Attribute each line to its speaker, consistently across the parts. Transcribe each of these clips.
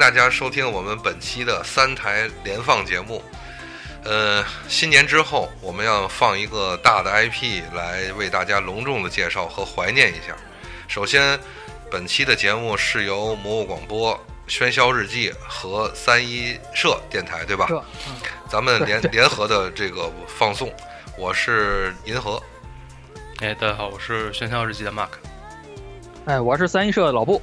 Speaker 1: 大家收听我们本期的三台联放节目。呃，新年之后我们要放一个大的 IP 来为大家隆重的介绍和怀念一下。首先，本期的节目是由魔物广播、喧嚣日记和三一社电台，对吧？
Speaker 2: 这，嗯
Speaker 1: 咱们联
Speaker 2: 对
Speaker 1: 联合的这个放送，我是银河。
Speaker 3: 哎，大家好，我是喧嚣日记的 Mark。
Speaker 2: 哎，我是三一社的老布，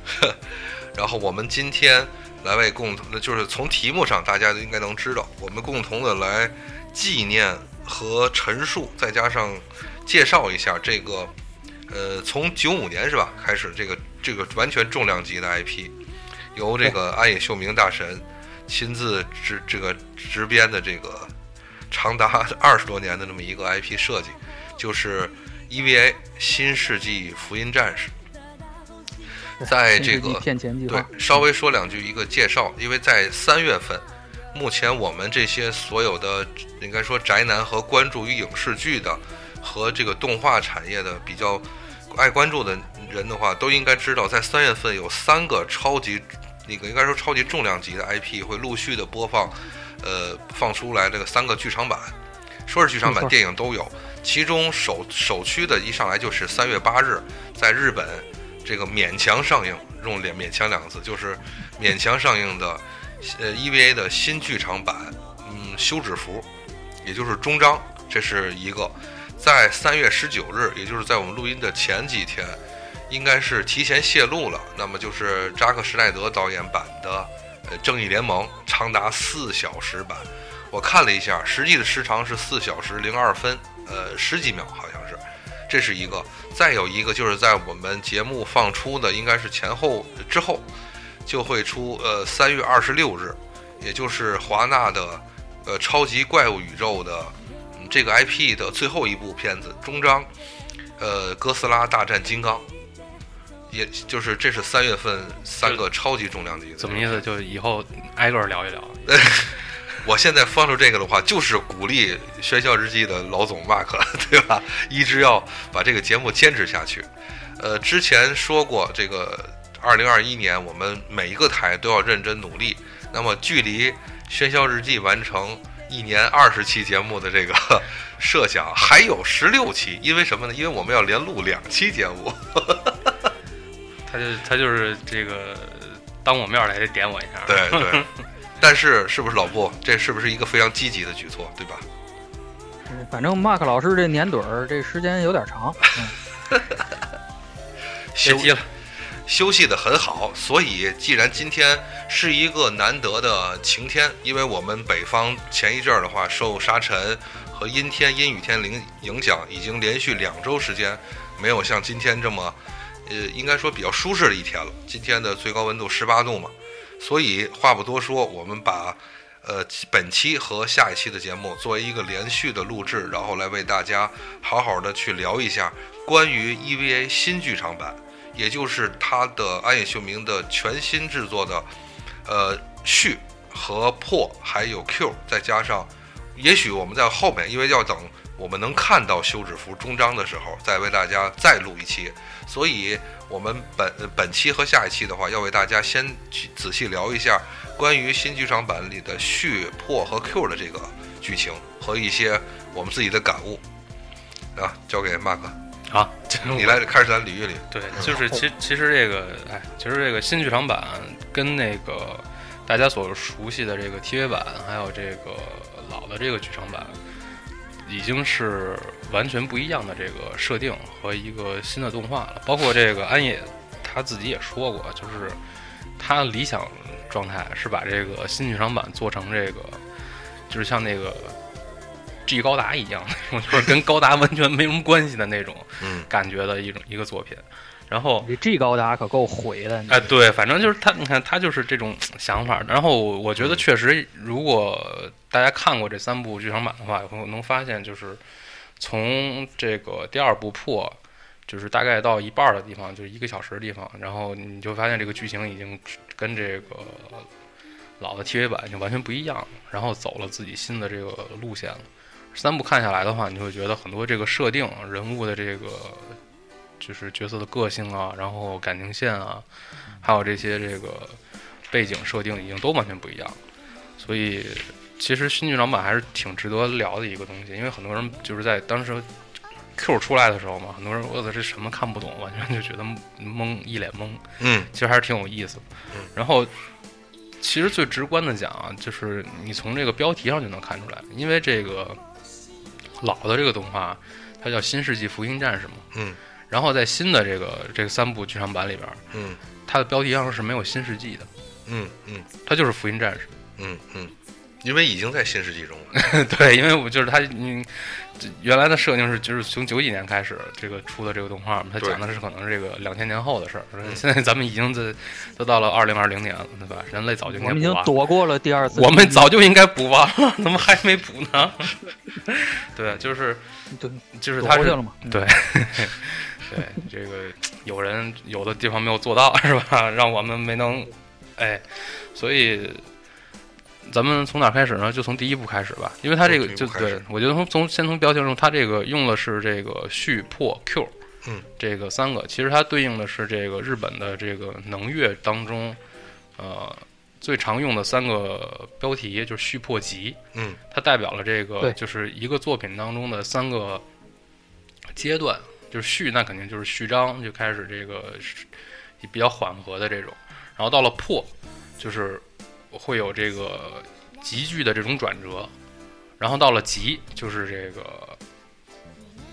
Speaker 1: 然后我们今天来为共同，就是从题目上大家应该能知道，我们共同的来纪念和陈述，再加上介绍一下这个，呃，从九五年是吧开始，这个这个完全重量级的 IP，由这个安野秀明大神亲自执这个执编的这个长达 二十多年的这么一个 IP 设计，就是 EVA《新世纪福音战士》。在
Speaker 2: 新世
Speaker 1: 哎这
Speaker 2: 纪
Speaker 1: 个
Speaker 2: 骗钱计
Speaker 1: 对
Speaker 2: 划，，
Speaker 1: 稍微说两句一个介绍，因为在三月份，目前我们这些所有的应该说宅男和关注于影视剧的和这个动画产业的比较爱关注的人的话，都应该知道，在三月份有三个超级那个应该说超级重量级的 IP 会陆续的播放，呃，放出来这个三个剧场版，说是剧场版，
Speaker 2: 没错
Speaker 1: 电影都有。其中首首区的一上来就是三月八日，在日本这个勉强上映，用“勉勉强”两个字，就是勉强上映的，呃，EVA 的新剧场版，嗯，休止符，也就是终章，这是一个。在三月十九日，也就是在我们录音的前几天，应该是提前泄露了。那么就是扎克施耐德导演版的呃《正义联盟》长达四小时版，我看了一下，实际的时长是四小时零二分，呃，十几秒好像是。这是一个，再有一个就是在我们节目放出的，应该是前后之后，就会出呃三月二十六日，也就是华纳的呃超级怪物宇宙的、嗯、这个 IP 的最后一部片子终章，呃哥斯拉大战金刚，也就是这是三月份三个超级重量级的。
Speaker 3: 怎么意思？就以后挨个儿聊一聊。
Speaker 1: 我现在放出这个的话，就是鼓励《喧嚣日记》的老总 Mark，对 吧？一直要把这个节目坚持下去。呃，之前说过，这个二零二一年我们每一个台都要认真努力。那么，距离《喧嚣日记》完成一年二十期节目的这个 设想还有十六期，因为什么呢？因为我们要连录两期节目。
Speaker 3: 他就他就是这个当我面儿来得点我一下。
Speaker 1: 对 对。但是，是不是老布？这是不是一个非常积极的举措，对吧？
Speaker 2: 嗯反正 Mark 老师这年盹儿这时间有点 长，嗯
Speaker 3: 别
Speaker 1: 休
Speaker 3: 急了，
Speaker 1: 休息得很好，所以既然今天是一个难得的晴天，因为我们北方前一阵儿的话，受沙尘和阴天、阴雨天影影响，已经连续两周时间没有像今天这么，呃，应该说比较舒适的一天了。今天的最高温度十八度嘛，所以话不多说，我们把。呃，本期和下一期的节目作为一个连续的录制，然后来为大家好好的去聊一下关于 EVA 新剧场版也就是他的安野秀明的全新制作的，呃，续和破还有 Q，再加上，也许我们在后面，因为要等我们能看到休止符终章的时候，再为大家再录一期。所以，我们本呃本期和下一期的话，要为大家先去仔细聊一下关于新剧场版里的续、破和 Q 的这个剧情和一些我们自己的感悟。啊，交给马克，
Speaker 3: 好，这
Speaker 1: 你来开始咱捋一捋。
Speaker 3: 对，就是其其实这个，哎，其实这个新剧场版跟那个大家所熟悉的这个 TV 版，还有这个老的这个剧场版，已经是完全不一样的这个设定和一个新的动画了。包括这个安野他自己也说过，就是他理想状态是把这个新剧场版做成这个，就是像那个 G 高达一样， 那种就是跟高达完全没什么关系的那种。
Speaker 1: 嗯，
Speaker 3: 感觉的一种一个作品。然后，
Speaker 2: 你这 G 高达可够毁的，你
Speaker 3: 哎，对，反正就是他，你看他就是这种想法。然后我觉得确实，如果大家看过这三部剧场版的话，会能发现就是从这个第二部破。就是大概到一半儿的地方，就是一个小时的地方，然后你就发现这个剧情已经跟这个老的 TV 版已经完全不一样了，然后走了自己新的这个路线了。三部看下来的话，你就会觉得很多这个设定、人物的这个就是角色的个性啊，然后感情线啊，还有这些这个背景设定已经都完全不一样了，所以其实新剧场版还是挺值得聊的一个东西，因为很多人就是在当时 Q 出来的时候嘛，很多人我操这什么看不懂，完全就觉得懵，一脸懵。
Speaker 1: 嗯
Speaker 3: 其实还是挺有意思的
Speaker 1: 嗯。
Speaker 3: 然后，其实最直观的讲啊，就是你从这个标题上就能看出来，因为这个老的这个动画，它叫《新世纪福音战士》嘛。
Speaker 1: 嗯。
Speaker 3: 然后在新的这个这个三部剧场版里边，
Speaker 1: 嗯
Speaker 3: 它的标题上是没有“新世纪”的，
Speaker 1: 嗯嗯
Speaker 3: 它就是《福音战士
Speaker 1: 嗯嗯，因为已经在新世纪中了。》。
Speaker 3: 对，因为我就是它，你这原来的设定是就是从九几年开始这个出的这个动画嘛，它
Speaker 1: 对
Speaker 3: 讲的是可能是这个两千年后的事儿。现在咱们已经在都到了二零二零年了，对吧？人类早就应
Speaker 2: 我
Speaker 3: 该
Speaker 2: 们已
Speaker 3: 不
Speaker 2: 经
Speaker 1: 啊
Speaker 3: 玩了
Speaker 2: 躲过了第二次。
Speaker 3: 我们早就应该补完了， 怎么还没补呢？ 对，就是
Speaker 2: 对
Speaker 3: 就是
Speaker 2: 躲
Speaker 3: 他
Speaker 2: 过
Speaker 3: 是
Speaker 2: 去了嘛？嗯
Speaker 3: 对 对这个有人有的地方没有做到是吧？让我们没能哎，所以咱们从哪儿开始呢？就从第一部开始吧，因为他这个
Speaker 1: 从第
Speaker 3: 就
Speaker 1: 一部开始
Speaker 3: 对我觉得从从先从标题中，他这个用的是这个续破 Q。
Speaker 1: 嗯，
Speaker 3: 这个三个其实它对应的是这个日本的这个能乐当中，呃，最常用的三个标题就是续破集，
Speaker 1: 嗯，
Speaker 3: 它代表了这个
Speaker 2: 对
Speaker 3: 就是一个作品当中的三个阶段，就是序那肯定就是序章就开始这个是比较缓和的这种，然后到了破就是会有这个急剧的这种转折，然后到了急就是这个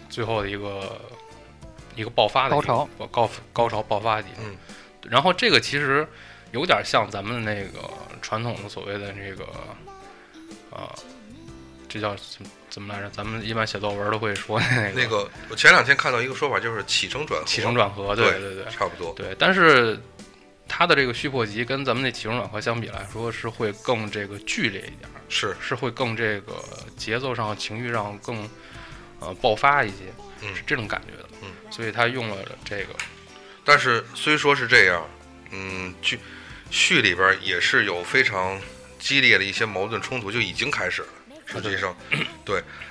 Speaker 3: 最后的一个一个爆发的一
Speaker 2: 高
Speaker 3: 个
Speaker 2: 潮
Speaker 3: 高高潮爆发的地方，
Speaker 1: 嗯
Speaker 3: 然后这个其实。有点像咱们那个传统的所谓的这个，呃，这叫怎么怎么来着？咱们一般写作文都会说那个
Speaker 1: 那个我前两天看到一个说法，就是起承转合，
Speaker 3: 起承转合，对
Speaker 1: 对
Speaker 3: 对对
Speaker 1: 差不多。
Speaker 3: 对。但是它的这个续破集跟咱们那起承转合相比来说，是会更这个剧烈一点儿，
Speaker 1: 是，
Speaker 3: 是会更这个节奏上、情绪上更呃爆发一些，
Speaker 1: 嗯
Speaker 3: 是这种感觉的。
Speaker 1: 嗯，
Speaker 3: 所以他用了这个，
Speaker 1: 但是虽说是这样，嗯，剧序里边也是有非常激烈的一些矛盾冲突就已经开始了。实际上，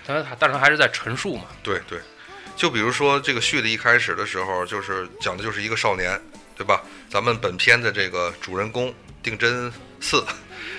Speaker 3: 但是但是还是在陈述嘛，
Speaker 1: 对对，就比如说这个序的一开始的时候，就是讲的就是一个少年，对吧？咱们本片的这个主人公定真寺，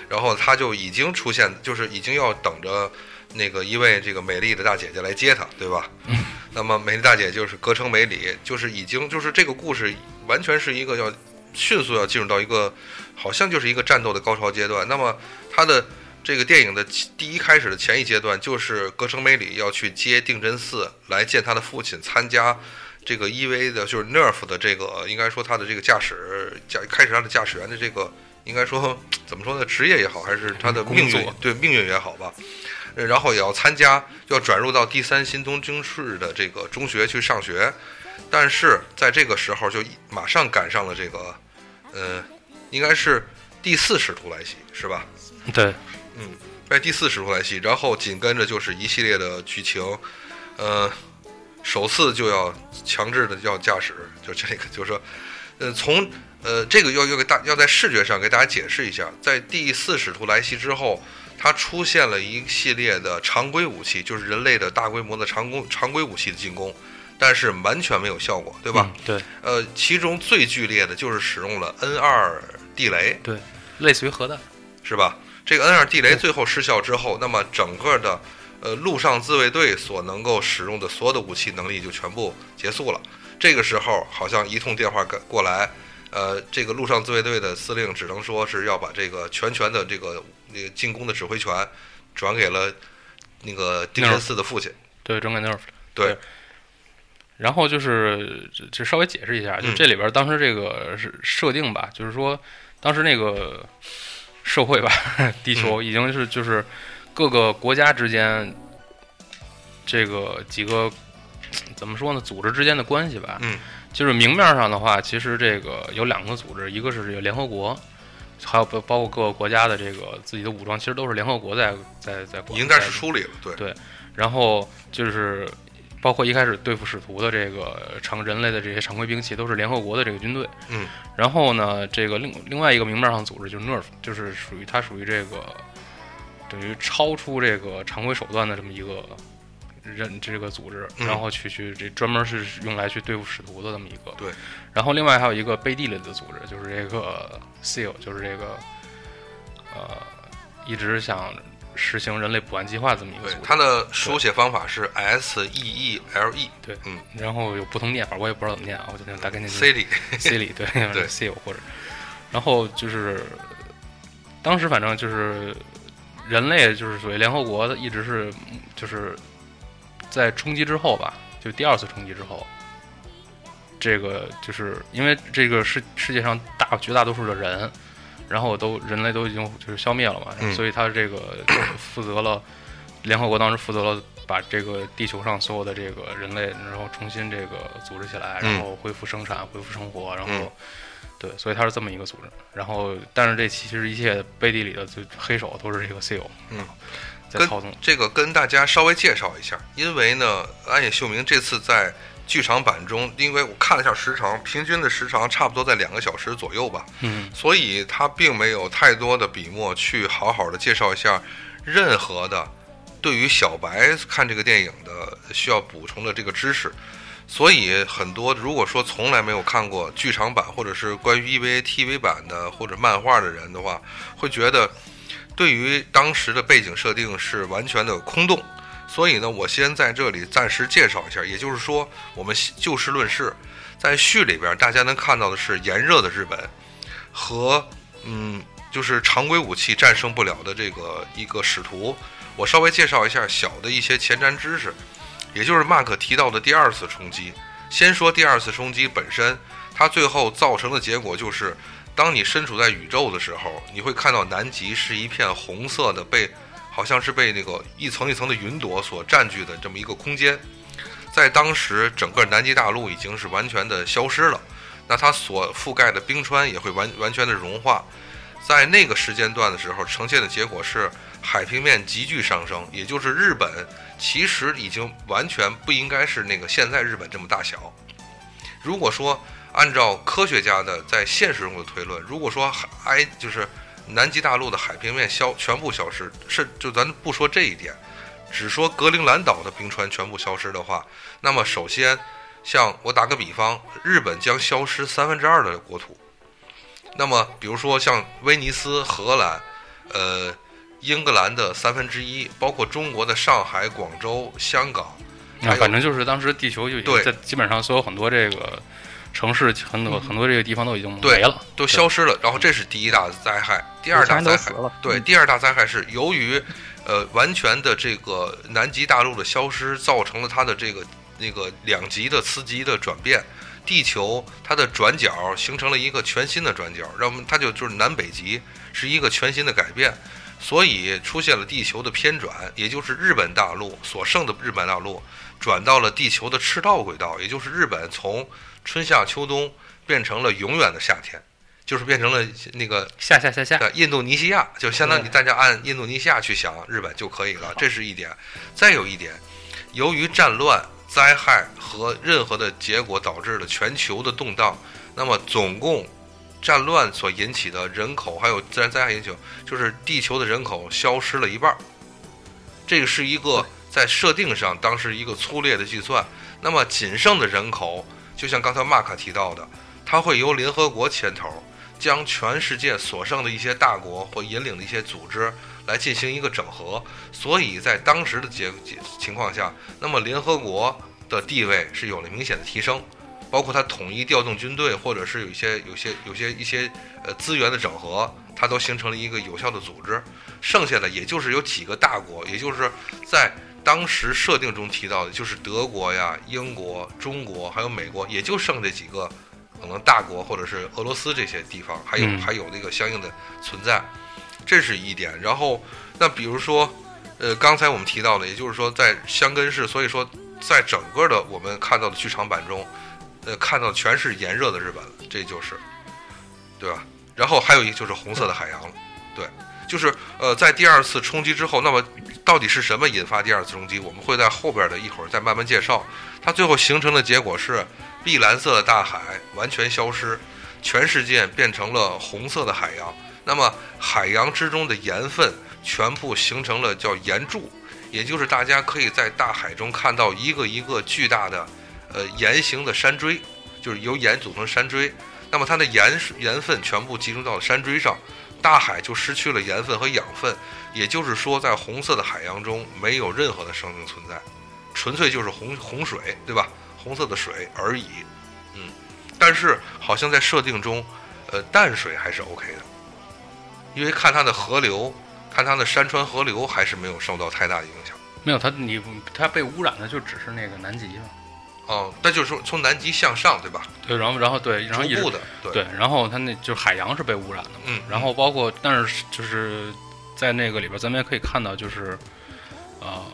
Speaker 1: 然后他就已经出现，就是已经要等着那个一位这个美丽的大姐姐来接他，对吧？ 那么美丽大姐就是隔城美里，就是已经就是这个故事完全是一个要迅速要进入到一个好像就是一个战斗的高潮阶段。那么他的这个电影的起第一开始的前一阶段，就是隔城美里要去接定真寺来见他的父亲，参加这个 EV 的，就是 NERF 的这个，应该说他的这个驾驶驾开始他的驾驶员的这个，应该说怎么说呢，职业也好，还是他的命
Speaker 3: 工
Speaker 1: 运
Speaker 3: 作
Speaker 1: 对命运也好吧。呃然后也要参加，要转入到第三新东京市的这个中学去上学，但是在这个时候就一马上赶上了这个，呃，应该是第四使徒来袭是吧？
Speaker 3: 对，
Speaker 1: 在哎第四使徒来袭，然后紧跟着就是一系列的剧情，呃，首次就要强制的要驾驶，就这个就是说，呃，从呃这个要要给大要在视觉上给大家解释一下，在第四使徒来袭之后，它出现了一系列的常规武器，就是人类的大规模的常规常规武器的进攻，但是完全没有效果，对
Speaker 3: 对
Speaker 1: 吧？？
Speaker 3: 嗯对，
Speaker 1: 呃，其中最剧烈的就是使用了 N 二地雷，
Speaker 3: 类似于核弹，
Speaker 1: 是吧？这个 N 二地雷最后失效之后，那么整个的呃陆上自卫队所能够使用的所有的武器能力就全部结束了。这个时候好像一通电话赶过来，呃，这个陆上自卫队的司令只能说是要把这个全权的这个那个进攻的指挥权转给了那个丁真寺的父亲。
Speaker 3: 对，整个那种
Speaker 1: 对
Speaker 3: 对然后就是这这稍微解释一下，就
Speaker 1: 嗯
Speaker 3: 这里边当时这个是设定吧，就是说当时那个社会吧， 地
Speaker 1: 嗯
Speaker 3: 球已经是就是各个国家之间这个几个怎么说呢，组织之间的关系吧，
Speaker 1: 嗯，
Speaker 3: 就是明面上的话，其实这个有两个组织，一个是这个联合国。还有包包括各个国家的这个自己的武装，其实都是联合国在在在管，
Speaker 1: 已经开
Speaker 3: 在
Speaker 1: 始梳理了，对，
Speaker 3: 然后就是包括一开始对付使徒的这个常人类的这些常规兵器都是联合国的这个军队，
Speaker 1: 嗯，
Speaker 3: 然后呢，这个另另外一个明面上组织就是 NERF，就是属于它属于这个等于超出这个常规手段的这么一个人这个组织，
Speaker 1: 嗯
Speaker 3: 然后去去这专门是用来去对付使徒的这么一个。
Speaker 1: 对，
Speaker 3: 然后另外还有一个背地里的组织，就是这个 SEAL，就是这个呃一直想实行人类补完计划这么一个
Speaker 1: 对
Speaker 3: 组，织。
Speaker 1: 它的书写方法是 S E E L E
Speaker 3: 然后有不同念法，我也不知道怎么念啊，我就那种大概念
Speaker 1: C 里，
Speaker 3: C 里对
Speaker 1: 对
Speaker 3: C 有或者，然后就是当时反正就是人类就是属于联合国的一直是就是在冲击之后吧，就第二次冲击之后，这个就是因为这个世世界上大绝大多数的人，然后都人类都已经就是消灭了嘛，
Speaker 1: 嗯
Speaker 3: 所以他这个负责了联合国当时负责了。把这个地球上所有的这个人类，然后重新这个组织起来，
Speaker 1: 嗯
Speaker 3: 然后恢复生产、恢复生活，然后、
Speaker 1: 嗯
Speaker 3: 对，所以它是这么一个组织。然后，但是这其实一切背地里的就黑手都是这个 CEO，
Speaker 1: 嗯，
Speaker 3: 啊在
Speaker 1: 跟
Speaker 3: 操纵。
Speaker 1: 这个跟大家稍微介绍一下，因为呢，安野秀明这次在剧场版中，因为我看了一下时长，平均的时长差不多在两个小时左右吧，
Speaker 3: 嗯，
Speaker 1: 所以他并没有太多的笔墨去好好的介绍一下任何的对于小白看这个电影的需要补充的这个知识。所以很多如果说从来没有看过剧场版或者是关于 E EVA、TV 版的或者漫画的人的话，会觉得对于当时的背景设定是完全的空洞。所以呢，我先在这里暂时介绍一下，也就是说，我们就事论事，在序里边大家能看到的是炎热的日本，和嗯，就是常规武器战胜不了的这个一个使徒。我稍微介绍一下小的一些前瞻知识，也就是马克提到的第二次冲击。先说第二次冲击本身，它最后造成的结果就是，当你身处在宇宙的时候，你会看到南极是一片红色的被，好像是被那个一层一层的云朵所占据的这么一个空间。在当时，整个南极大陆已经是完全的消失了。那它所覆盖的冰川也会完完全的融化。在那个时间段的时候，呈现的结果是海平面急剧上升，也就是日本其实已经完全不应该是那个现在日本这么大小。如果说按照科学家的在现实中的推论，如果说海埃就是南极大陆的海平面消全部消失，是就咱不说这一点，只说格陵兰岛的冰川全部消失的话，那么首先像我打个比方，日本将消失三分之二的国土。那么，比如说像威尼斯、荷兰，呃，英格兰的三分之一，包括中国的上海、广州、香港，还
Speaker 3: 啊，
Speaker 1: 有
Speaker 3: 反正就是当时地球就已经
Speaker 1: 对
Speaker 3: 在基本上所有很多这个城市很多、
Speaker 2: 嗯
Speaker 3: 很多这个地方都已经
Speaker 1: 对
Speaker 3: 没了。
Speaker 1: 都消失了。然后这是第一大灾害，第二大
Speaker 2: 全都
Speaker 1: 灾害
Speaker 2: 死了。
Speaker 1: 对，
Speaker 2: 嗯，
Speaker 1: 第二大灾害是由于，呃，完全的这个南极大陆的消失，造成了它的这个那个两极的磁极的转变，地球它的转角形成了一个全新的转角，让我们它就就是南北极是一个全新的改变，所以出现了地球的偏转，也就是日本大陆所剩的日本大陆转到了地球的赤道轨道，也就是日本从春夏秋冬变成了永远的夏天，就是变成了那个
Speaker 3: 下下下下，
Speaker 1: 对，印度尼西亚就相当于大家按印度尼西亚去想日本就可以了，这是一点。再有一点，由于战乱、灾害和任何的结果导致了全球的动荡，那么总共战乱所引起的人口还有自然灾害引起，就是地球的人口消失了一半儿。这个是一个在设定上当时一个粗略的计算。那么仅剩的人口，就像刚才马卡提到的，它会由联合国牵头，将全世界所剩的一些大国或引领的一些组织来进行一个整合。所以在当时的结结情况下，那么联合国的地位是有了明显的提升，包括它统一调动军队，或者是有一些有些有些一些呃资源的整合，它都形成了一个有效的组织。剩下的也就是有几个大国，也就是在当时设定中提到的，就是德国呀、英国、中国还有美国，也就剩这几个可能大国或者是俄罗斯这些地方，还有、
Speaker 3: 嗯
Speaker 1: 还有那个相应的存在，这是一点。然后那比如说，呃，刚才我们提到了，也就是说在香根市，所以说在整个的我们看到的剧场版中，呃，看到全是炎热的日本，这就是，对吧？然后还有一个就是红色的海洋了，对，就是呃，在第二次冲击之后，那么到底是什么引发第二次冲击？我们会在后边的一会儿再慢慢介绍。它最后形成的结果是碧蓝色的大海完全消失，全世界变成了红色的海洋。那么海洋之中的盐分全部形成了叫岩柱，也就是大家可以在大海中看到一个一个巨大的呃岩形的山锥，就是由岩组成的山锥。那么它的盐水盐分全部集中到了山锥上，大海就失去了盐分和养分，也就是说，在红色的海洋中没有任何的生命存在，纯粹就是洪洪水，对吧？红色的水而已。嗯，但是好像在设定中，呃，淡水还是 OK 的，因为看它的河流，看它的山川河流还是没有受到太大的影响。
Speaker 3: 没有它，你它被污染的就只是那个南极嘛。
Speaker 1: 哦、那就是说从南极向上，对吧？
Speaker 3: 对，然后然后对，然后
Speaker 1: 逐
Speaker 3: 一直
Speaker 1: 步的，对，
Speaker 3: 对，然后它那就是海洋是被污染的嘛。
Speaker 1: 嗯，
Speaker 3: 然后包括，但是就是在那个里边，咱们也可以看到，就是呃，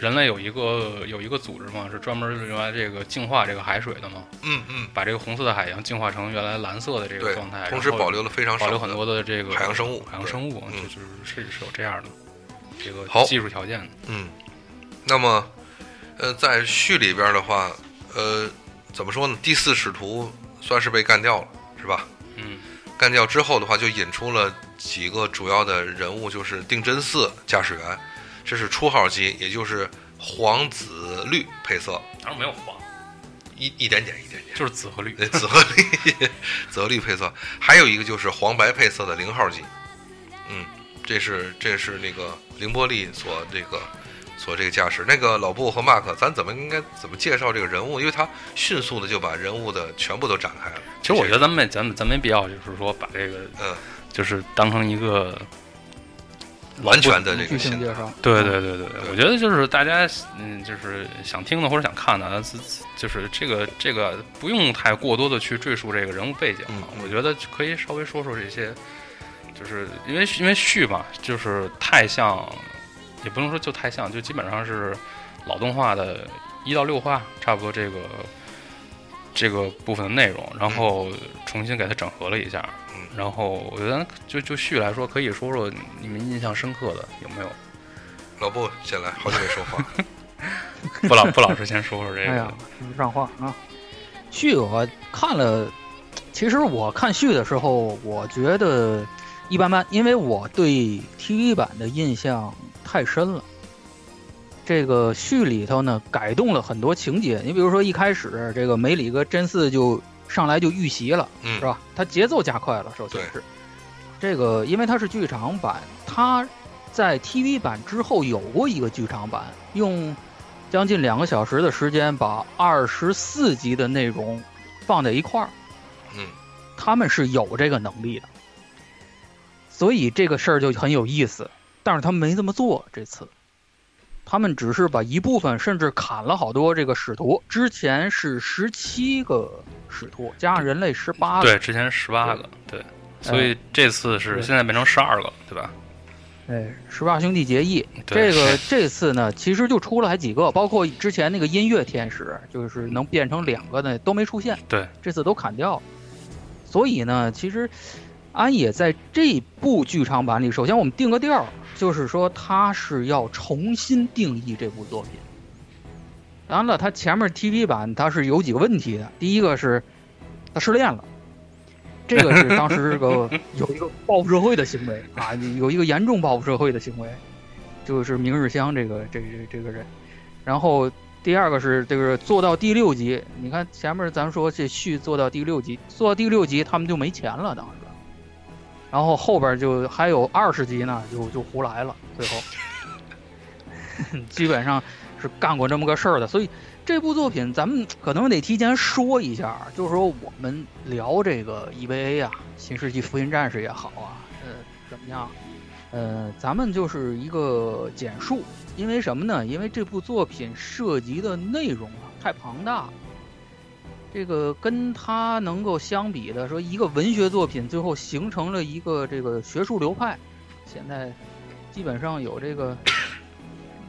Speaker 3: 人类有一个有一个组织嘛，是专门用来这个净化这个海水的嘛，
Speaker 1: 嗯嗯，
Speaker 3: 把这个红色的海洋净化成原来蓝色的这个
Speaker 1: 对
Speaker 3: 状态，
Speaker 1: 同时
Speaker 3: 然后
Speaker 1: 保留了非常
Speaker 3: 保
Speaker 1: 少
Speaker 3: 留
Speaker 1: 的
Speaker 3: 很多的这个
Speaker 1: 海洋生物
Speaker 3: 海洋生物，啊
Speaker 1: 对嗯
Speaker 3: 就就是是是有这样的这个
Speaker 1: 好
Speaker 3: 技术条件的。
Speaker 1: 嗯，那么，呃，在序里边的话，呃，怎么说呢？第四使徒算是被干掉了，是吧？
Speaker 3: 嗯，
Speaker 1: 干掉之后的话，就引出了几个主要的人物，就是定真寺驾驶员，这是初号机，也就是黄紫绿配色，
Speaker 3: 当然没有黄，
Speaker 1: 一一点点，一点点，
Speaker 3: 就是紫和绿。
Speaker 1: 呃紫和绿， 紫和绿配色，还有一个就是黄白配色的零号机，嗯，这是这是那个凌波丽所这个所这个驾驶。那个老布和马克，咱怎么应该怎么介绍这个人物？因为他迅速的就把人物的全部都展开了。
Speaker 3: 其实我觉得咱们没咱们咱没必要，就是说把这个
Speaker 1: 嗯，
Speaker 3: 就是当成一个
Speaker 1: 完全的这
Speaker 2: 剧
Speaker 1: 个
Speaker 2: 情
Speaker 1: 现
Speaker 2: 介绍，
Speaker 3: 对对对对，
Speaker 1: 对
Speaker 3: 我觉得就是大家嗯，就是想听的或者想看的，自自就是这个这个不用太过多的去赘述这个人物背景
Speaker 1: 嗯
Speaker 3: 了。
Speaker 1: 嗯
Speaker 3: 我觉得可以稍微说说这些，就是因为因为续嘛，就是太像，也不能说就太像，就基本上是老动画的一到六话，差不多这个这个部分的内容，然后重新给它整合了一下。
Speaker 1: 嗯
Speaker 3: 然后我觉得就就续来说，可以说说你们印象深刻的有没有？
Speaker 1: 老布先来，好久没说话。
Speaker 3: 不老不老师先说说这
Speaker 2: 哎呀
Speaker 3: 个，，
Speaker 2: 不让话啊！续我看了，其实我看续的时候，我觉得一般般，因为我对 TV 版的印象太深了。这个续里头呢，改动了很多情节。你比如说一开始，这个梅里跟真嗣就上来就遇袭了，
Speaker 1: 嗯
Speaker 2: 是吧？它节奏加快了，首先是这个，因为它是剧场版，它在 TV 版之后有过一个剧场版，用将近两个小时的时间把二十四集的内容放在一块儿，
Speaker 1: 嗯
Speaker 2: 他们是有这个能力的，所以这个事儿就很有意思。但是他们没这么做，这次他们只是把一部分，甚至砍了好多这个使徒。之前是十七个使徒，加上人类十八个，
Speaker 3: 对，之前十八个，对，所以这次是
Speaker 2: 哎对
Speaker 3: 现在变成十二个，对吧？
Speaker 2: 哎，十八兄弟结义。
Speaker 3: 对
Speaker 2: 这个 这次呢，其实就出了还几个，包括之前那个音乐天使，就是能变成两个的都没出现，
Speaker 3: 对，
Speaker 2: 这次都砍掉了。所以呢，其实安野在这部剧场版里，首先我们定个调儿，就是说他是要重新定义这部作品。当然了，他前面 TV 版他是有几个问题的，第一个是他失恋了。这个是当时这 个有一个报复社会的行为啊，有一个严重报复社会的行为，就是明日香这个这个、这个人。然后第二个是这个做到第六集，你看前面咱说这续做到第六集，做到第六集他们就没钱了当时，然后后边就还有二十集呢，就就胡来了，最后 基本上是干过这么个事儿的，所以。这部作品咱们可能得提前说一下，就是说我们聊这个 EVA 啊，《新世纪福音战士》也好啊，呃，怎么样？呃，咱们就是一个简述，因为什么呢？因为这部作品涉及的内容啊太庞大了，这个跟它能够相比的，说一个文学作品最后形成了一个这个学术流派，现在基本上有这个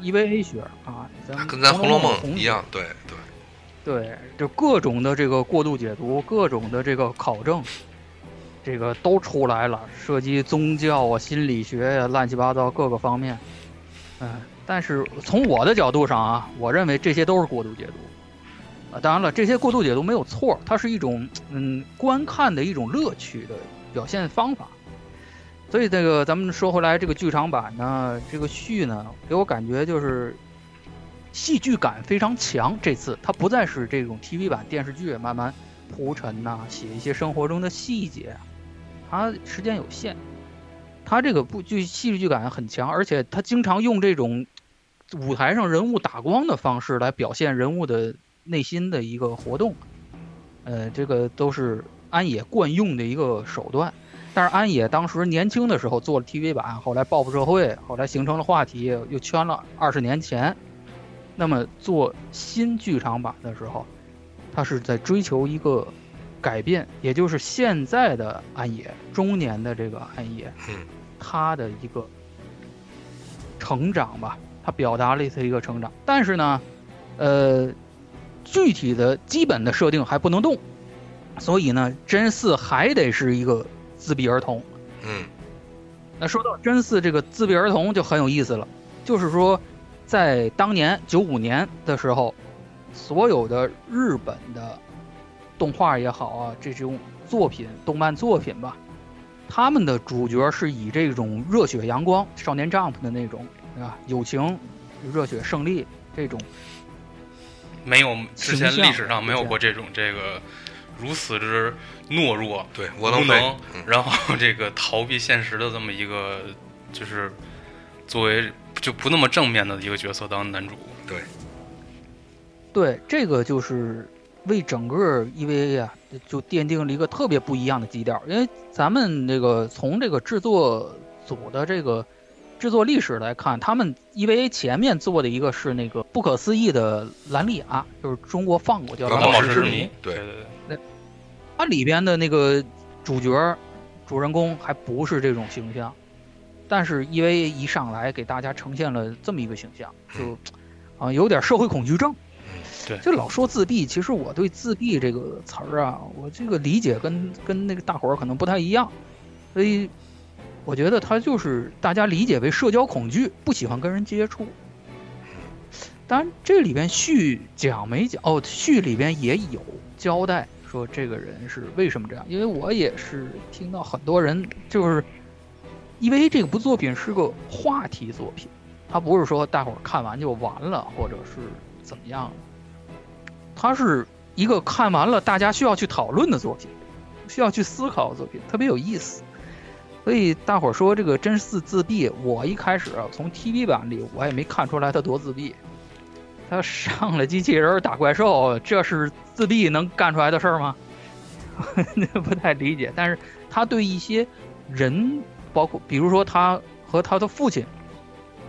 Speaker 2: EVA 学啊，咱们
Speaker 1: 跟咱《红楼梦》
Speaker 2: 红
Speaker 1: 一样，对对，
Speaker 2: 对，就各种的这个过度解读，各种的这个考证，这个都出来了，涉及宗教啊、心理学呀、乱七八糟各个方面。嗯、但是从我的角度上啊，我认为这些都是过度解读。啊，当然了，这些过度解读没有错，它是一种嗯观看的一种乐趣的表现方法。所以这个咱们说回来，这个剧场版呢，这个续呢，给我感觉就是戏剧感非常强。这次它不再是这种 TV 版电视剧慢慢铺陈呐、写一些生活中的细节啊，它时间有限，它这个不剧戏剧感很强，而且它经常用这种舞台上人物打光的方式来表现人物的内心的一个活动。呃，这个都是安野惯用的一个手段。但是安野当时年轻的时候做了 TV 版，后来报复社会，后来形成了话题，又圈了二十年前。那么做新剧场版的时候，他是在追求一个改变，也就是现在的安野，中年的这个安野，
Speaker 1: 嗯
Speaker 2: 他的一个成长吧，他表达了他一个成长。但是呢，呃，具体的基本的设定还不能动，所以呢，真四还得是一个自闭儿童。
Speaker 1: 嗯
Speaker 2: 那说到真嗣这个自闭儿童就很有意思了，就是说，在当年九五年的时候，所有的日本的动画也好啊，这种作品、动漫作品吧，他们的主角是以这种热血阳光、少年 Jump 的那种啊友情、热血胜利这种
Speaker 3: 没有之前
Speaker 2: 形象
Speaker 3: 历史上没有过这种这个如此之懦弱，
Speaker 1: 对，
Speaker 3: 无
Speaker 1: 我能飞，
Speaker 3: 能
Speaker 1: 嗯
Speaker 3: 然后这个逃避现实的这么一个，就是作为就不那么正面的一个角色当男主。
Speaker 2: 对，这个就是为整个 EVA 啊，就奠定了一个特别不一样的基调。因为咱们这个从这个制作组的这个制作历史来看，他们 EVA 前面做的一个是那个不可思议的兰利亚，就是中国放过叫《
Speaker 1: 蓝
Speaker 3: 蓝
Speaker 1: 宝
Speaker 3: 宝
Speaker 1: 石
Speaker 3: 石
Speaker 1: 之
Speaker 3: 之
Speaker 1: 谜
Speaker 3: 谜，
Speaker 1: 对
Speaker 3: 对对，
Speaker 2: 它里边的那个主角、主人公还不是这种形象，但是 EVA 一上来给大家呈现了这么一个形象，就
Speaker 1: 嗯
Speaker 2: 啊、有点社会恐惧症。
Speaker 3: 对
Speaker 2: 就老说自闭，其实我对自闭这个词儿啊，我这个理解跟跟那个大伙儿可能不太一样，所以我觉得他就是大家理解为社交恐惧，不喜欢跟人接触。当然，这里边续讲没讲哦，续里边也有交代说这个人是为什么这样，因为我也是听到很多人就是，呃因为这部作品是个话题作品，它不是说大伙儿看完就完了，或者是怎么样，它是一个看完了大家需要去讨论的作品，需要去思考的作品，特别有意思。所以大伙儿说这个真是自闭，我一开始啊，从 TV 版里我也没看出来他多自闭，他上了机器人儿打怪兽，这是自闭能干出来的事儿吗？ 不太理解，但是他对一些人，包括比如说他和他的父亲，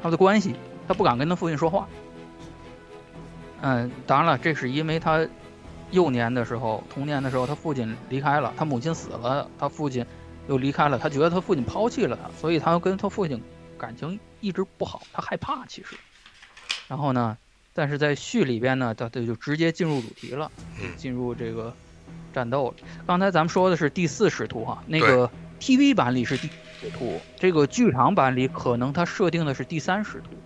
Speaker 2: 他们的关系，他不敢跟他父亲说话。嗯，当然了，这是因为他幼年的时候、童年的时候，他父亲离开了，他母亲死了，他父亲又离开了，他觉得他父亲抛弃了他，所以他跟他父亲感情一直不好，他害怕其实。然后呢，但是在序里边呢，他他就直接进入主题了
Speaker 1: 嗯，
Speaker 2: 进入这个战斗了。刚才咱们说的是第四使徒哈，那个 TV 版里是第四使徒，这个剧场版里可能他设定的是第三使徒。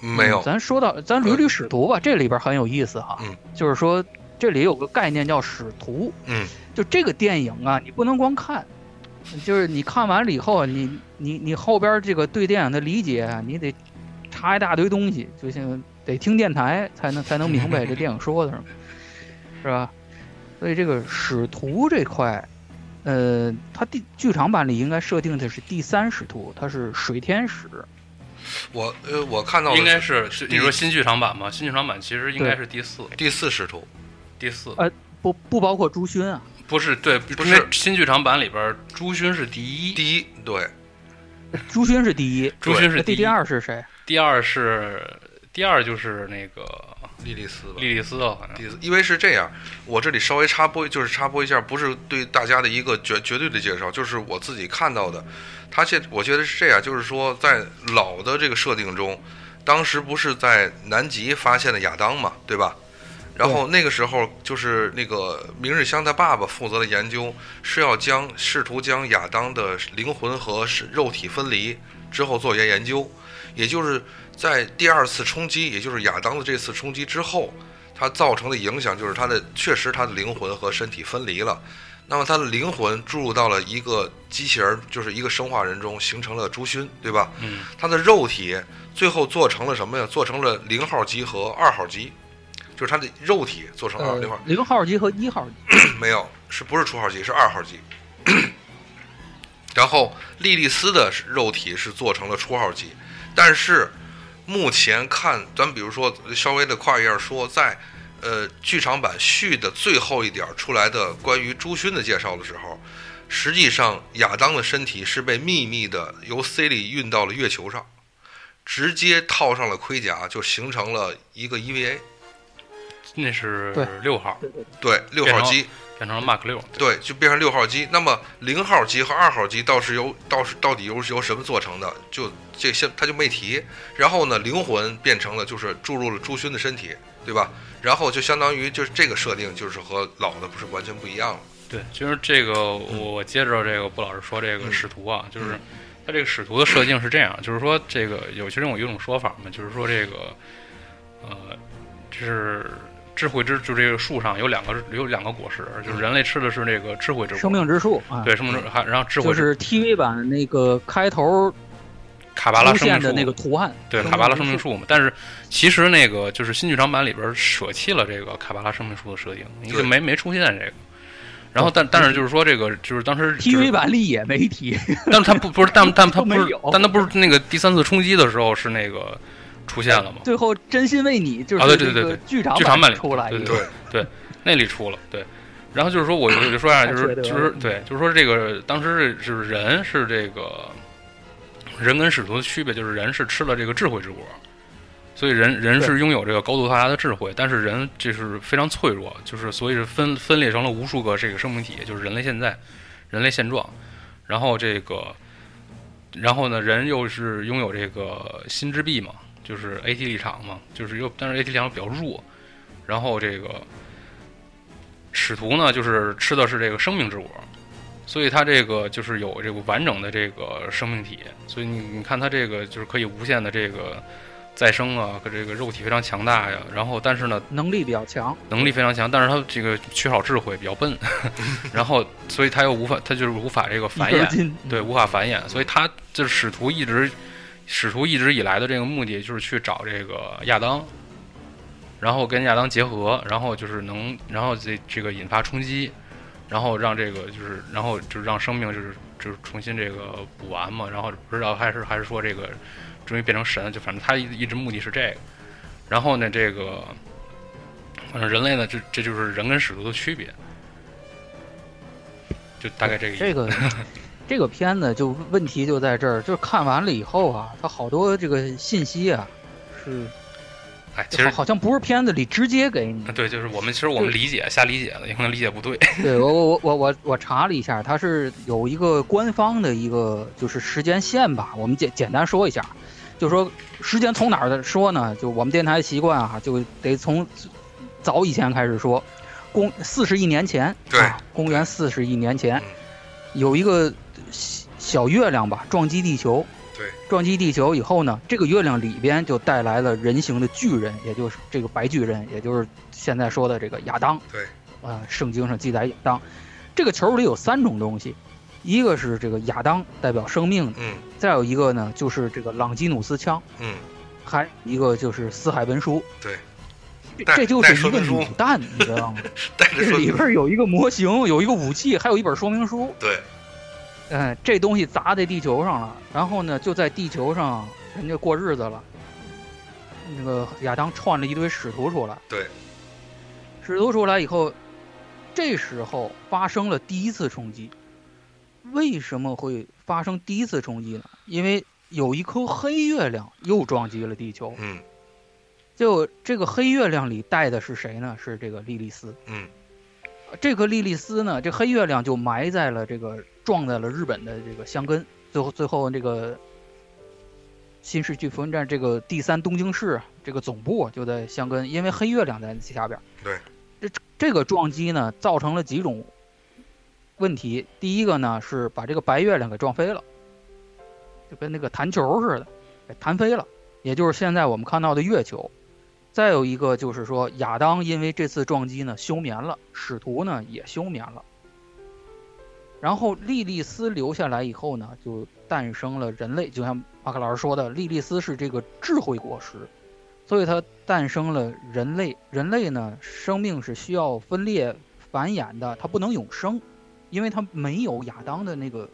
Speaker 1: 没有
Speaker 2: 嗯，咱说到咱捋捋使徒吧，这里边很有意思哈。
Speaker 1: 嗯
Speaker 2: 就是说这里有个概念叫使徒，
Speaker 1: 嗯，
Speaker 2: 就这个电影啊，你不能光看，就是你看完了以后，你你你后边这个对电影的理解啊，你得查一大堆东西，就像得听电台才能才能明白这电影说的什么，是吧？所以这个使徒这块，呃，它第剧场版里应该设定的是第三使徒，他是水天使，
Speaker 1: 我呃，我看到的
Speaker 3: 应该是是
Speaker 1: 第
Speaker 3: 你说新剧场版吗？新剧场版其实应该是第四，
Speaker 1: 第四使徒，
Speaker 3: 第四
Speaker 2: 呃不不包括朱勋啊。
Speaker 3: 不是对，
Speaker 1: 不
Speaker 3: 不
Speaker 1: 是
Speaker 3: 新剧场版里边朱勋是第一，
Speaker 1: 第一对，
Speaker 2: 朱勋是第一，
Speaker 3: 朱勋
Speaker 2: 那
Speaker 3: 是
Speaker 2: 呃第
Speaker 3: 一，
Speaker 2: 二是谁？
Speaker 3: 第二是第二就是那个
Speaker 1: 莉莉丝吧。
Speaker 3: 莉莉丝了，好像
Speaker 1: 第四因为是这样，我这里稍微插播，就是插播一下，不是对大家的一个绝绝对的介绍，就是我自己看到的。他现我觉得是这样，就是说在老的这个设定中，当时不是在南极发现的亚当嘛，对吧？然后那个时候就是那个明日香他爸爸负责的研究是要将试图将亚当的灵魂和是肉体分离之后做一些研究，也就是在第二次冲击，也就是亚当的这次冲击之后，它造成的影响就是他的确实他的灵魂和身体分离了，那么他的灵魂注入到了一个机器人，就是一个生化人中，形成了朱勋，对吧？
Speaker 3: 嗯
Speaker 1: 他的肉体最后做成了什么呀？做成了零号机和二号机，就是他的肉体做成了
Speaker 3: 哦
Speaker 2: 呃
Speaker 1: 二零号，
Speaker 2: 零号机和一号机，
Speaker 1: 没有，是不是初号机？是二号机。 然后莉莉丝的肉体是做成了初号机，但是目前看，咱比如说稍微的跨一下说，在呃剧场版续的最后一点儿出来的关于朱勋的介绍的时候，实际上亚当的身体是被秘密的由 C 里运到了月球上，直接套上了盔甲，就形成了一个 E EVA，
Speaker 3: 那是
Speaker 2: 对
Speaker 3: 六号，
Speaker 2: 对对
Speaker 1: 对，六号机。
Speaker 3: 变成了 Mark 六。
Speaker 1: 对，就变成六号机。那么零号机和二号机倒是由倒是到底由由什么做成的？就这些他就没提。然后呢，灵魂变成了就是注入了朱勋的身体，对吧？然后就相当于就是这个设定就是和老的不是完全不一样了。
Speaker 3: 对，就是这个，
Speaker 2: 嗯
Speaker 3: 我我接着这个布老师说这个
Speaker 1: 嗯
Speaker 3: 使徒啊，就是
Speaker 1: 嗯
Speaker 3: 它这个使徒的设定是这样，就是说这个有其中有一种说法嘛，就是说这个，呃，就是智慧之就这个树上有两个有两个果实，就是人类吃的是这个智慧之果，
Speaker 2: 嗯生命之树啊，
Speaker 3: 对生命之还然后智慧
Speaker 2: 就
Speaker 3: 之
Speaker 2: 是 TV 版那个开头
Speaker 3: 卡巴拉
Speaker 2: 出
Speaker 3: 生命
Speaker 2: 现
Speaker 3: 树
Speaker 2: 的那个图案，
Speaker 3: 对
Speaker 2: 生
Speaker 3: 卡巴拉
Speaker 2: 之
Speaker 3: 生命
Speaker 2: 树，
Speaker 3: 树嘛，但是其实那个就是新剧场版里边舍弃了这个卡巴拉生命树的设定，你就
Speaker 1: 对
Speaker 3: 没没出现这个。
Speaker 2: 哦
Speaker 3: 然后但但是就是说这个就是当时就是
Speaker 2: TV 嗯版里也没提，
Speaker 3: 但他不不是，但但他
Speaker 2: 都没
Speaker 3: 不是
Speaker 2: 有，
Speaker 3: 但他不是那个第三次冲击的时候是那个出现了吗？
Speaker 2: 最后真心为你就
Speaker 3: 啊
Speaker 2: 是
Speaker 3: 对对
Speaker 2: 这
Speaker 3: 对
Speaker 2: 个
Speaker 3: 对
Speaker 2: 剧场
Speaker 3: 剧场版里
Speaker 2: 出来一
Speaker 3: 对
Speaker 2: 个，
Speaker 1: 对
Speaker 3: 那里出了，对。然后就是说我，我就说啊，
Speaker 2: 太
Speaker 3: 就是
Speaker 2: 缺德了
Speaker 3: 就是对，就是说这个当时是是人是这个人跟使徒的区别，就是人是吃了这个智慧之果，所以人人是拥有这个高度发达的智慧，但是人就是非常脆弱，就是所以是分分裂成了无数个这个生命体，就是人类现在人类现状。然后这个，然后呢，人又是拥有这个心之壁嘛，就是 AT 立场嘛，就是又但是 AT 立场比较弱，然后这个使徒呢，就是吃的是这个生命之果，所以它这个就是有这个完整的这个生命体，所以你你看它这个就是可以无限的这个再生啊，和这个肉体非常强大呀，然后但是呢，
Speaker 2: 能力比较强，
Speaker 3: 能力非常强，但是它这个缺少智慧，比较笨， 然后所以它又无法，它就是无法这个
Speaker 2: 一
Speaker 3: 繁
Speaker 2: 根
Speaker 3: 衍，
Speaker 2: 筋，嗯
Speaker 3: 对，无法繁衍，所以他就是使徒一直，使徒一直以来的这个目的就是去找这个亚当，然后跟亚当结合，然后就是能，然后这这个引发冲击，然后让这个就是，然后就是让生命就是就是重新这个补完嘛，然后不知道还是还是说这个终于变成神，就反正他一一直目的是这个，然后呢这个，反正人类呢这这就是人跟使徒的区别。就大概这个意思。
Speaker 2: 这 个这个片子就问题就在这儿，就是看完了以后啊，它好多这个信息啊，是
Speaker 3: 哎，其实
Speaker 2: 好好像不是片子里直接给 你。
Speaker 3: 对，就是我们其实我们理解瞎理解的，也可能理解不对。
Speaker 2: 对我我我我我查了一下，它是有一个官方的一个就是时间线吧，我们简简单说一下，就说时间从哪儿的说呢？就我们电台习惯啊，就得从早以前开始说，公四十亿年前，
Speaker 1: 对
Speaker 2: 啊，公元四十亿年前
Speaker 1: 嗯，
Speaker 2: 有一个小小月亮吧撞击地球，
Speaker 1: 对，
Speaker 2: 撞击地球以后呢，这个月亮里边就带来了人形的巨人，也就是这个白巨人，也就是现在说的这个亚当，
Speaker 1: 对，
Speaker 2: 啊，圣经上记载亚当，这个球里有三种东西。一个是这个亚当代表生命的，
Speaker 1: 嗯
Speaker 2: 再有一个呢就是这个朗基努斯枪，
Speaker 1: 嗯，
Speaker 2: 还有一个就是四海文书，
Speaker 1: 对
Speaker 2: 这，
Speaker 1: 带
Speaker 2: 这就
Speaker 1: 带
Speaker 2: 是
Speaker 1: 说
Speaker 2: 一个
Speaker 1: 明书
Speaker 2: 卤蛋，你知道吗？
Speaker 1: 带着
Speaker 2: 这
Speaker 1: 说
Speaker 2: 里边有一个模型，有一个武器，还有一本说明书。
Speaker 1: 对，
Speaker 2: 嗯、这东西砸在地球上了，然后呢，就在地球上人家过日子了。那个亚当串了一堆使徒出来，
Speaker 1: 对，
Speaker 2: 使徒出来以后，这时候发生了第一次冲击。为什么会发生第一次冲击呢？因为有一颗黑月亮又撞击了地球，
Speaker 1: 嗯
Speaker 2: 就这个黑月亮里带的是谁呢？是这个莉莉丝。
Speaker 1: 嗯
Speaker 2: 这个莉莉丝呢，这黑月亮就埋在了这个撞在了日本的这个箱根。最后，最后这个新世纪福音战这个第三东京市啊这个总部啊就在箱根，因为黑月亮在下边。
Speaker 1: 对，
Speaker 2: 这这个撞击呢，造成了几种问题。第一个呢是把这个白月亮给撞飞了，就跟那个弹球似的，给弹飞了，也就是现在我们看到的月球。再有一个就是说，亚当因为这次撞击呢休眠了，使徒呢也休眠了，然后莉莉丝留下来以后呢，就诞生了人类。就像马克老师说的，莉莉丝是这个智慧果实，所以它诞生了人类。人类呢，生命是需要分裂繁衍的，它不能永生，因为它没有亚当的那个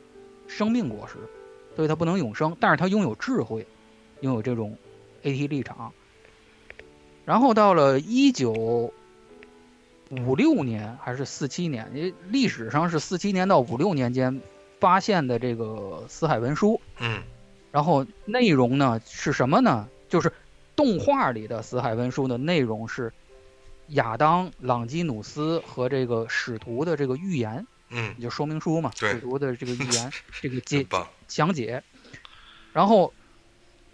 Speaker 2: 生命果实，所以它不能永生。但是它拥有智慧，拥有这种 AT 立场。然后到了一九五六年还是四七年，因为历史上是四七年到五六年间发现的这个死海文书，
Speaker 1: 嗯
Speaker 2: 然后内容呢是什么呢？就是动画里的死海文书的内容是亚当、朗基努斯和这个使徒的这个预言，
Speaker 1: 嗯，
Speaker 2: 也就说明书嘛，
Speaker 1: 对
Speaker 2: 使徒的这个预言，这个
Speaker 1: 真
Speaker 2: 解
Speaker 1: 棒，
Speaker 2: 详解，然后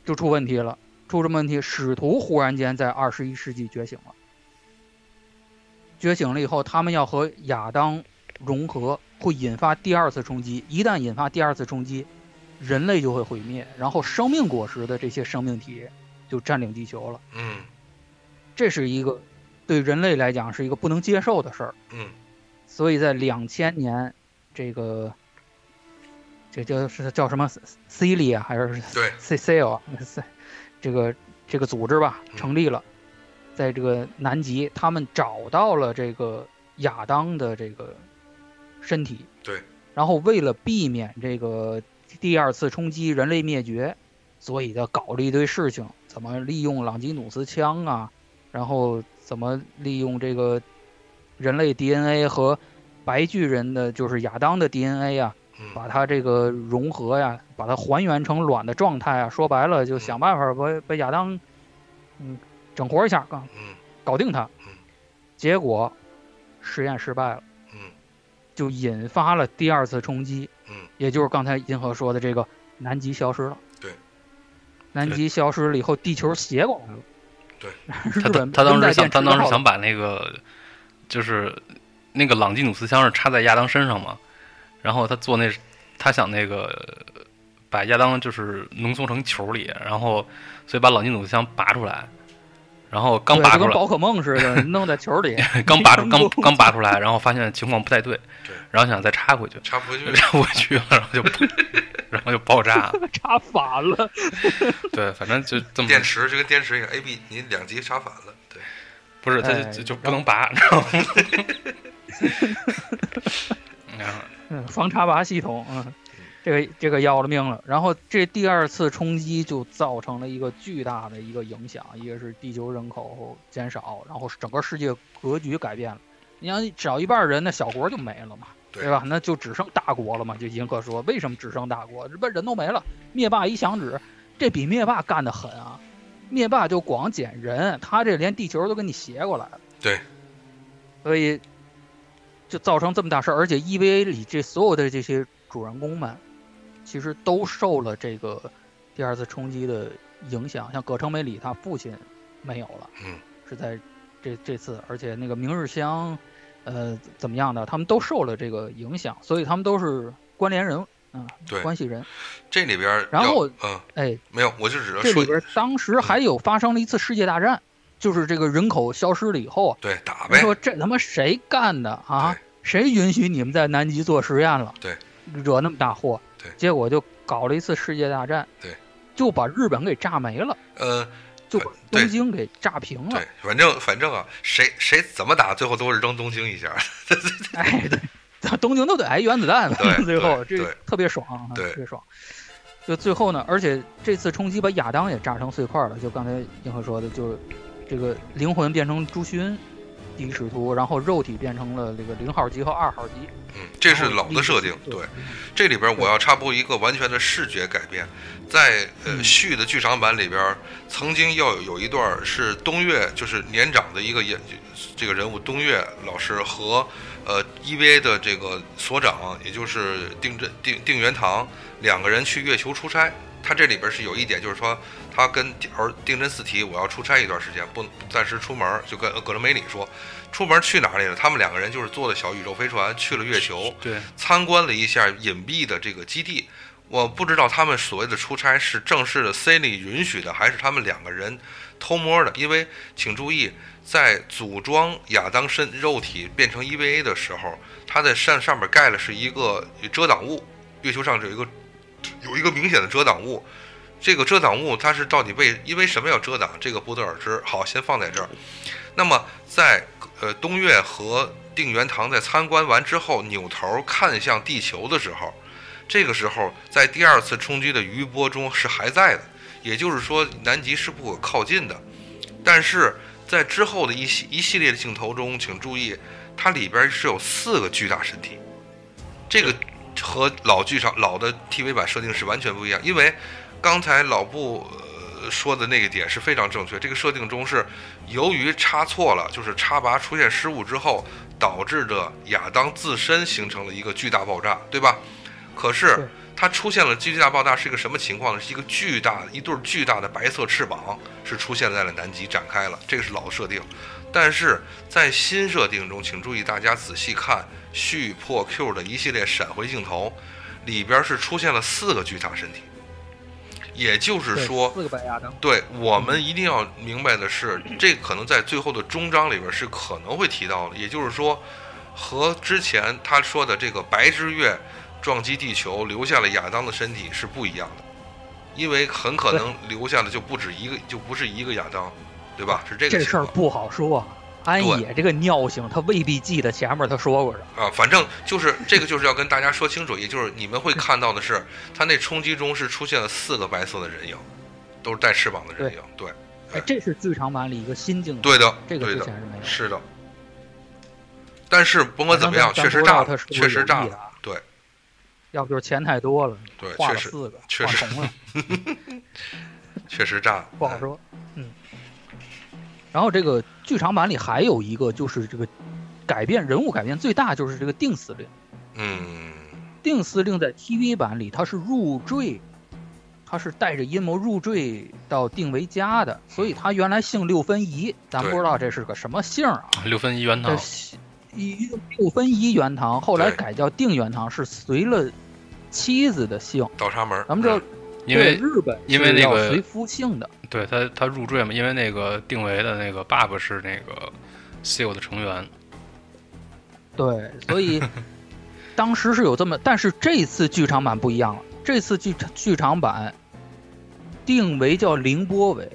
Speaker 2: 就出问题了，出什么问题？使徒忽然间在二十一世纪觉醒了，觉醒了以后，他们要和亚当融合，会引发第二次冲击。一旦引发第二次冲击，人类就会毁灭，然后生命果实的这些生命体就占领地球了。
Speaker 1: 嗯
Speaker 2: 这是一个对人类来讲是一个不能接受的事儿。
Speaker 1: 嗯
Speaker 2: 所以在两千年，这个这叫是叫什么 C l i 啊，还是
Speaker 1: 对
Speaker 2: C C L 啊，C- 这个这个组织吧
Speaker 1: 嗯
Speaker 2: 成立了，在这个南极，他们找到了这个亚当的这个身体，
Speaker 1: 对，
Speaker 2: 然后为了避免这个第二次冲击人类灭绝，所以他搞了一堆事情，怎么利用朗基努斯枪啊，然后怎么利用这个人类 DNA 和白巨人的就是亚当的 DNA 啊，
Speaker 1: 嗯
Speaker 2: 把它这个融合呀，把它还原成卵的状态啊。说白了，就想办法把把亚当，嗯，整活一下，搞
Speaker 1: 嗯
Speaker 2: 搞定他
Speaker 1: 嗯。
Speaker 2: 结果实验失败了，
Speaker 1: 嗯
Speaker 2: 就引发了第二次冲击，
Speaker 1: 嗯，
Speaker 2: 也就是刚才银河说的这个南极消失了。
Speaker 1: 对，
Speaker 2: 南极消失了以后，地球斜过来了。
Speaker 1: 对，
Speaker 2: 日
Speaker 3: 他
Speaker 2: 本
Speaker 3: 他当时想，
Speaker 2: 跟
Speaker 3: 他
Speaker 2: 带电吃
Speaker 3: 当时
Speaker 2: 到
Speaker 3: 想
Speaker 2: 了，
Speaker 3: 把那个，就是那个朗基努斯枪是插在亚当身上嘛，然后他做那，他想那个把亚当就是浓缩成球里，然后所以把朗基努斯枪拔出来，然后刚
Speaker 2: 对
Speaker 3: 拔
Speaker 2: 就
Speaker 3: 出
Speaker 2: 跟
Speaker 3: 来，
Speaker 2: 宝可梦似的，弄在球里。
Speaker 3: 刚拔出刚
Speaker 2: 一样
Speaker 3: 刚拔出来，然后发现情况不太对
Speaker 1: 对，
Speaker 3: 然后想再插回去，
Speaker 1: 插不回去，
Speaker 3: 插回去了，然后就 然后就爆炸了，
Speaker 2: 插反了，
Speaker 3: 对，反正就这么
Speaker 1: 电池就跟电池一样，A B 你两极插反了，对，
Speaker 3: 不是，它
Speaker 2: 哎
Speaker 3: 就就就不能拔， 知道吗？然后
Speaker 2: 嗯，防插拔系统，嗯，这个这个要了命了。然后这第二次冲击就造成了一个巨大的一个影响，一个是地球人口减少，然后整个世界格局改变了。你要少一半人，那小国就没了嘛，
Speaker 1: 对
Speaker 2: 对吧？那就只剩大国了嘛。就银河说，为什么只剩大国？这不人都没了，灭霸一响指，这比灭霸干得狠啊！灭霸就光捡人，他这连地球都给你斜过来了。
Speaker 1: 对，
Speaker 2: 所以就造成这么大事儿。而且 EVA 里这所有的这些主人公们，其实都受了这个第二次冲击的影响。像葛城美里，他父亲没有了，
Speaker 1: 嗯，
Speaker 2: 是在这这次，而且那个明日香，呃，怎么样的，他们都受了这个影响，所以他们都是关联人，嗯、
Speaker 1: 对
Speaker 2: 关系人。
Speaker 1: 这里边儿
Speaker 2: 然后
Speaker 1: 要嗯
Speaker 2: 哎，
Speaker 1: 没有，我就只能
Speaker 2: 这
Speaker 1: 说嗯
Speaker 2: 里边当时还有发生了一次世界大战，就是这个人口消失了以后啊，
Speaker 1: 对打
Speaker 2: 人
Speaker 1: 呗，
Speaker 2: 说这他妈谁干的啊？谁允许你们在南极做实验了？
Speaker 1: 对，
Speaker 2: 惹那么大祸。
Speaker 1: 对
Speaker 2: 结果就搞了一次世界大战。
Speaker 1: 对，
Speaker 2: 就把日本给炸没了，
Speaker 1: 呃
Speaker 2: 就把
Speaker 1: 对
Speaker 2: 东京给炸平了
Speaker 1: 对。，反正反正啊，谁谁怎么打，最后都是扔东京一下，
Speaker 2: 哎，对，东京都得挨原子弹，
Speaker 1: 对
Speaker 2: 最后
Speaker 1: 对
Speaker 2: 这
Speaker 1: 对
Speaker 2: 特别爽啊，
Speaker 1: 对
Speaker 2: 特别爽。就最后呢，而且这次冲击把亚当也炸成碎块了，就刚才银河说的，就是这个灵魂变成朱勋，第一使徒，然后肉体变成了这个零号机和二号机，
Speaker 1: 嗯，这是老的嗯设定，对。这里边我要插播一个完全的视觉改变，在呃
Speaker 2: 嗯
Speaker 1: 续的剧场版里边，曾经要有有一段是东岳，就是年长的一个演这个人物东岳老师和呃 EVA 的这个所长，也就是定真定定元堂两个人去月球出差。他这里边是有一点，就是说他跟而定真四提，我要出差一段时间，不暂时出门，就跟葛伦梅里说，出门去哪里了？他们两个人就是坐的小宇宙飞船去了月球，
Speaker 3: 对，
Speaker 1: 参观了一下隐蔽的这个基地。我不知道他们所谓的出差是正式的 C 里允许的，还是他们两个人偷摸的。因为请注意，在组装亚当身肉体变成 EVA 的时候，他在上上面盖了是一个遮挡物，月球上有一个有一个明显的遮挡物。这个遮挡物它是到底为因为什么要遮挡，这个不得而知。好，先放在这儿。那么在呃东岳和定元堂在参观完之后，扭头看向地球的时候，这个时候在第二次冲击的余波中是还在的，也就是说南极是不可靠近的。但是在之后的一系一系列的镜头中，请注意，它里边是有四个巨大身体，这个和老剧场老的 TV 版设定是完全不一样，因为刚才老布呃说的那个点是非常正确，这个设定中是由于插错了，就是插拔出现失误之后导致的亚当自身形成了一个巨大爆炸，对吧？可是
Speaker 2: 是
Speaker 1: 它出现了巨大爆炸是一个什么情况呢？是一个巨大一对巨大的白色翅膀是出现在了南极展开了，这个是老设定。但是在新设定中，请注意大家仔细看续破 Q 的一系列闪回镜头，里边是出现了四个巨大身体，也就是
Speaker 2: 对
Speaker 1: 说，
Speaker 2: 四个白亚当，
Speaker 1: 对我们一定要明白的是，这可能在最后的终章里边是可能会提到的，也就是说，和之前他说的这个白之月撞击地球留下了亚当的身体是不一样的，因为很可能留下的就不止一个，就不是一个亚当，对吧？是这个
Speaker 2: 啊这
Speaker 1: 情
Speaker 2: 事儿
Speaker 1: 况
Speaker 2: 不好说。啊安
Speaker 1: 对
Speaker 2: 野这个尿性，他未必记得前面他说过什么。
Speaker 1: 啊，反正就是这个，就是要跟大家说清楚，也就是你们会看到的是，他那冲击中是出现了四个白色的人影，都是带翅膀的人影，对，
Speaker 2: 哎，这是剧场版里一个新镜头，
Speaker 1: 对的，
Speaker 2: 这个
Speaker 1: 对
Speaker 2: 之
Speaker 1: 的。
Speaker 2: 前是没有。
Speaker 1: 是的，但是甭管怎么样，确
Speaker 2: 咱咱
Speaker 1: 实
Speaker 2: 不知
Speaker 1: 炸
Speaker 2: 道
Speaker 1: 了，
Speaker 2: 他是不是
Speaker 1: 确实
Speaker 2: 有
Speaker 1: 炸
Speaker 2: 意
Speaker 1: 了，
Speaker 2: 啊
Speaker 1: 对
Speaker 2: 要不就是钱太多了，
Speaker 1: 对，
Speaker 2: 画
Speaker 1: 确
Speaker 2: 了
Speaker 1: 实
Speaker 2: 四个，
Speaker 1: 确
Speaker 2: 画
Speaker 1: 实
Speaker 2: 重了，
Speaker 1: 确实炸了，
Speaker 2: 不 好说。嗯。然后这个剧场版里还有一个就是这个改变人物改变最大就是这个定司令，
Speaker 1: 嗯，
Speaker 2: 定司令在 TV 版里他是入赘，他是带着阴谋入赘到定为家的，所以他原来姓六分仪，咱
Speaker 1: 对
Speaker 2: 不知道这是个什么姓儿啊。
Speaker 3: 六分一元
Speaker 2: 这
Speaker 3: 堂，
Speaker 2: 西一六分一元堂，后来
Speaker 1: 对
Speaker 2: 改叫定元堂，是随了妻子的姓。
Speaker 1: 倒插门儿，
Speaker 2: 咱们这
Speaker 1: 嗯
Speaker 3: 因
Speaker 2: 对
Speaker 3: 为
Speaker 2: 日本
Speaker 3: 因为
Speaker 2: 是
Speaker 3: 那
Speaker 2: 要
Speaker 3: 个
Speaker 2: 随夫姓的，
Speaker 3: 对他他入赘嘛，因为那个定为的那个爸爸是那个 SEAL 的成员，
Speaker 2: 对，所 以当时是有这么，但是这次剧场版不一样了，这次剧剧场版定为叫凌波伟，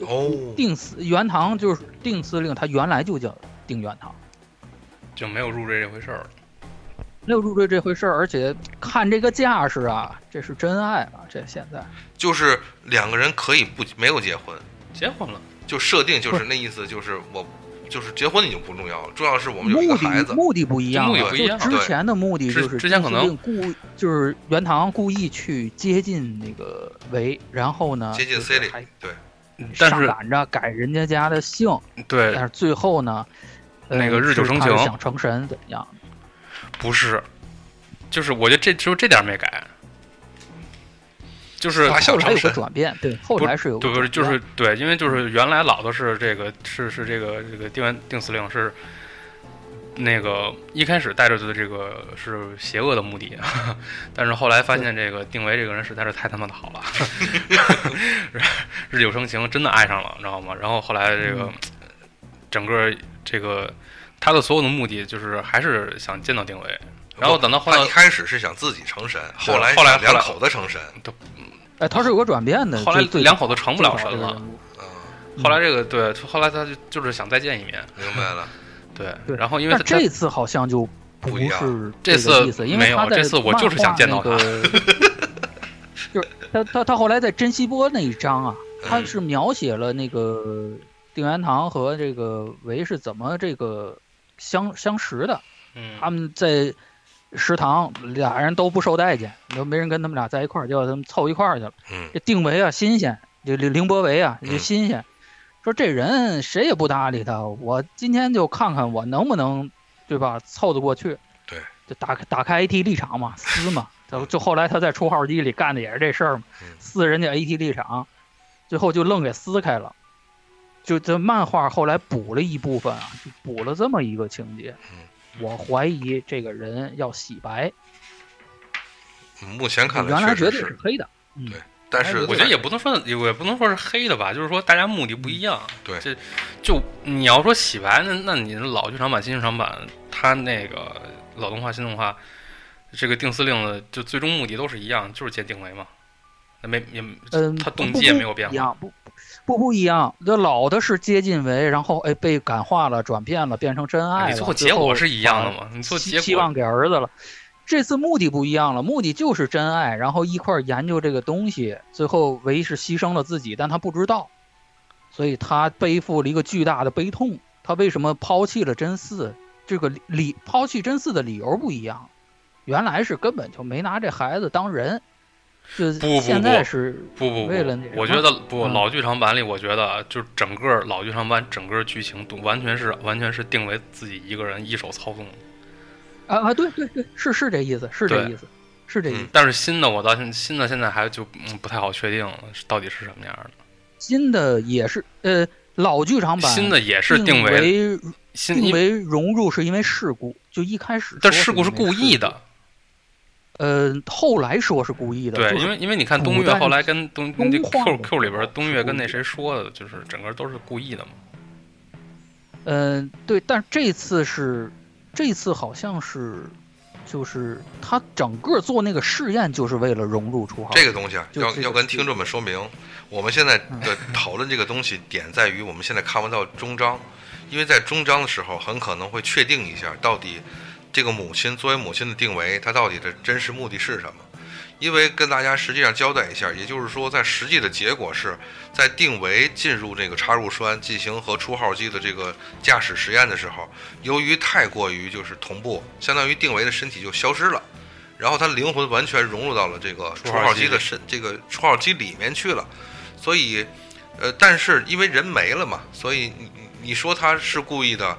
Speaker 1: 哦，
Speaker 2: 定司元堂就是定司令，他原来就叫定元堂。
Speaker 3: 就没有入赘这回事儿了。
Speaker 2: 没有入赘这回事儿，而且看这个架势啊，这是真爱啊！这现在
Speaker 1: 就是两个人可以不没有结婚，
Speaker 3: 结婚了，
Speaker 1: 就设定就是那意思就是我就是结婚已经不重要了，重要的是我们有一
Speaker 2: 目
Speaker 1: 个
Speaker 2: 的
Speaker 1: 孩子，
Speaker 2: 目的不一样
Speaker 3: 目
Speaker 2: 了，
Speaker 1: 的
Speaker 2: 就
Speaker 1: 不
Speaker 3: 一样
Speaker 2: 之
Speaker 1: 对
Speaker 2: 前的目的
Speaker 3: 之
Speaker 2: 就是
Speaker 3: 之前可能
Speaker 2: 定故就是袁唐故意去接近那个维，然后呢
Speaker 1: 接近
Speaker 2: 就是
Speaker 1: C 里
Speaker 2: 还，
Speaker 1: 对，
Speaker 2: 嗯
Speaker 3: 但
Speaker 2: 上
Speaker 3: 是
Speaker 2: 赶着改人家家的姓，
Speaker 3: 对
Speaker 2: 但是最后呢，呃
Speaker 3: 那个日久
Speaker 2: 是
Speaker 3: 生
Speaker 2: 他是
Speaker 3: 情
Speaker 2: 想成神怎样？
Speaker 3: 不是，就是我觉得这就这点儿没改，就是
Speaker 1: 他想
Speaker 2: 后来
Speaker 1: 成
Speaker 2: 有个
Speaker 1: 神，
Speaker 2: 转变，对，后来是有个
Speaker 3: 对，不是
Speaker 2: 转
Speaker 3: 就
Speaker 2: 变
Speaker 3: 是对，因为就是
Speaker 2: 嗯
Speaker 3: 原来老的是这个是是这个这个定元定司令是那个一开始带着的这个是邪恶的目的， 但是后来发现这个定为这个人实在是太他妈的 好了，日久生情，真的爱上了，你知道吗？然后后来这个、
Speaker 2: 嗯
Speaker 3: 整个这个他的所有的目的就是还是想见到定为，然后等到后
Speaker 1: 他
Speaker 3: 来
Speaker 1: 一开始是想自己成神，后来
Speaker 3: 后来
Speaker 1: 想两
Speaker 3: 后来
Speaker 1: 口子成神，
Speaker 2: 哎，他是有个转变的，
Speaker 3: 后来
Speaker 2: 就最
Speaker 3: 两口子成不了
Speaker 2: 最早
Speaker 3: 神
Speaker 2: 这个
Speaker 3: 了
Speaker 2: 人。物
Speaker 1: 嗯，
Speaker 2: 嗯
Speaker 3: 后来这个对，后来他就就是想再见一面，
Speaker 1: 明白了，
Speaker 3: 对，
Speaker 2: 对
Speaker 3: 然后因为
Speaker 2: 但
Speaker 3: 他
Speaker 2: 这次好像就
Speaker 1: 不
Speaker 2: 不
Speaker 1: 一样
Speaker 2: 是
Speaker 3: 这
Speaker 2: 这个
Speaker 3: 次
Speaker 2: 意思，因
Speaker 3: 没
Speaker 2: 为
Speaker 3: 有
Speaker 2: 他在
Speaker 3: 这次我就是想见到他
Speaker 2: 漫画 那个就是他他他后来在珍稀波那一章啊，他
Speaker 1: 嗯
Speaker 2: 是描写了那个定元堂和这个维是怎么这个相相识的，
Speaker 3: 嗯
Speaker 2: 他们在食堂俩人都不受待见，都没人跟他们俩在一块儿，就他们凑一块儿去了。
Speaker 1: 嗯，
Speaker 2: 这定维啊，新鲜；这凌凌波维啊，
Speaker 1: 嗯
Speaker 2: 这新鲜。说这人谁也不搭理他，我今天就看看我能不能，对吧？凑得过去。
Speaker 1: 对，
Speaker 2: 就打开打开 AT 立场嘛，撕 嘛。就就后来他在出号机里干的也是这事儿嘛
Speaker 1: 嗯，
Speaker 2: 撕人家 AT 立场，最后就愣给撕开了。就这漫画后来补了一部分啊，就补了这么一个情节
Speaker 1: 嗯。
Speaker 2: 我怀疑这个人要洗白，
Speaker 1: 目前看
Speaker 2: 原来
Speaker 1: 来
Speaker 2: 绝
Speaker 1: 确
Speaker 2: 对
Speaker 1: 实
Speaker 2: 是
Speaker 1: 是，
Speaker 2: 黑的。
Speaker 1: 但是
Speaker 3: 我觉得也不能说，也不能说是黑的吧，就是说大家目的不一样。
Speaker 1: 对
Speaker 3: 这就你要说洗白，那那你老剧场版、新剧场版，它那个老动画、新动画，这个定司令的就最终目的都是一样，就是接定为嘛。那没也
Speaker 2: 嗯，
Speaker 3: 他动
Speaker 2: 不
Speaker 3: 机也
Speaker 2: 不
Speaker 3: 没有变
Speaker 2: 一
Speaker 3: 化。
Speaker 2: 样，不不不一样。这老的是接近为，然后哎被感化了，转变了，变成真爱了。
Speaker 3: 哎你最后
Speaker 2: 最
Speaker 3: 结果
Speaker 2: 后
Speaker 3: 是一样
Speaker 2: 把
Speaker 3: 的嘛？你最后
Speaker 2: 希
Speaker 3: 结
Speaker 2: 希
Speaker 3: 果
Speaker 2: 望给儿子了。这次目的不一样了，目的就是真爱，然后一块儿研究这个东西，最后唯一是牺牲了自己，但他不知道，所以他背负了一个巨大的悲痛。他为什么抛弃了真嗣？这个理理抛弃真嗣的理由不一样，原来是根本就没拿这孩子当人，就
Speaker 3: 不不
Speaker 2: 现在是
Speaker 3: 不不不
Speaker 2: 为了那什，么
Speaker 3: 我 觉得不
Speaker 2: 嗯
Speaker 3: 老剧场版里，我觉得就是整个老剧场版整个剧情都完全是完全是定为自己一个人一手操纵的。
Speaker 2: 啊啊，对对对，是是这意思，是这
Speaker 3: 对
Speaker 2: 意思，是这意思。
Speaker 1: 嗯
Speaker 3: 但是新的我到现新的现在还就嗯不太好确定是到底是什么样的。
Speaker 2: 新的也是，呃，老剧场版
Speaker 3: 新的也是
Speaker 2: 定
Speaker 3: 定为
Speaker 2: 为
Speaker 3: 新，
Speaker 2: 定
Speaker 3: 因为
Speaker 2: 为融入是因为事故，就一开始
Speaker 3: 但
Speaker 2: 说
Speaker 3: 事故是
Speaker 2: 因为
Speaker 3: 故意的，
Speaker 2: 故，呃，后来说是故意的，
Speaker 3: 对
Speaker 2: 就，是
Speaker 3: 因为因为你看
Speaker 2: 古
Speaker 3: 东岳
Speaker 2: 代
Speaker 3: 后来跟东
Speaker 2: 中
Speaker 3: 那
Speaker 2: 化
Speaker 3: Q
Speaker 2: 的
Speaker 3: Q 里边东岳跟那
Speaker 2: 是
Speaker 3: 谁说的，就是整个都是故意的嘛。
Speaker 2: 嗯、对，但是这次是，这次好像是，就是他整个做那个试验就是为了融入出号，
Speaker 1: 这个东西啊，
Speaker 2: 就
Speaker 1: 要
Speaker 2: 这个
Speaker 1: 要跟
Speaker 2: 是
Speaker 1: 听众们说明，我们现在
Speaker 2: 嗯
Speaker 1: 的讨论这个东西点在于我们现在看不到终章，因为在终章的时候很可能会确定一下到底这个母亲作为母亲的定为，她到底的真实目的是什么。因为跟大家实际上交代一下，也就是说，在实际的结果是在定为进入这个插入栓进行和出号机的这个驾驶实验的时候，由于太过于就是同步，相当于定为的身体就消失了，然后他灵魂完全融入到了这个
Speaker 3: 出
Speaker 1: 出
Speaker 3: 号
Speaker 1: 号
Speaker 3: 机
Speaker 1: 机
Speaker 3: 里
Speaker 1: 的身这个出号机里面去了，所以，呃，但是因为人没了嘛，所以你你你说他是故意的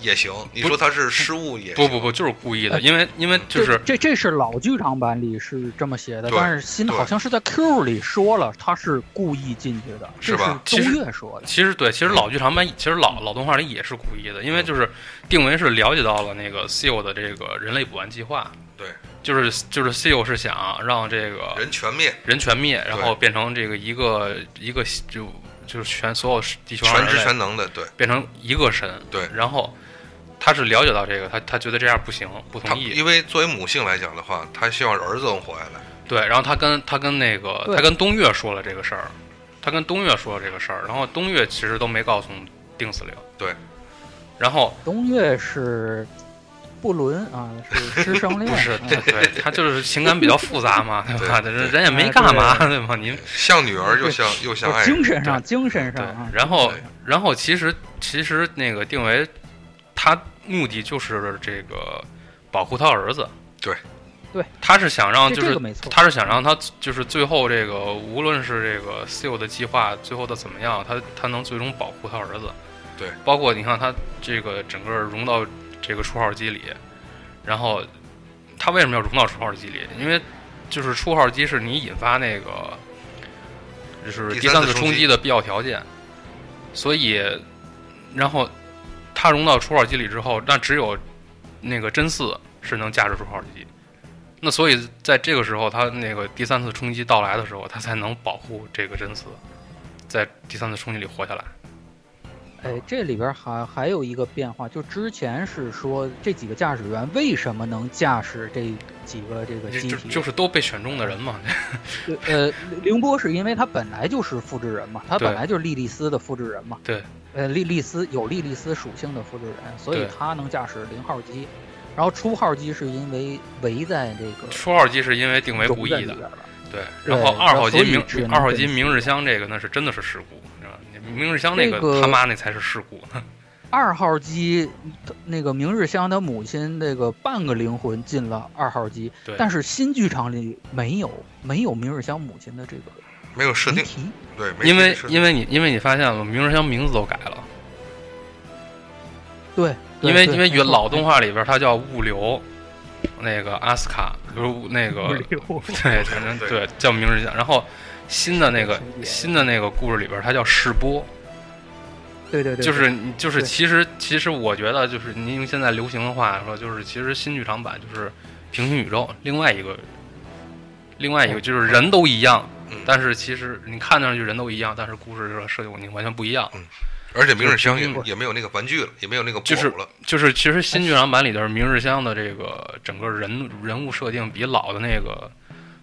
Speaker 1: 也行，你说他是失误也
Speaker 3: 不
Speaker 1: 行，
Speaker 3: 不不，就是故意的，
Speaker 2: 呃
Speaker 3: 因为因为就
Speaker 2: 这
Speaker 3: 是
Speaker 2: 这这是老剧场版里是这么写的，
Speaker 1: 对
Speaker 2: 但是新的
Speaker 1: 对
Speaker 2: 好像是在 Q 里说了他是故意进去的，
Speaker 1: 是吧
Speaker 2: 这
Speaker 3: 其
Speaker 2: 是
Speaker 3: 实
Speaker 2: 东岳说的，
Speaker 3: 其实对，其实老剧场版，其实老老动画里也是故意的，因为就是定为是了解到了那个 CEO 的这个人类补完计划，
Speaker 1: 对，
Speaker 3: 就是就是 CEO 是想让这个
Speaker 1: 人全灭，
Speaker 3: 人全灭，然
Speaker 1: 对
Speaker 3: 后变成这个一个一个就就是全所有地球上
Speaker 1: 全
Speaker 3: 人
Speaker 1: 知
Speaker 3: 类
Speaker 1: 全能的，对
Speaker 3: 变成一个神，
Speaker 1: 对
Speaker 3: 然后他是了解到这个，他他觉得这样不行，不
Speaker 1: 他，
Speaker 3: 同意，
Speaker 1: 因为作为母性来讲的话，他希望儿子能活下来。
Speaker 3: 对，然后他跟他跟那个
Speaker 2: 对
Speaker 3: 他跟东岳说了这个事儿，他跟东岳说了这个事儿，然后东岳其实都没告诉丁司令，
Speaker 1: 对，
Speaker 3: 然后。
Speaker 2: 东岳是不伦啊，是师生恋，
Speaker 3: 不是，
Speaker 2: 啊
Speaker 3: 对对，他就是情感比较复杂嘛，对吧？人人也没干嘛，对吧？您
Speaker 1: 像女儿又像又像爱人，
Speaker 2: 精神上，精神
Speaker 3: 对
Speaker 2: 上啊，，
Speaker 3: 然后
Speaker 1: 对
Speaker 3: 然后其实其实那个定为，他目的就是这个保护他儿子，
Speaker 1: 对
Speaker 2: 对，
Speaker 3: 他是想让就
Speaker 2: 这这
Speaker 3: 是
Speaker 2: 个没错，
Speaker 3: 他是想让他就是最后这个无论是这个 s e 的计划最后的怎么样，他他能最终保护他儿子，
Speaker 1: 对，
Speaker 3: 包括你看他这个整个融到这个初号机里，然后他为什么要融到初号机里？因为就是初号机是你引发那个就是第
Speaker 1: 第三
Speaker 3: 三
Speaker 1: 次
Speaker 3: 次
Speaker 1: 冲击
Speaker 3: 冲击的必要条件，所以然后他融到初号机里之后，那只有那个真嗣是能驾驶出号机。那所以在这个时候，他那个第三次冲击到来的时候，他才能保护这个真嗣，在第三次冲击里活下来。
Speaker 2: 哎，这里边还还有一个变化，就之前是说这几个驾驶员为什么能驾驶这几个这个
Speaker 3: 就
Speaker 2: 机
Speaker 3: 就
Speaker 2: 体？
Speaker 3: 就是都被选中的人嘛，
Speaker 2: 呃，凌波是因为他本来就是复制人嘛，他
Speaker 3: 对
Speaker 2: 本来就是莉莉丝的复制人嘛。
Speaker 3: 对。
Speaker 2: 呃，莉莉丝有莉莉丝属性的复制人，所以
Speaker 3: 对
Speaker 2: 他能驾驶零号机。然后初号机是因为围在这个
Speaker 3: 初号机是因为定为
Speaker 2: 融
Speaker 3: 故
Speaker 2: 在
Speaker 3: 意
Speaker 2: 里
Speaker 3: 的，
Speaker 2: 边了。
Speaker 3: 对。
Speaker 2: 对
Speaker 3: 然后二号机
Speaker 2: 所以
Speaker 3: 明
Speaker 2: 只能
Speaker 3: 二号机
Speaker 2: 分
Speaker 3: 明日香这个那是真的是事故，你知道吗？明日香那
Speaker 2: 这个
Speaker 3: 个他妈那才是事故，
Speaker 2: 二号机，那个明日香他母亲那个半个灵魂进了二号机，
Speaker 3: 对
Speaker 2: 但是新剧场里没有没有明日香母亲的这个
Speaker 1: 没有设
Speaker 2: 谜
Speaker 1: 定，
Speaker 2: 题，
Speaker 1: 对，没
Speaker 3: 因为
Speaker 1: 设定
Speaker 3: 因为你因为你发现了明日香名字都改了，
Speaker 2: 对，对
Speaker 3: 因为
Speaker 2: 对
Speaker 3: 因为
Speaker 2: 没
Speaker 3: 原
Speaker 2: 错
Speaker 3: 老动画里边它叫物流，那个阿斯卡就是那个对，反正
Speaker 1: 对
Speaker 3: 对叫明日香。然后新的那个
Speaker 2: 情节
Speaker 3: 新的那个故事里边，它叫试播，
Speaker 2: 对对对，
Speaker 3: 就
Speaker 2: 对
Speaker 3: 是你就是
Speaker 2: 对
Speaker 3: 其实其实我觉得就是您用现在流行的话说，就是其实新剧场版就是平行宇宙另外一个另外一个就是人都一样，
Speaker 1: 嗯
Speaker 3: 但是其实你看上去人都一样，但是故事和设定完全不一样。
Speaker 1: 而且明日香也
Speaker 3: 就是
Speaker 1: 也没有那个玩具了，也没有那个布
Speaker 3: 就是
Speaker 1: 偶了，
Speaker 3: 就是其实新剧场版里的明日香的这个整个人人物设定比老的那个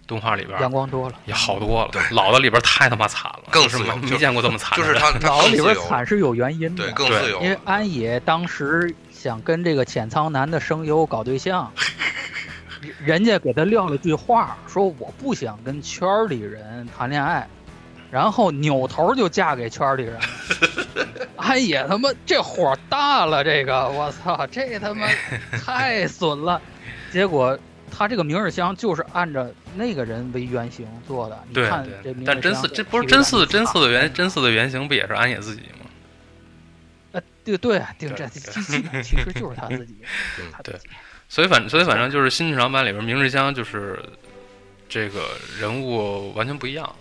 Speaker 3: 动画里边
Speaker 2: 阳光多了。
Speaker 3: 也好多了
Speaker 1: 对。
Speaker 3: 老的里边太他妈惨了，
Speaker 1: 更
Speaker 3: 就是
Speaker 1: 自由
Speaker 3: 没
Speaker 1: 就
Speaker 3: 没见过这么惨
Speaker 1: 就
Speaker 3: 的
Speaker 1: 是
Speaker 3: 人。
Speaker 1: 他他
Speaker 2: 老
Speaker 1: 更
Speaker 2: 里
Speaker 1: 自
Speaker 2: 边
Speaker 1: 由，
Speaker 2: 惨是有原因的，
Speaker 1: 对，更
Speaker 3: 对
Speaker 1: 自由
Speaker 2: 因为安野当时想跟这个浅仓男的声优搞对 象，人家给他撂了句话，说我不想跟圈儿里人谈恋爱，然后扭头就嫁给圈儿里人。 安野他妈这火大了，这个我操，这他妈太 损了。结果他这个明日香就是按照那个人为原型做的，你
Speaker 3: 对
Speaker 2: 看这
Speaker 3: 对
Speaker 2: 明，日
Speaker 3: 但真
Speaker 2: 香
Speaker 3: 嗣这不是
Speaker 2: 体
Speaker 3: 真
Speaker 2: 量
Speaker 3: 嗣
Speaker 2: 大
Speaker 3: 真嗣的原真嗣的原型不也是安野自己吗？
Speaker 2: 呃，对对啊，定
Speaker 3: 对
Speaker 2: 战基
Speaker 3: 对
Speaker 2: 基本其实就是他自 己
Speaker 1: 嗯，
Speaker 2: 他自己
Speaker 3: 所以反所以反正就是新剧场版里边明日香就是这个人物完全不一样，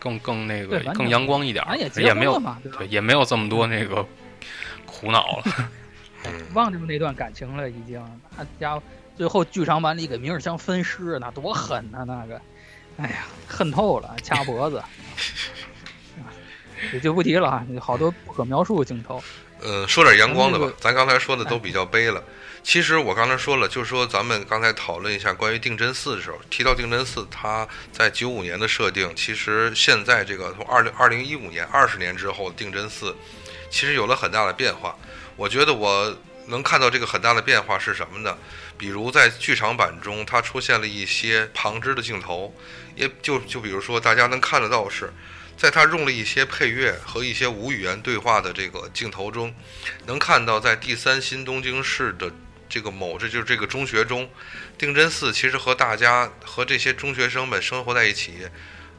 Speaker 3: 更更那个
Speaker 2: 对完全
Speaker 3: 更阳光一点儿
Speaker 2: 咱也，结
Speaker 3: 也
Speaker 2: 婚
Speaker 3: 没
Speaker 2: 了
Speaker 3: 有
Speaker 2: 嘛，对吧
Speaker 3: 对？也没有这么多那个苦恼了。
Speaker 1: 嗯
Speaker 2: 忘掉那段感情了，已经。那家伙最后剧场版里给明日香分尸，那多狠啊！那个，哎呀，恨透了，掐脖子。 啊也就不提了啊，好多不可描述的镜头。
Speaker 1: 呃，说点阳光的吧
Speaker 2: 咱这，
Speaker 1: 咱刚才说的都比较悲了。其实我刚才说了，就是说咱们刚才讨论一下关于定真寺的时候，提到定真寺，它在九五年的设定，其实现在这个从二零二零一五年二十年之后，定真寺其实有了很大的变化。我觉得我能看到这个很大的变化是什么呢？比如在剧场版中，它出现了一些旁支的镜头，也就就比如说大家能看得到是，在它用了一些配乐和一些无语言对话的这个镜头中，能看到在第三新东京市的这个某这就是这个中学中，定真寺其实和大家和这些中学生们生活在一起，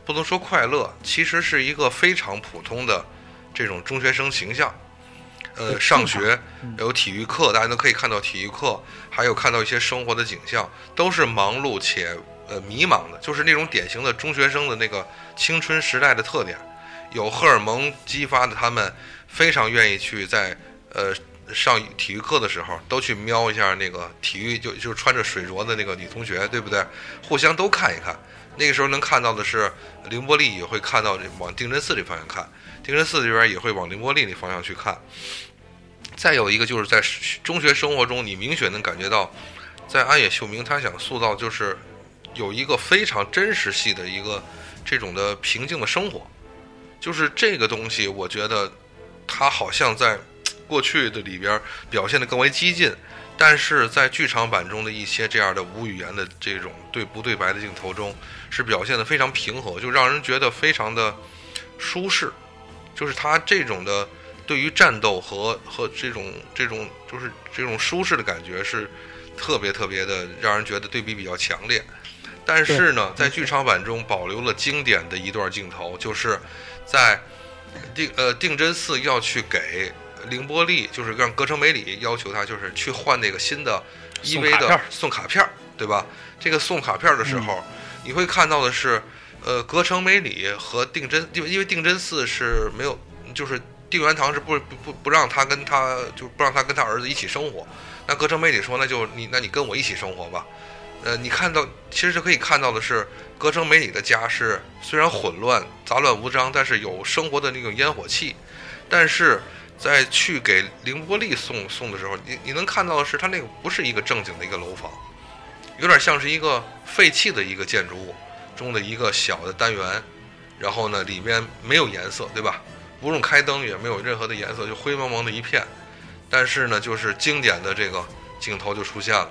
Speaker 1: 不能说快乐，其实是一个非常普通的这种中学生形象。呃，
Speaker 2: 对
Speaker 1: 上
Speaker 2: 正常
Speaker 1: 学
Speaker 2: 嗯
Speaker 1: 有体育课，大家都可以看到体育课，还有看到一些生活的景象，都是忙碌且呃迷茫的，就是那种典型的中学生的那个青春时代的特点。有荷尔蒙激发的他们，非常愿意去在呃上体育课的时候，都去瞄一下那个体育就就穿着水着的那个女同学，对不对？互相都看一看。那个时候能看到的是，凌波丽也会看到这往定真寺这方向看，定真寺这边也会往凌波丽那方向去看。再有一个就是在中学生活中，你明显能感觉到，在安野秀明他想塑造就是有一个非常真实系的一个这种的平静的生活，就是这个东西，我觉得他好像在过去的里边儿表现的更为激进，但是在剧场版中的一些这样的无语言的这种对不对白的镜头中，是表现的非常平和，就让人觉得非常的舒适。就是他这种的对于战斗和和这种这种就是这种舒适的感觉是特别特别的，让人觉得对比比较强烈。但是呢，在剧场版中保留了经典的一段镜头，就是在定呃定真寺要去给凌波丽，就是让隔城美里要求他就是去换那个新的 EV
Speaker 3: 送卡片
Speaker 1: 的
Speaker 3: 儿嗯
Speaker 1: 送卡片儿，对吧？这个送卡片儿的时候，你会看到的是，呃，隔城美里和定真，因为因为定真寺是没有，就是定元堂是不不不不让他跟他就不让他跟他儿子一起生活。那隔城美里说，那就你那你跟我一起生活吧。呃，你看到其实是可以看到的是，隔城美里的家是虽然混乱杂乱无章，但是有生活的那种烟火气。但是在去给凌波丽送送的时候，你你能看到的是，它那个不是一个正经的一个楼房，有点像是一个废弃的一个建筑物中的一个小的单元，然后呢，里面没有颜色，对吧？不用开灯，也没有任何的颜色，就灰蒙蒙的一片。但是呢，就是经典的这个镜头就出现了，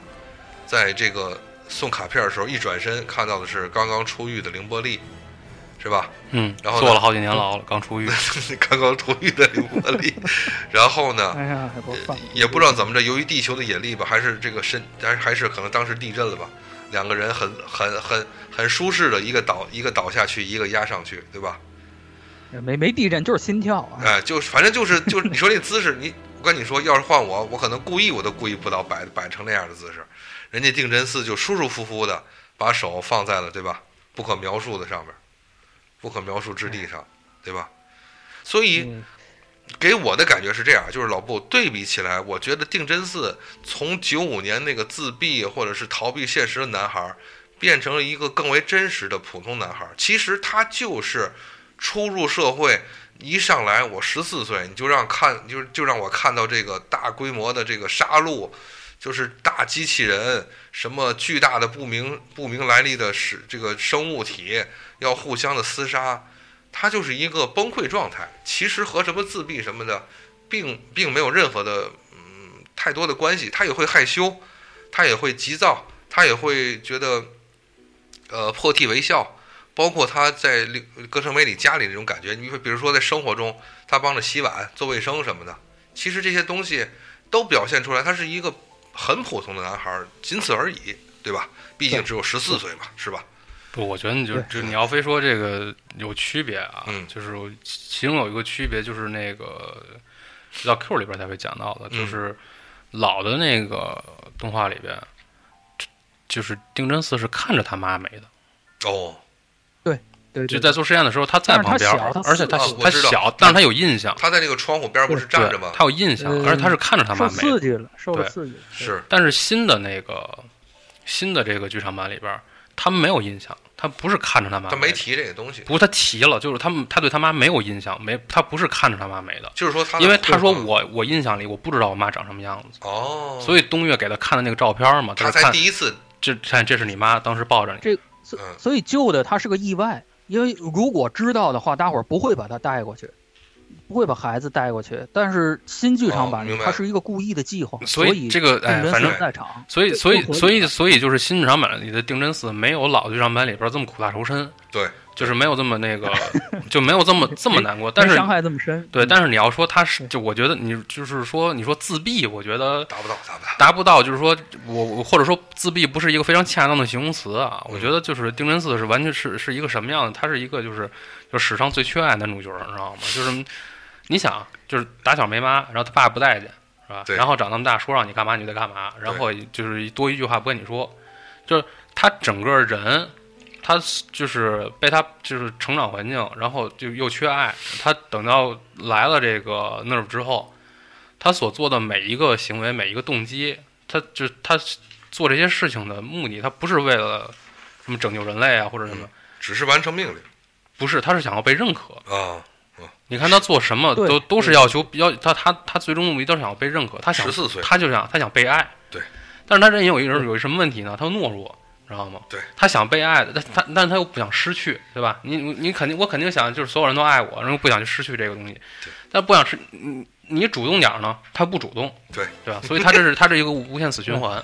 Speaker 1: 在这个送卡片的时候，一转身看到的是刚刚出狱的凌波丽，是吧？
Speaker 3: 嗯，
Speaker 1: 然后呢
Speaker 3: 坐了好几年牢了，刚出狱。
Speaker 1: 刚刚出狱的凌波丽， 然后呢，
Speaker 2: 哎呀，还不 放，
Speaker 1: 也不知道怎么着，由于地球的引力吧，还是这个深，还还是可能当时地震了吧，两个人很很很很舒适的一个倒一个倒下去，一个压上去，对吧？
Speaker 2: 没没地震，就是心跳啊。
Speaker 1: 哎，就是反正就是就是你说那姿势，你我跟你说，要是换我，我可能故意我都故意不倒，摆摆成那样的姿势。人家定真寺就舒舒服服的把手放在了对吧不可描述的上面，不可描述之地上，对吧？所以。
Speaker 2: 嗯
Speaker 1: 给我的感觉是这样，就是老布对比起来，我觉得定真寺从九五年那个自闭或者是逃避现实的男孩儿，变成了一个更为真实的普通男孩儿。其实他就是初入社会，一上来我十四岁，你就让看，就就让我看到这个大规模的这个杀戮，就是大机器人，什么巨大的不明不明来历的是这个生物体要互相的厮杀，他就是一个崩溃状态。其实和什么自闭什么的，并并没有任何的嗯太多的关系。他也会害羞，他也会急躁，他也会觉得呃破涕为笑。包括他在里歌圣梅里家里那种感觉，你会比如说在生活中，他帮着洗碗、做卫生什么的，其实这些东西都表现出来，他是一个很普通的男孩儿，仅此而已，对吧？毕竟只有十四岁嘛，是吧？
Speaker 3: 不，我觉得你就
Speaker 2: 对
Speaker 3: 就你要非说这个有区别啊，
Speaker 1: 嗯
Speaker 3: 就是我其中有一个区别就是那个到 Q 里边才会讲到的，
Speaker 1: 嗯
Speaker 3: 就是老的那个动画里边，就是定真寺是看着他妈没的，
Speaker 1: 哦，
Speaker 2: 对
Speaker 3: 就
Speaker 2: 对
Speaker 3: 在做实验的时候他在旁边
Speaker 2: 但是他小，他
Speaker 3: 而且他
Speaker 1: 四啊我
Speaker 3: 他
Speaker 1: 知道
Speaker 3: 小，但是他有印象，
Speaker 1: 他在那个窗户边儿不是站
Speaker 3: 对
Speaker 1: 着吗，？
Speaker 3: 他有印象，
Speaker 2: 嗯
Speaker 3: 而且他是看着他
Speaker 2: 受
Speaker 3: 妈没的
Speaker 2: 刺。激了，受了
Speaker 3: 对
Speaker 2: 刺激了，对
Speaker 1: 是，
Speaker 3: 但是新的那个新的这个剧场版里边，他没有印象，他不是看着他妈
Speaker 1: 他
Speaker 3: 没
Speaker 1: 没
Speaker 3: 的，
Speaker 1: 提这个东西，
Speaker 3: 不是他提了，就是他们他对他妈没有印象，没他不是看着他妈没的。
Speaker 1: 就是说他的
Speaker 3: 因为他说
Speaker 1: 绘画
Speaker 3: 我我印象里我不知道我妈长什么样子，
Speaker 1: 哦，以
Speaker 3: 所以东岳给他看的那个照片嘛，
Speaker 1: 他
Speaker 3: 是
Speaker 1: 才
Speaker 3: 看
Speaker 1: 第一次
Speaker 3: 这看这是你妈当时抱着你，
Speaker 2: 所
Speaker 1: 嗯
Speaker 2: 所以旧的它是个意外，因为如果知道的话，大伙儿不会把它带过去，不会把孩子带过去。但是新剧场
Speaker 1: 哦
Speaker 2: 版
Speaker 1: 明
Speaker 2: 里，
Speaker 1: 白
Speaker 2: 它是一个故意的计划，
Speaker 3: 所
Speaker 2: 所
Speaker 3: 以这个哎
Speaker 2: 定真
Speaker 3: 反
Speaker 2: 寺
Speaker 1: 正
Speaker 2: 在场，
Speaker 3: 所以
Speaker 2: 对
Speaker 3: 所以
Speaker 2: 不合理
Speaker 3: 所以所以就是新剧场版里的定真寺没有老剧场版里边这么苦大仇深，
Speaker 1: 对，
Speaker 3: 就是没有这么那个就没有 这么这么难过，但
Speaker 2: 没
Speaker 3: 是
Speaker 2: 伤害这么深。
Speaker 3: 对，
Speaker 2: 嗯
Speaker 3: 但是你要说他是就我觉得你就是说你说自闭，我觉得
Speaker 1: 达不到，达不到，
Speaker 3: 达不到，就是说我我或者说自闭不是一个非常恰当的形容词啊。我觉得就是定真寺是完全是是一个什么样的？他是一个就是就是史上最缺爱男主角，你知道吗？就是你想，就是打小没妈，然后他爸不待见，是吧？
Speaker 1: 对
Speaker 3: 然后长那么大说让你干嘛你就得干嘛，然后就是多一句话不跟你说，就是他整个人。他就是被他就是成长环境，然后就又缺爱。他等到来了这个那儿之后，他所做的每一个行为、每一个动机，他就是他做这些事情的目的，他不是为了什么拯救人类啊或者什么，
Speaker 2: 嗯
Speaker 1: 只是完成命令
Speaker 3: 不是，他是想要被认可。
Speaker 1: 啊。
Speaker 3: 你看他做什么
Speaker 2: 对
Speaker 3: 都都是
Speaker 2: 对
Speaker 3: 要求要他他他最终目的都是想要被认可，他想
Speaker 1: 十四岁，
Speaker 3: 他就想他想被爱。
Speaker 1: 对，
Speaker 3: 但是他这人有一个人有一什么问题呢？他懦弱，知道吗？
Speaker 1: 对，
Speaker 3: 他想被爱，但他但他又不想失去，对吧？你你你肯定我肯定想就是所有人都爱我，然后不想去失去这个东西
Speaker 1: 对，
Speaker 3: 但不想失你你主动点儿呢，他不主动，
Speaker 1: 对
Speaker 3: 对吧？所以他这是他这一个无限死循环，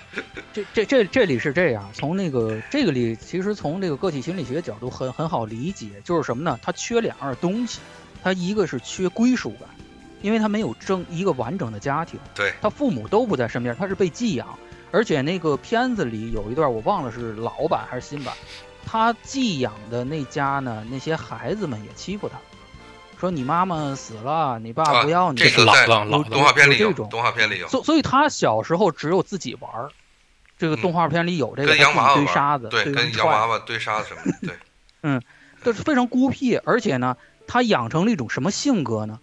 Speaker 2: 这这这这里是这样，从那个这个里，其实从这个个体心理学角度很很好理解，就是什么呢？它缺两样东西，它一个是缺归属感，因为他没有正一个完整的家庭，
Speaker 1: 对
Speaker 2: 他父母都不在身边，他是被寄养，而且那个片子里有一段我忘了是老版还是新版，他寄养的那家呢，那些孩子们也欺负他，说你妈妈死了，你
Speaker 1: 啊
Speaker 2: 爸不要你，
Speaker 1: 这
Speaker 3: 是
Speaker 1: 个
Speaker 3: 老
Speaker 1: 在
Speaker 3: 的老
Speaker 1: 动
Speaker 3: 的。
Speaker 1: 画片里
Speaker 2: 有
Speaker 1: 有，
Speaker 2: 这种
Speaker 1: 动画片里有，
Speaker 2: 所所以他小时候只有自己玩儿，这个
Speaker 1: 嗯
Speaker 2: 动画片里有这个
Speaker 1: 跟洋娃
Speaker 2: 他自己
Speaker 1: 娃
Speaker 2: 堆沙
Speaker 1: 玩
Speaker 2: 子，
Speaker 1: 儿，对，
Speaker 2: 堆
Speaker 1: 跟
Speaker 2: 人
Speaker 1: 洋娃
Speaker 2: 踹，
Speaker 1: 娃堆沙子什么 的，对，
Speaker 2: 这是非常孤僻，而且呢，他养成了一种什么性格呢？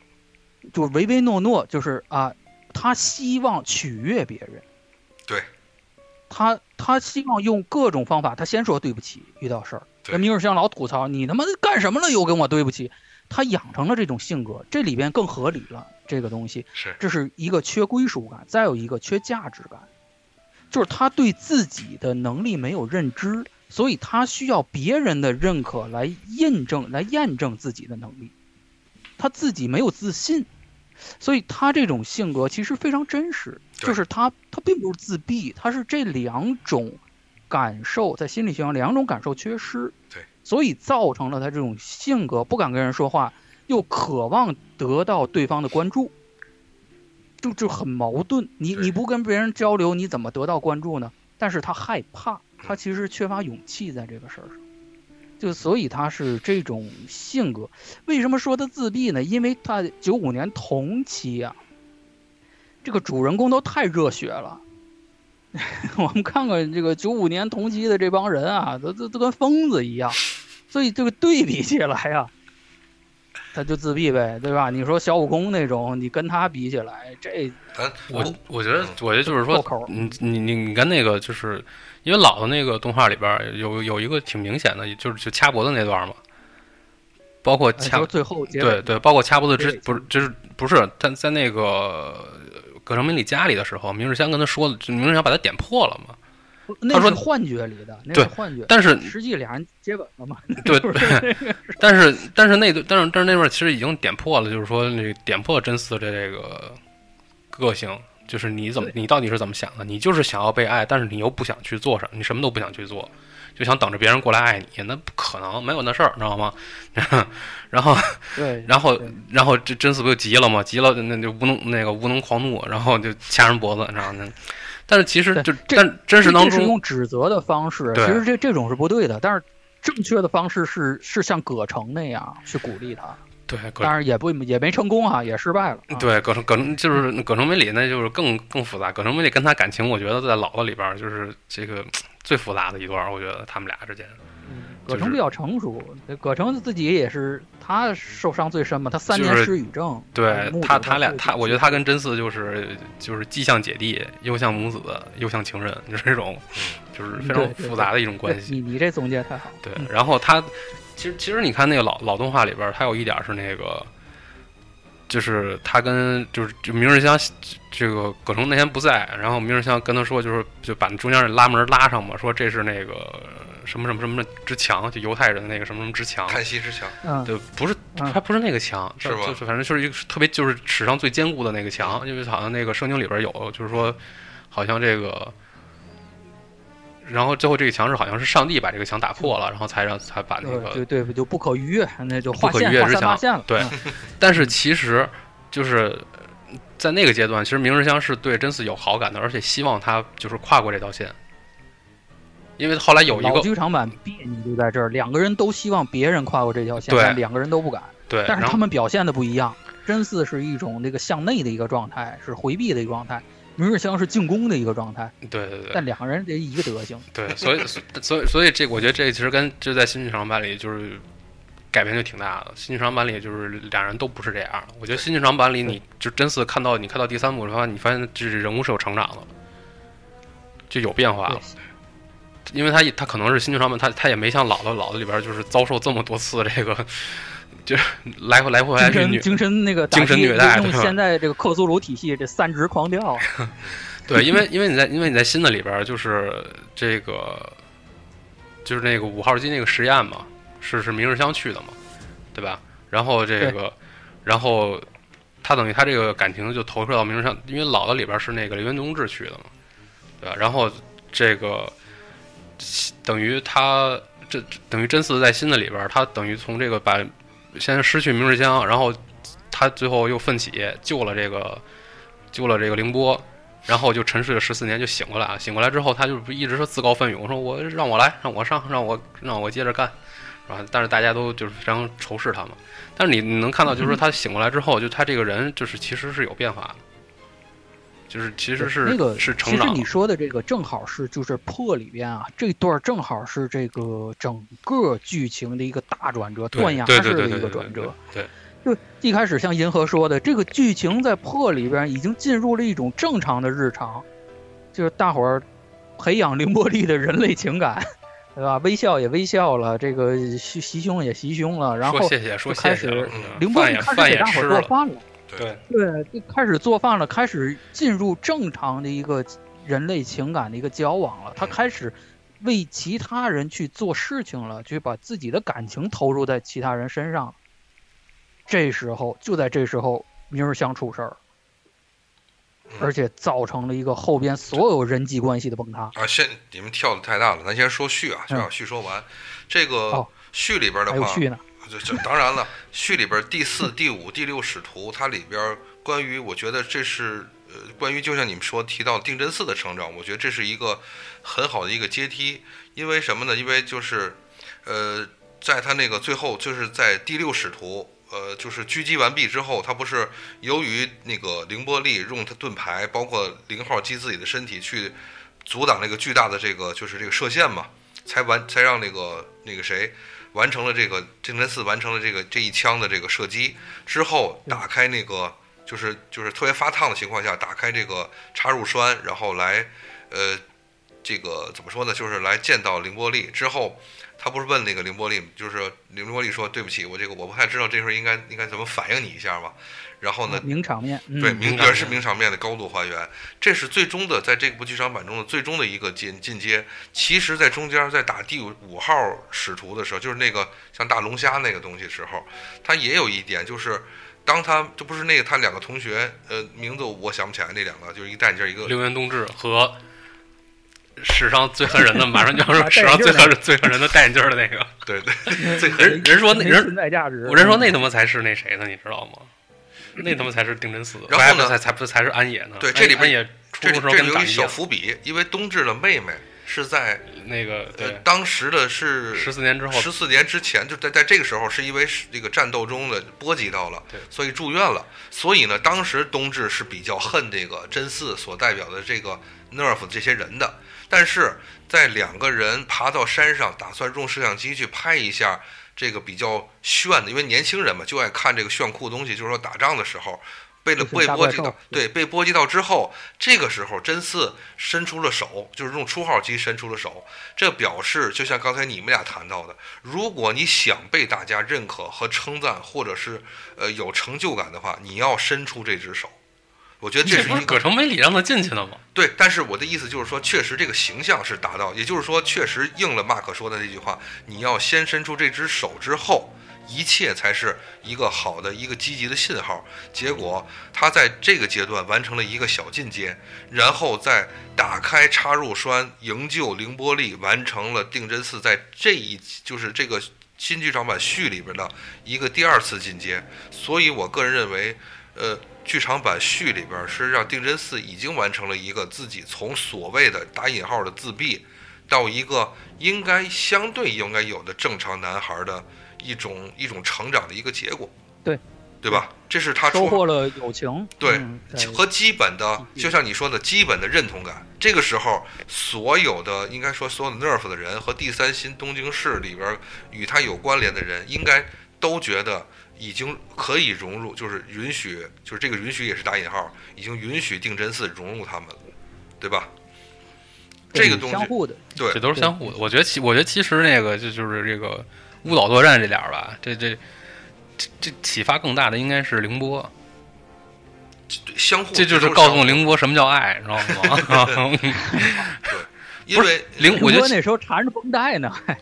Speaker 2: 就唯唯诺诺，就是啊，他希望取悦别人，
Speaker 1: 对，
Speaker 2: 他他希望用各种方法，他先说对不起，遇到事儿，
Speaker 1: 对
Speaker 2: 人民日香老吐槽你他妈干什么了，又跟我对不起，他养成了这种性格，这里边更合理了，这个东西。
Speaker 1: 是
Speaker 2: 这是一个缺归属感，再有一个缺价值感，就是他对自己的能力没有认知，所以他需要别人的认可来印证、来验证自己的能力，他自己没有自信，所以他这种性格其实非常真实，
Speaker 1: 对
Speaker 2: 就是他他并不是自闭，他是这两种感受在心理学上两种感受缺失，
Speaker 1: 对，
Speaker 2: 所以造成了他这种性格不敢跟人说话，又渴望得到对方的关注。就就很矛盾。你
Speaker 1: 对
Speaker 2: 你不跟别人交流，你怎么得到关注呢？但是他害怕，
Speaker 1: 嗯
Speaker 2: 他其实缺乏勇气在这个事儿上，就所以他是这种性格。为什么说他自闭呢？因为他九五年同期啊，这个主人公都太热血了。 我们看看这个九五年同期的这帮人啊，都都都跟疯子一样，所以这个对比起来啊，他就自闭呗，对吧？你说小悟空那种，你跟他比起来，这
Speaker 1: 咱
Speaker 3: 我
Speaker 1: 不
Speaker 3: 我觉得
Speaker 1: 嗯，
Speaker 3: 我觉得就是
Speaker 2: 破
Speaker 3: 说
Speaker 2: 口，
Speaker 3: 你你你你跟那个，就是因为老的那个动画里边儿有有一个挺明显的，就是就掐脖子那段嘛，包括
Speaker 2: 哎
Speaker 3: 掐
Speaker 2: 就是最后结
Speaker 3: 对
Speaker 2: 尾
Speaker 3: 对，包括掐脖子
Speaker 2: 结
Speaker 3: 之
Speaker 2: 尾
Speaker 3: 不是就是不是他在那个呃葛城明里家里的时候，明日香跟他说，就明日香把他点破了嘛，
Speaker 2: 那
Speaker 3: 他说
Speaker 2: 是幻觉里的，那
Speaker 3: 对
Speaker 2: 是幻觉。
Speaker 3: 但是
Speaker 2: 实际俩人接吻了嘛？
Speaker 3: 对， 但是但是那段但是但是那段其实已经点破了，就是说那个点破真丝的这个个性，就是你怎么你到底是怎么想的？你就是想要被爱，但是你又不想去做什么，你什么都不想去做，就想等着别人过来爱你，那不可能，没有那事儿，知道吗？ 然后
Speaker 2: 对，
Speaker 3: 然后
Speaker 2: 对
Speaker 3: 然后这真丝不就急了吗？急了那就无能那个无能狂怒，然后就掐人脖子，你知道吗？但是其实
Speaker 2: 对
Speaker 3: 就
Speaker 2: 这
Speaker 3: 但真实
Speaker 2: 这
Speaker 3: 当
Speaker 2: 这是
Speaker 3: 中
Speaker 2: 用指责的方式，其
Speaker 3: 对
Speaker 2: 实这这种是不对的，但是正确的方式是是像葛城那样去鼓励他，
Speaker 3: 对，可
Speaker 2: 当然也不也没成功啊，也失败了啊。
Speaker 3: 对，葛城葛城就是葛城美里，那就是更更复杂。葛城美里跟他感情，我觉得在老的里边儿就是这个最复杂的一段儿，我觉得他们俩之间。
Speaker 2: 嗯葛
Speaker 3: 就是
Speaker 2: 城比较成熟，葛城自己也是他受伤最深嘛，他三
Speaker 3: 就
Speaker 2: 年
Speaker 3: 是
Speaker 2: 失语症，哎
Speaker 3: 对
Speaker 2: 嗯目睹
Speaker 3: 他，
Speaker 2: 到
Speaker 3: 他俩
Speaker 2: 父亲
Speaker 3: 他，我觉得他跟真嗣就是就是既像姐弟，又像母子，又像情人，就是这种，就是非常
Speaker 2: 嗯对对
Speaker 3: 复杂的一种关
Speaker 2: 对
Speaker 3: 系。
Speaker 2: 你你这总结太好，
Speaker 3: 对
Speaker 2: 嗯，
Speaker 3: 然后他其实其实你看那个老老动画里边儿，他有一点儿是那个，就是他跟就是就明日香这个葛城那天不在，然后明日香跟他说，就是就把中间那拉门拉上嘛，说这是那个什么什么什么之墙，就犹太人的那个什么什么之墙。
Speaker 1: 叹息之墙，
Speaker 2: 嗯，
Speaker 3: 对，不是，
Speaker 2: 嗯
Speaker 3: 它不是那个墙，
Speaker 1: 是吗
Speaker 3: 就是反正就是一个特别就是史上最坚固的那个墙，因为好像那个圣经里边有，就是说，好像这个，然后最后这个墙是好像是上帝把这个墙打破了，然后才让才把那
Speaker 2: 对
Speaker 3: 个，
Speaker 2: 对对，就不可逾越，那就划
Speaker 3: 不可
Speaker 2: 线
Speaker 3: 逾越
Speaker 2: 划
Speaker 3: 之
Speaker 2: 三八
Speaker 3: 墙
Speaker 2: 线了，
Speaker 3: 对
Speaker 2: 嗯
Speaker 3: 但是其实就是在那个阶段，其实明日香是对真嗣有好感的，而且希望他就是跨过这道线，因为后来有一
Speaker 2: 老
Speaker 3: 个
Speaker 2: 剧场版别扭就在这儿，两个人都希望别人跨过这条线，
Speaker 3: 对
Speaker 2: 但两个人都不敢。
Speaker 3: 对，
Speaker 2: 但
Speaker 3: 然
Speaker 2: 是
Speaker 3: 后
Speaker 2: 他们表现的不一样，真嗣是一种那个向内的一个状态，是回避的一个状态；明日香是进攻的一个状态。
Speaker 3: 对对对，
Speaker 2: 但两个人得一个德行，
Speaker 3: 对，所以所以所以所以这个我觉得这个其实跟就在新剧场版里就是改变就挺大的。新剧场版里就是俩人都不是这样的。我觉得新剧场版里你就真是看到你看到第三部的话，你发现这人物是有成长的，就有变化
Speaker 2: 对
Speaker 3: 了。因为他他可能是新剧场版，他他也没像老的老的里边就是遭受这么多次这个，就是来回来回来
Speaker 2: 精
Speaker 3: 去
Speaker 2: 神
Speaker 3: 虐
Speaker 2: 精神那个打击
Speaker 3: 精神虐待
Speaker 2: 用
Speaker 3: 是吧
Speaker 2: 现在这个克苏鲁体系这三值狂啊调，
Speaker 3: 对，因为因为你在因为你在新的里边儿就是这个，就是那个五号机那个实验嘛，是是明日香去的嘛，对吧？然后这个，然后他等于他这个感情就投射到明日香，因为老的里边儿是那个林原冬志去的嘛，对吧？然后这个等于他这这等于真嗣在新的里边儿，他等于从这个把先失去明日香，然后他最后又奋起救了这个救了这个凌波，然后就沉睡了十四年，就醒过来啊！醒过来之后，他就不一直是自告奋勇，说我让我来，让我上，让我让我接着干，是吧？但是大家都就是非常仇视他嘛。但是你你能看到，就是说他醒过来之后，就他这个人就是其实是有变化的，就是其实是、
Speaker 2: 那个
Speaker 3: 是成
Speaker 2: 其实
Speaker 3: 长
Speaker 2: 你说的这个正好是就是破里边啊，这段正好是这个整个剧情的一个大转折，
Speaker 3: 对
Speaker 2: 断崖
Speaker 3: 对
Speaker 2: 式
Speaker 3: 对
Speaker 2: 的
Speaker 3: 对
Speaker 2: 一
Speaker 3: 对
Speaker 2: 个
Speaker 3: 对
Speaker 2: 转折。
Speaker 3: 对对
Speaker 2: 就一开始像银河说的，这个剧情在破里边已经进入了一种正常的日常，就是大伙儿培养凌波丽的人类情感，对吧？微笑也微笑了，这个袭袭胸也袭胸了，然后
Speaker 3: 说谢谢，说谢谢
Speaker 2: 开始
Speaker 3: 了，
Speaker 2: 凌
Speaker 3: 嗯
Speaker 2: 波
Speaker 3: 饭
Speaker 2: 丽
Speaker 3: 也
Speaker 2: 开始
Speaker 3: 饭
Speaker 2: 给
Speaker 3: 也
Speaker 2: 大伙
Speaker 3: 吃
Speaker 2: 儿做
Speaker 3: 了，
Speaker 2: 饭了。
Speaker 3: 对。
Speaker 2: 对，就开始做饭了，开始进入正常的一个人类情感的一个交往了。他
Speaker 1: 嗯
Speaker 2: 开始为其他人去做事情了，去把自己的感情投入在其他人身上。这时候，就在这时候，明日香出事儿
Speaker 1: 嗯，
Speaker 2: 而且造成了一个后边所有人际关系的崩塌。
Speaker 1: 啊，先你们跳的太大了，咱先说序啊，
Speaker 3: 嗯
Speaker 1: 先把序说完。这个
Speaker 2: 哦
Speaker 1: 序里边的
Speaker 2: 还有
Speaker 1: 话，
Speaker 2: 去呢，
Speaker 1: 这这当然了，序里边第四、第五、第六使徒，它里边关于我觉得这是呃，关于就像你们说提到定真寺的成长，我觉得这是一个很好的一个阶梯，因为什么呢？因为就是呃，在他那个最后就是在第六使徒。呃，就是狙击完毕之后，他不是由于那个凌波丽用他盾牌，包括零号机自己的身体去阻挡那个巨大的这个就是这个射线嘛，才完才让那个那个谁完成了这个郑真寺完成了这个这一枪的这个射击之后，
Speaker 2: 对
Speaker 1: 打开那个就是就是特别发烫的情况下，打开这个插入栓，然后来呃这个怎么说呢？就是来见到凌波丽之后，他不是问那个凌波丽，就是凌波丽说对不起，我这个我不太知道这时候应该应该怎么反应你一下嘛。然后呢，
Speaker 2: 名场面，嗯、
Speaker 1: 对，名
Speaker 3: 场
Speaker 1: 原是
Speaker 3: 面
Speaker 1: 名场面的高度还原，这是最终的在这部剧场版中的最终的一个进进阶。其实，在中间在打第五五号使徒的时候，就是那个像大龙虾那个东西时候，他也有一点就是。当他这不是那个他两个同学，呃，名字我想不起来那两个，就是一个戴眼镜，一个
Speaker 3: 六原冬至和史上最恨人的，马上就 要说史
Speaker 4: 戴眼
Speaker 3: 上
Speaker 4: 镜
Speaker 3: 最
Speaker 4: 儿那
Speaker 3: 恨最恨人的戴眼镜儿的那个
Speaker 1: 对对， 最
Speaker 3: 人，人说那
Speaker 4: 没
Speaker 3: 人
Speaker 4: 存在价值。
Speaker 3: 我人说
Speaker 2: 嗯
Speaker 3: 那他妈才是那谁呢，你知道吗？那他妈才是定真寺，
Speaker 1: 然后呢
Speaker 3: 不才才不才是安野呢？
Speaker 1: 对
Speaker 3: 安
Speaker 1: 这里边
Speaker 3: 安野初
Speaker 1: 这里
Speaker 3: 中时候
Speaker 1: 这
Speaker 3: 跟
Speaker 1: 里有
Speaker 3: 打
Speaker 1: 一
Speaker 3: 一
Speaker 1: 小
Speaker 3: 样，
Speaker 1: 伏笔，因为冬至的妹妹是在
Speaker 3: 那个
Speaker 1: 呃
Speaker 3: 对，
Speaker 1: 当时的是
Speaker 3: 十四年之后
Speaker 1: 十四年之前，就在在这个时候，是因为是这个战斗中的波及到了
Speaker 3: 对，
Speaker 1: 所以住院了。所以呢，当时冬至是比较恨这个真嗣所代表的这个 Nerf 这些人的。但是在两个人爬到山上，打算用摄像机去拍一下这个比较炫的，因为年轻人嘛就爱看这个炫酷东西，就是说打仗的时候。被了
Speaker 2: 就是
Speaker 1: 被
Speaker 2: 大
Speaker 1: 波
Speaker 2: 怪
Speaker 1: 及到
Speaker 2: 兽，
Speaker 1: 对，被波及到之后，这个时候真嗣伸出了手，就是用初号机伸出了手，这表示就像刚才你们俩谈到的，如果你想被大家认可和称赞，或者是呃有成就感的话，你要伸出这只手。我觉得这
Speaker 3: 这
Speaker 1: 是
Speaker 3: 不
Speaker 1: 一
Speaker 3: 是
Speaker 1: 个
Speaker 3: 葛城美里让他进去的吗？
Speaker 1: 对，但是我的意思就是说，确实这个形象是达到，也就是说，确实应了马可说的那句话：你要先伸出这只手之后，一切才是一个好的一个积极的信号。结果他在这个阶段完成了一个小进阶，然后再打开插入栓，营救凌波丽，完成了定真寺在这一就是这个新剧场版序里边的一个第二次进阶。所以我个人认为，呃，剧场版序里边是让定真寺已经完成了一个自己从所谓的打引号的自闭，到一个应该相对应该有的正常男孩的一种一种成长的一个结果。
Speaker 2: 对，
Speaker 1: 对吧？这是他
Speaker 2: 收
Speaker 1: 出
Speaker 2: 获了友情，
Speaker 1: 对
Speaker 2: 嗯在
Speaker 1: 和基本的，
Speaker 2: 嗯
Speaker 1: 就像你说的，基本的认同感。这个时候，所有的应该说所有的 Nerf 的人和第三新东京市里边与他有关联的人，应该都觉得已经可以融入，就是允许，就是这个允许也是打引号，已经允许定真寺融入他们了，对吧？
Speaker 2: 对
Speaker 1: 这个东西
Speaker 2: 相互的，
Speaker 1: 对
Speaker 3: 这都是相互的。我觉得其我觉得其实那个就就是这个误导作战这点儿吧，这这这这启发更大的应该是凌波，
Speaker 1: 相互
Speaker 3: 这就
Speaker 1: 都
Speaker 3: 是
Speaker 1: 是
Speaker 3: 告诉
Speaker 1: 相互
Speaker 3: 凌波什么叫爱，你知道吗？
Speaker 1: 因为
Speaker 3: 凌，嗯我
Speaker 2: 我
Speaker 3: 觉
Speaker 2: 哥
Speaker 3: 得，
Speaker 2: 那时候缠着绷带呢，还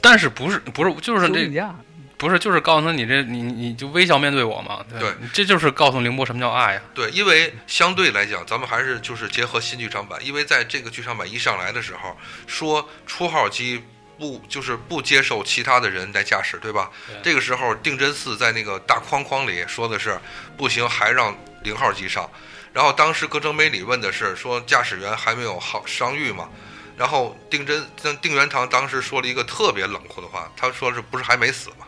Speaker 3: 但是不是不是就是
Speaker 2: 休
Speaker 3: 这
Speaker 2: 息假
Speaker 3: 不是就是告诉他你这你你就微笑面对我嘛？
Speaker 1: 对，
Speaker 3: 这就是告诉凌波什么叫爱啊呀。
Speaker 1: 对，因为相对来讲，咱们还是就是结合新剧场版，因为在这个剧场版一上来的时候，说初号机不就是不接受其他的人来驾驶，对吧？
Speaker 3: 对
Speaker 1: 这个时候定真寺在那个大框框里说的是不行，还让零号机上。然后当时葛城美里问的是说驾驶员还没有好伤愈吗？然后定真定定元堂当时说了一个特别冷酷的话，他说是不是还没死吗？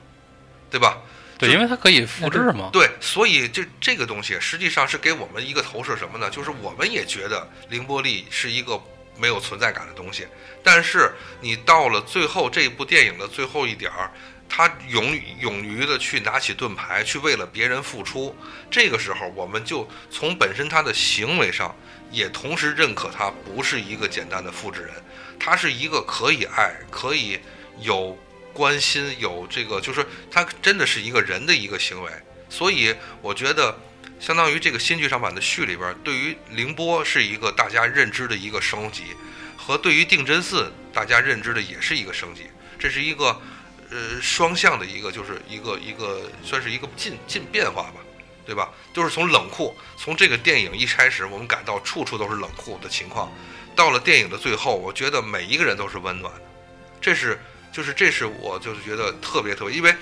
Speaker 1: 对吧？
Speaker 3: 对，因为它可以复制嘛。
Speaker 1: 对，所以这这个东西实际上是给我们一个投射什么呢？就是我们也觉得凌波丽是一个没有存在感的东西，但是你到了最后这部电影的最后一点儿，他勇勇于的去拿起盾牌，去为了别人付出，这个时候我们就从本身他的行为上，也同时认可他不是一个简单的复制人，他是一个可以爱，可以有。关心有这个，就是他真的是一个人的一个行为，所以我觉得，相当于这个新剧场版的序里边儿，对于凌波是一个大家认知的一个升级，和对于定真寺大家认知的也是一个升级，这是一个呃双向的一个，就是一个一个算是一个进进变化吧，对吧？就是从冷酷，从这个电影一开始，我们感到处处都是冷酷的情况，到了电影的最后，我觉得每一个人都是温暖的，这是就是这是我就是觉得特别特别，因为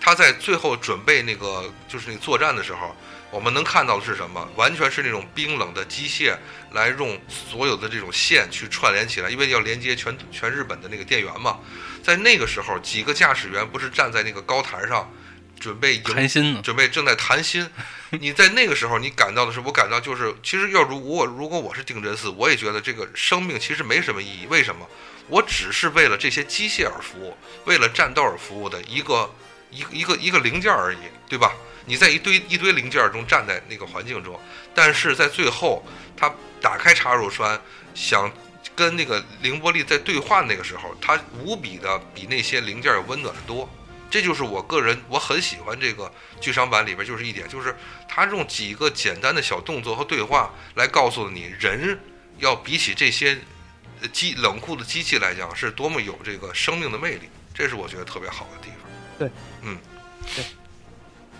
Speaker 1: 他在最后准备那个就是那个作战的时候，我们能看到的是什么？完全是那种冰冷的机械来用所有的这种线去串联起来，因为要连接全全日本的那个电源嘛。在那个时候，几个驾驶员不是站在那个高台上，准备迎
Speaker 3: 谈心呢，
Speaker 1: 准备正在谈心， 你在那个时候，你感到的是，我感到就是，其实要如果如果我是定真寺，我也觉得这个生命其实没什么意义。为什么？我只是为了这些机械而服务，为了战斗而服务的一个一个一个一个零件而已，对吧？你在一堆一堆零件中站在那个环境中，但是在最后，他打开插入栓，想跟那个凌波丽在对话那个时候，他无比的比那些零件要温暖的多。这就是我个人我很喜欢这个剧场版里边就是一点，就是他用几个简单的小动作和对话来告诉你，人要比起这些呃机冷酷的机器来讲，是多么有这个生命的魅力。这是我觉得特别好的地方。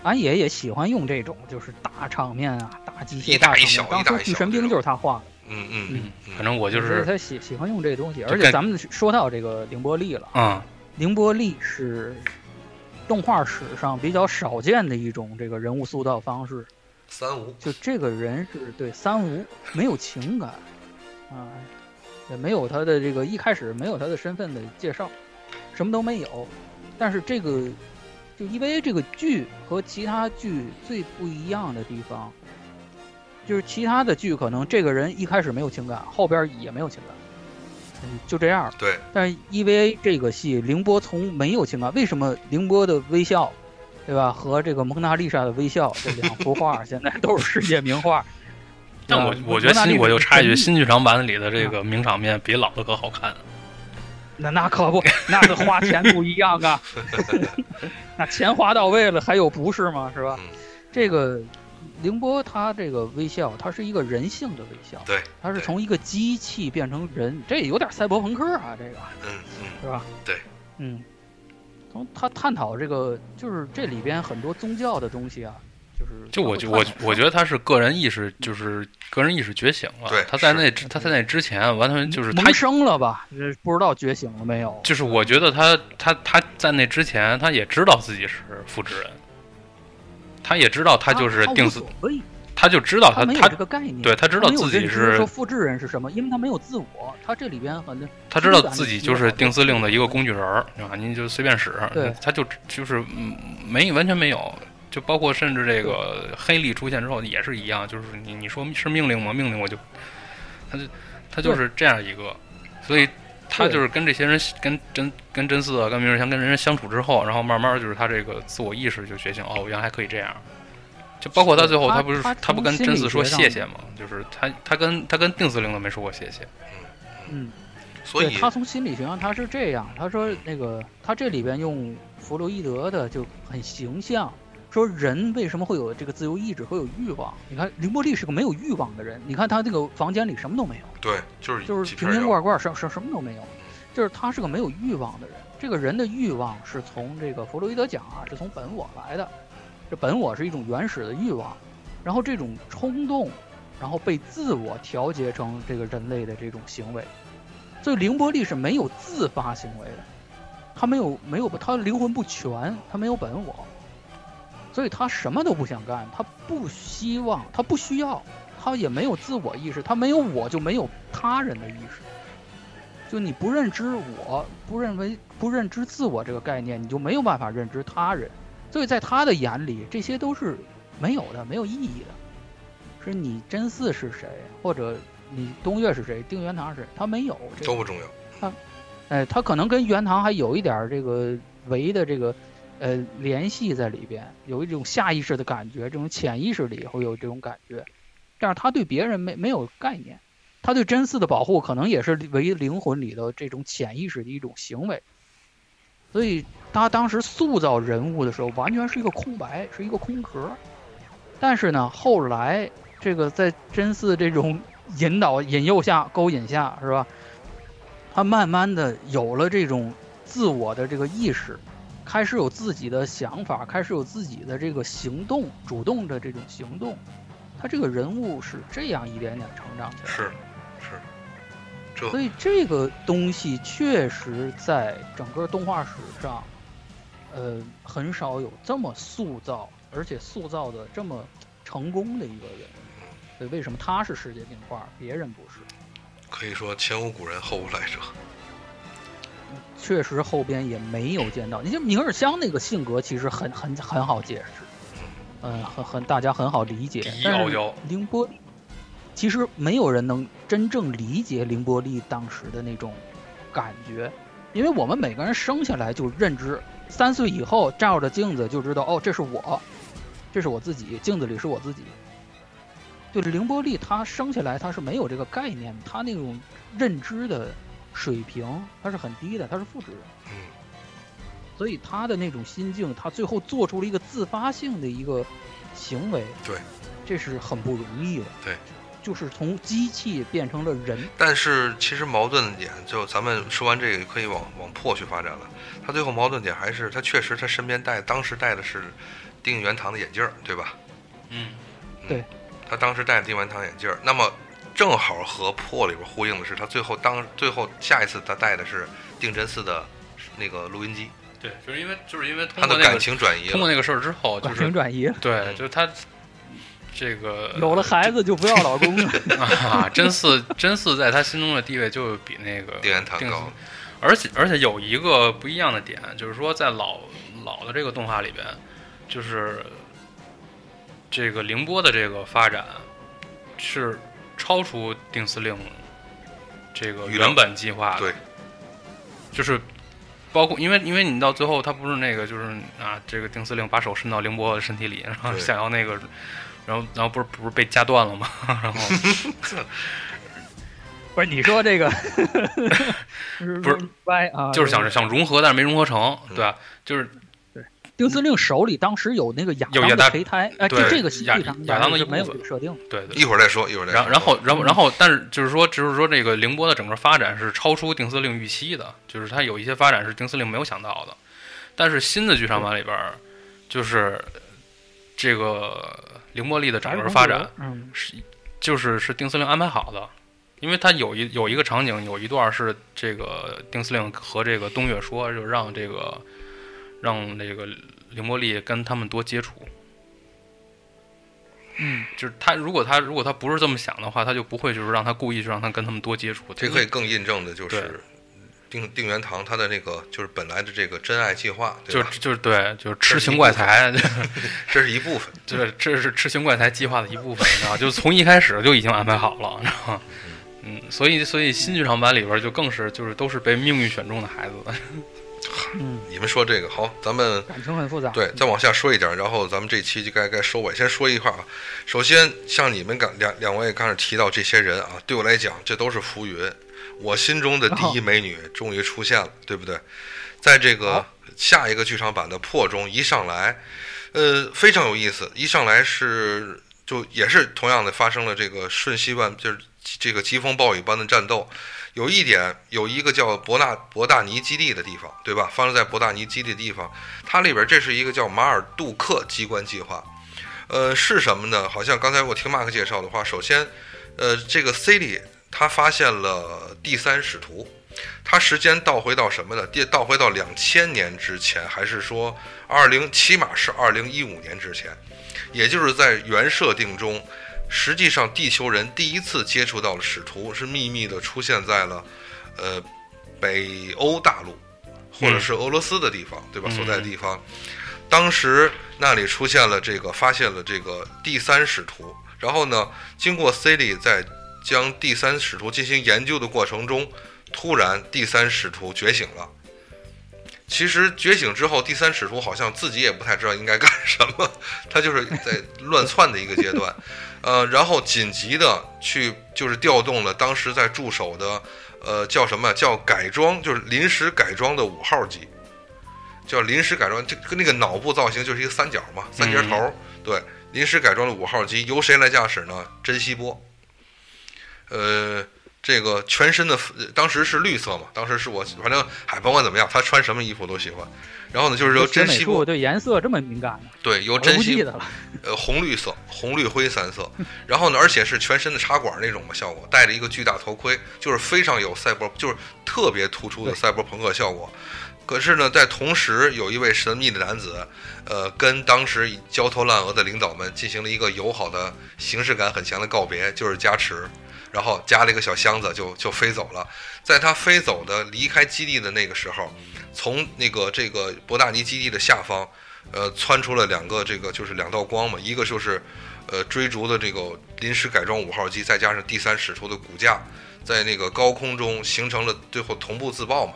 Speaker 2: 俺爷也喜欢用这种就是大场面啊、大机械、
Speaker 1: 一大
Speaker 2: 场
Speaker 1: 一
Speaker 2: 面
Speaker 1: 小一
Speaker 2: 当
Speaker 1: 大
Speaker 2: 初
Speaker 1: 一
Speaker 2: 巨
Speaker 1: 小
Speaker 2: 神
Speaker 1: 这种
Speaker 2: 兵就是他画的。
Speaker 1: 嗯嗯
Speaker 3: 嗯，反正我就
Speaker 2: 所以
Speaker 3: 是，
Speaker 2: 他喜喜欢用这东西，
Speaker 3: 就
Speaker 2: 而且
Speaker 3: 干
Speaker 2: 咱们说到这个凌波丽了，
Speaker 3: 嗯，
Speaker 2: 凌波丽是动画史上比较少见的一种这个人物塑造方式。
Speaker 1: 三无
Speaker 2: 就这个人是对三无没有情感，啊，也没有他的这个一开始没有他的身份的介绍，什么都没有。但是这个就 EVA 这个剧和其他剧最不一样的地方，就是其他的剧可能这个人一开始没有情感，后边也没有情感，嗯，就这样。
Speaker 1: 对，
Speaker 2: 但是 EVA 这个戏，凌波从没有情感，为什么凌波的微笑，对吧？和这个蒙娜丽莎的微笑这两幅画现在都是世界名画。
Speaker 3: 但我
Speaker 2: 对吧
Speaker 3: 我觉得
Speaker 2: 蒙娜丽
Speaker 3: 新
Speaker 2: 莎
Speaker 3: 我就插一句，
Speaker 2: 是
Speaker 3: 新剧场版里的这个名场面比老的可好看。啊
Speaker 2: 那那可不，那个花钱不一样 啊，那钱花到位了，还有不是吗？是吧
Speaker 1: 嗯？
Speaker 2: 这个凌波他这个微笑，他是一个人性的微笑，
Speaker 1: 对，
Speaker 2: 他是
Speaker 1: 对
Speaker 2: 从一个机器变成人，这有点赛博朋克啊，这个。
Speaker 1: 嗯嗯，
Speaker 2: 是吧？
Speaker 1: 对，
Speaker 2: 嗯，从他探讨这个，就是这里边很多宗教的东西啊，就是
Speaker 3: 就我
Speaker 2: 他
Speaker 3: 觉
Speaker 2: 会
Speaker 3: 我
Speaker 2: 探讨
Speaker 3: 我觉得他是个人意识，就是个人意识觉醒了。
Speaker 1: 对
Speaker 3: 他在
Speaker 1: 是
Speaker 3: 那之他在那之前完全就是他
Speaker 2: 萌生了吧，这不知道觉醒了没有？
Speaker 3: 就是我觉得他他他在那之前，他也知道自己是复制人，他也知道他就是
Speaker 2: 他
Speaker 3: 定
Speaker 2: 无
Speaker 3: 死
Speaker 2: 所，谓，
Speaker 3: 他就知道
Speaker 2: 他没有
Speaker 3: 他
Speaker 2: 这个概念，
Speaker 3: 对他知道
Speaker 2: 没有
Speaker 3: 自己
Speaker 2: 认知
Speaker 3: 是
Speaker 2: 说复制人是什么，因为他没有自我，他这里边很多
Speaker 3: 他知道自己就是定司令的一个工具人儿，对吧？您就随便使
Speaker 2: 对，
Speaker 3: 他就就是嗯没完全没有，就包括甚至这个黑利出现之后也是一样，就是你你说是命令吗？命令我就，他就他就是这样一个，所以他
Speaker 2: 对
Speaker 3: 就是跟这些人跟真跟真嗣啊，跟明日香跟人相处之后，然后慢慢就是他这个自我意识就觉醒，哦，我原来还可以这样。就包括他最后，
Speaker 2: 他
Speaker 3: 他不是
Speaker 2: 他
Speaker 3: 他不跟
Speaker 2: 从
Speaker 3: 真
Speaker 2: 心
Speaker 3: 嗣
Speaker 2: 理
Speaker 3: 说
Speaker 2: 学上
Speaker 3: 谢谢吗？就是他他跟他跟定司令都没说过谢谢。
Speaker 2: 嗯，
Speaker 1: 所
Speaker 2: 对
Speaker 1: 以
Speaker 2: 他从心理学上他是这样，他说那个他这里边用弗洛伊德的就很形象，说人为什么会有这个自由意志，会有欲望？你看凌波丽是个没有欲望的人，你看他这个房间里什么都没有，
Speaker 1: 对就是
Speaker 2: 就是
Speaker 1: 几
Speaker 2: 瓶
Speaker 1: 片
Speaker 2: 瓶
Speaker 1: 药，
Speaker 2: 罐罐什什什么都没有，就是他是个没有欲望的人。这个人的欲望是从这个弗洛伊德讲啊，是从本我来的，这本我是一种原始的欲望，然后这种冲动，然后被自我调节成这个人类的这种行为，所以凌波丽是没有自发行为的，他没有没有他灵魂不全，他没有本我，所以他什么都不想干，他不希望，他不需要，他也没有自我意识，他没有我就没有他人的意识。就你不认知我，不认为不认知自我这个概念，你就没有办法认知他人。所以在他的眼里，这些都是没有的，没有意义的。是你真嗣是谁，或者你东岳是谁，定元堂是谁，他没有这
Speaker 1: 都
Speaker 2: 个。
Speaker 1: 不重要。
Speaker 2: 哎，他可能跟元堂还有一点儿这个唯的这个呃联系在里边，有一种下意识的感觉，这种潜意识里会有这种感觉，但是他对别人没没有概念，他对真嗣的保护可能也是唯灵魂里的这种潜意识的一种行为，所以他当时塑造人物的时候完全是一个空白，是一个空壳儿，但是呢，后来这个在真嗣这种引导、引诱下、勾引下，是吧？他慢慢的有了这种自我的这个意识，开始有自己的想法，开始有自己的这个行动，主动的这种行动。他这个人物是这样一点点成长起来的，
Speaker 1: 是是，这
Speaker 2: 所以这个东西确实在整个动画史上，呃，很少有这么塑造，而且塑造的这么成功的一个人。所以为什么他是世界名画，别人不是？
Speaker 1: 可以说前无古人后无来者。
Speaker 2: 确实后边也没有见到。你像米尔香那个性格，其实很很很好解释，嗯，很很大家很好理解
Speaker 3: 第。一
Speaker 2: 但
Speaker 3: 傲
Speaker 2: 是
Speaker 3: 娇，
Speaker 2: 凌波，其实没有人能真正理解凌波丽当时的那种感觉，因为我们每个人生下来就认知，三岁以后照着镜子就知道，哦，这是我，这是我自己，镜子里是我自己。对凌波丽，她生下来她是没有这个概念，她那种认知的水平她是很低的，她是负值的。
Speaker 3: 嗯，
Speaker 2: 所以他的那种心境，他最后做出了一个自发性的一个行为，
Speaker 1: 对，
Speaker 2: 这是很不容易的，
Speaker 1: 对，
Speaker 2: 就是从机器变成了人，
Speaker 1: 但是其实矛盾的点，就咱们说完这个，可以往往破去发展了。他最后矛盾点还是他确实他身边戴当时戴的是定元堂的眼镜儿，对吧？
Speaker 3: 嗯，
Speaker 1: 他当时戴定元堂眼镜儿，那么正好和破里边呼应的是，他最后当最后下一次他戴的是定真寺的那个录音机，
Speaker 3: 对，就是因为就是因为
Speaker 1: 他
Speaker 3: 通过
Speaker 1: 的
Speaker 3: 那
Speaker 1: 感
Speaker 3: 个
Speaker 1: 情转移
Speaker 3: 通
Speaker 1: 了。嗯
Speaker 3: 过那个事儿之后，就
Speaker 2: 感
Speaker 3: 是呃
Speaker 2: 情转移，
Speaker 3: 对，就是他这个
Speaker 2: 有了孩子就不要老公了，
Speaker 3: 啊，真四真四在他心中的地位就比那个
Speaker 1: 定元堂
Speaker 3: 定
Speaker 1: 高，
Speaker 3: 而且而且有一个不一样的点，就是说在老老的这个动画里边，就是这个凌波的这个发展是超出定司令这个
Speaker 1: 预料
Speaker 3: 原本计划的，
Speaker 1: 对，
Speaker 3: 就是包括因为因为你到最后他不是那个就是啊，这个定司令把手伸到凌波的身体里，然后
Speaker 1: 对
Speaker 3: 想要那个，然后然后不是不是被夹断了吗？ 然后
Speaker 2: 不是你说这 个，不
Speaker 3: 是
Speaker 2: 歪啊，
Speaker 3: 就是想着想融合，但是没融合成，
Speaker 1: 嗯
Speaker 3: 对吧？就是
Speaker 2: 丁司令手里当时有那个亚
Speaker 3: 有
Speaker 2: 当
Speaker 3: 亚
Speaker 2: 的
Speaker 3: 当
Speaker 2: 胚胎，哎，
Speaker 3: 对
Speaker 2: 这这个戏
Speaker 3: 亚
Speaker 2: 剧上
Speaker 3: 亚当的一
Speaker 2: 是
Speaker 3: 部
Speaker 2: 没有
Speaker 3: 分
Speaker 2: 这个设定，
Speaker 3: 对对
Speaker 1: 一会儿再说，一会儿再说。
Speaker 3: 然然后，然后，然后，但是就是说，就是说，这个凌波的整个发展是超出定司令预期的，就是他有一些发展是定司令没有想到的。但是新的剧场版里边儿，就是这个凌波丽的整个发展
Speaker 2: 嗯，
Speaker 3: 是就是是定司令安排好的，因为他有一有一个场景，有一段是这个定司令和这个东岳说，就让这个让这个凌波丽跟他们多接触，
Speaker 2: 嗯，
Speaker 3: 就是他如果他如果他不是这么想的话，他就不会就是让他故意去让他跟他们多接触。
Speaker 1: 这可以更印证的就是
Speaker 3: 对
Speaker 1: 定定元堂他的那个就是本来的这个真爱计划，对
Speaker 3: 就
Speaker 1: 吧？
Speaker 3: 就是对，就是痴情怪才，
Speaker 1: 这是一部分。
Speaker 3: 对，这是痴情怪才计划的一部分，你知道吗，就是从一开始就已经安排好了，你知道吗？嗯，所以所以新剧场版里边就更是就是都是被命运选中的孩子，
Speaker 2: 嗯，
Speaker 1: 你们说这个好，咱们
Speaker 2: 感情很复杂，
Speaker 1: 对，再往下说一点，然后咱们这期就该该收尾。先说一块啊，首先像你们刚两两位刚才提到这些人啊，对我来讲这都是浮云，我心中的第一美女终于出现了，对不对？在这个下一个剧场版的破中一上来，呃，非常有意思，一上来是就也是同样的发生了这个瞬息万就是这个疾风暴雨般的战斗。有一点，有一个叫伯纳伯大尼基地的地方，对吧？发生在伯大尼基地的地方，它里边这是一个叫马尔杜克机关计划，呃，是什么呢？好像刚才我听马克介绍的话，首先，呃，这个 C 里他发现了第三使徒，他时间倒回到什么呢？第倒回到两千年之前，还是说二零起码是二零一五年之前，也就是在原设定中。实际上，地球人第一次接触到了使徒，是秘密的出现在了，呃，北欧大陆，或者
Speaker 3: 嗯
Speaker 1: 是俄罗斯的地方，对吧？所在的
Speaker 3: 嗯
Speaker 1: 地方，当时那里出现了这个，发现了这个第三使徒。然后呢，经过 C 里在将第三使徒进行研究的过程中，突然第三使徒觉醒了。其实觉醒之后，第三使徒好像自己也不太知道应该干什么， 他就是在乱窜的一个阶段。呃，然后紧急的去就是调动了当时在驻守的，呃，叫什么叫改装，就是临时改装的五号机，叫临时改装，就跟那个脑部造型就是一个三角嘛，三节头儿，对，临时改装的五号机由谁来驾驶呢？珍惜波，呃。这个全身的，呃当时是绿色嘛，当时是我，反正哎，甭管怎么样，他穿什么衣服都喜欢。然后呢，就是由
Speaker 2: 审
Speaker 1: 珍
Speaker 2: 美
Speaker 1: 惜
Speaker 2: 术
Speaker 1: 波，
Speaker 2: 对颜色这么敏感呢，
Speaker 1: 对，由
Speaker 2: 我都
Speaker 1: 珍
Speaker 2: 不
Speaker 1: 惜
Speaker 2: 记得了，
Speaker 1: 呃，红绿色，红绿灰三色。然后呢，而且是全身的插管那种嘛效果，戴着一个巨大头盔，就是非常有赛博，就是特别突出的
Speaker 2: 对
Speaker 1: 赛博朋克效果。可是呢，在同时有一位神秘的男子，呃，跟当时焦头烂额的领导们进行了一个友好的、形式感很强的告别，就是加持，然后夹了一个小箱子就就飞走了。在他飞走的离开基地的那个时候，从那个这个博大尼基地的下方呃，窜出了两个这个就是两道光嘛，一个就是呃追逐的这个临时改装五号机，再加上第三使出的骨架，在那个高空中形成了最后同步自爆嘛，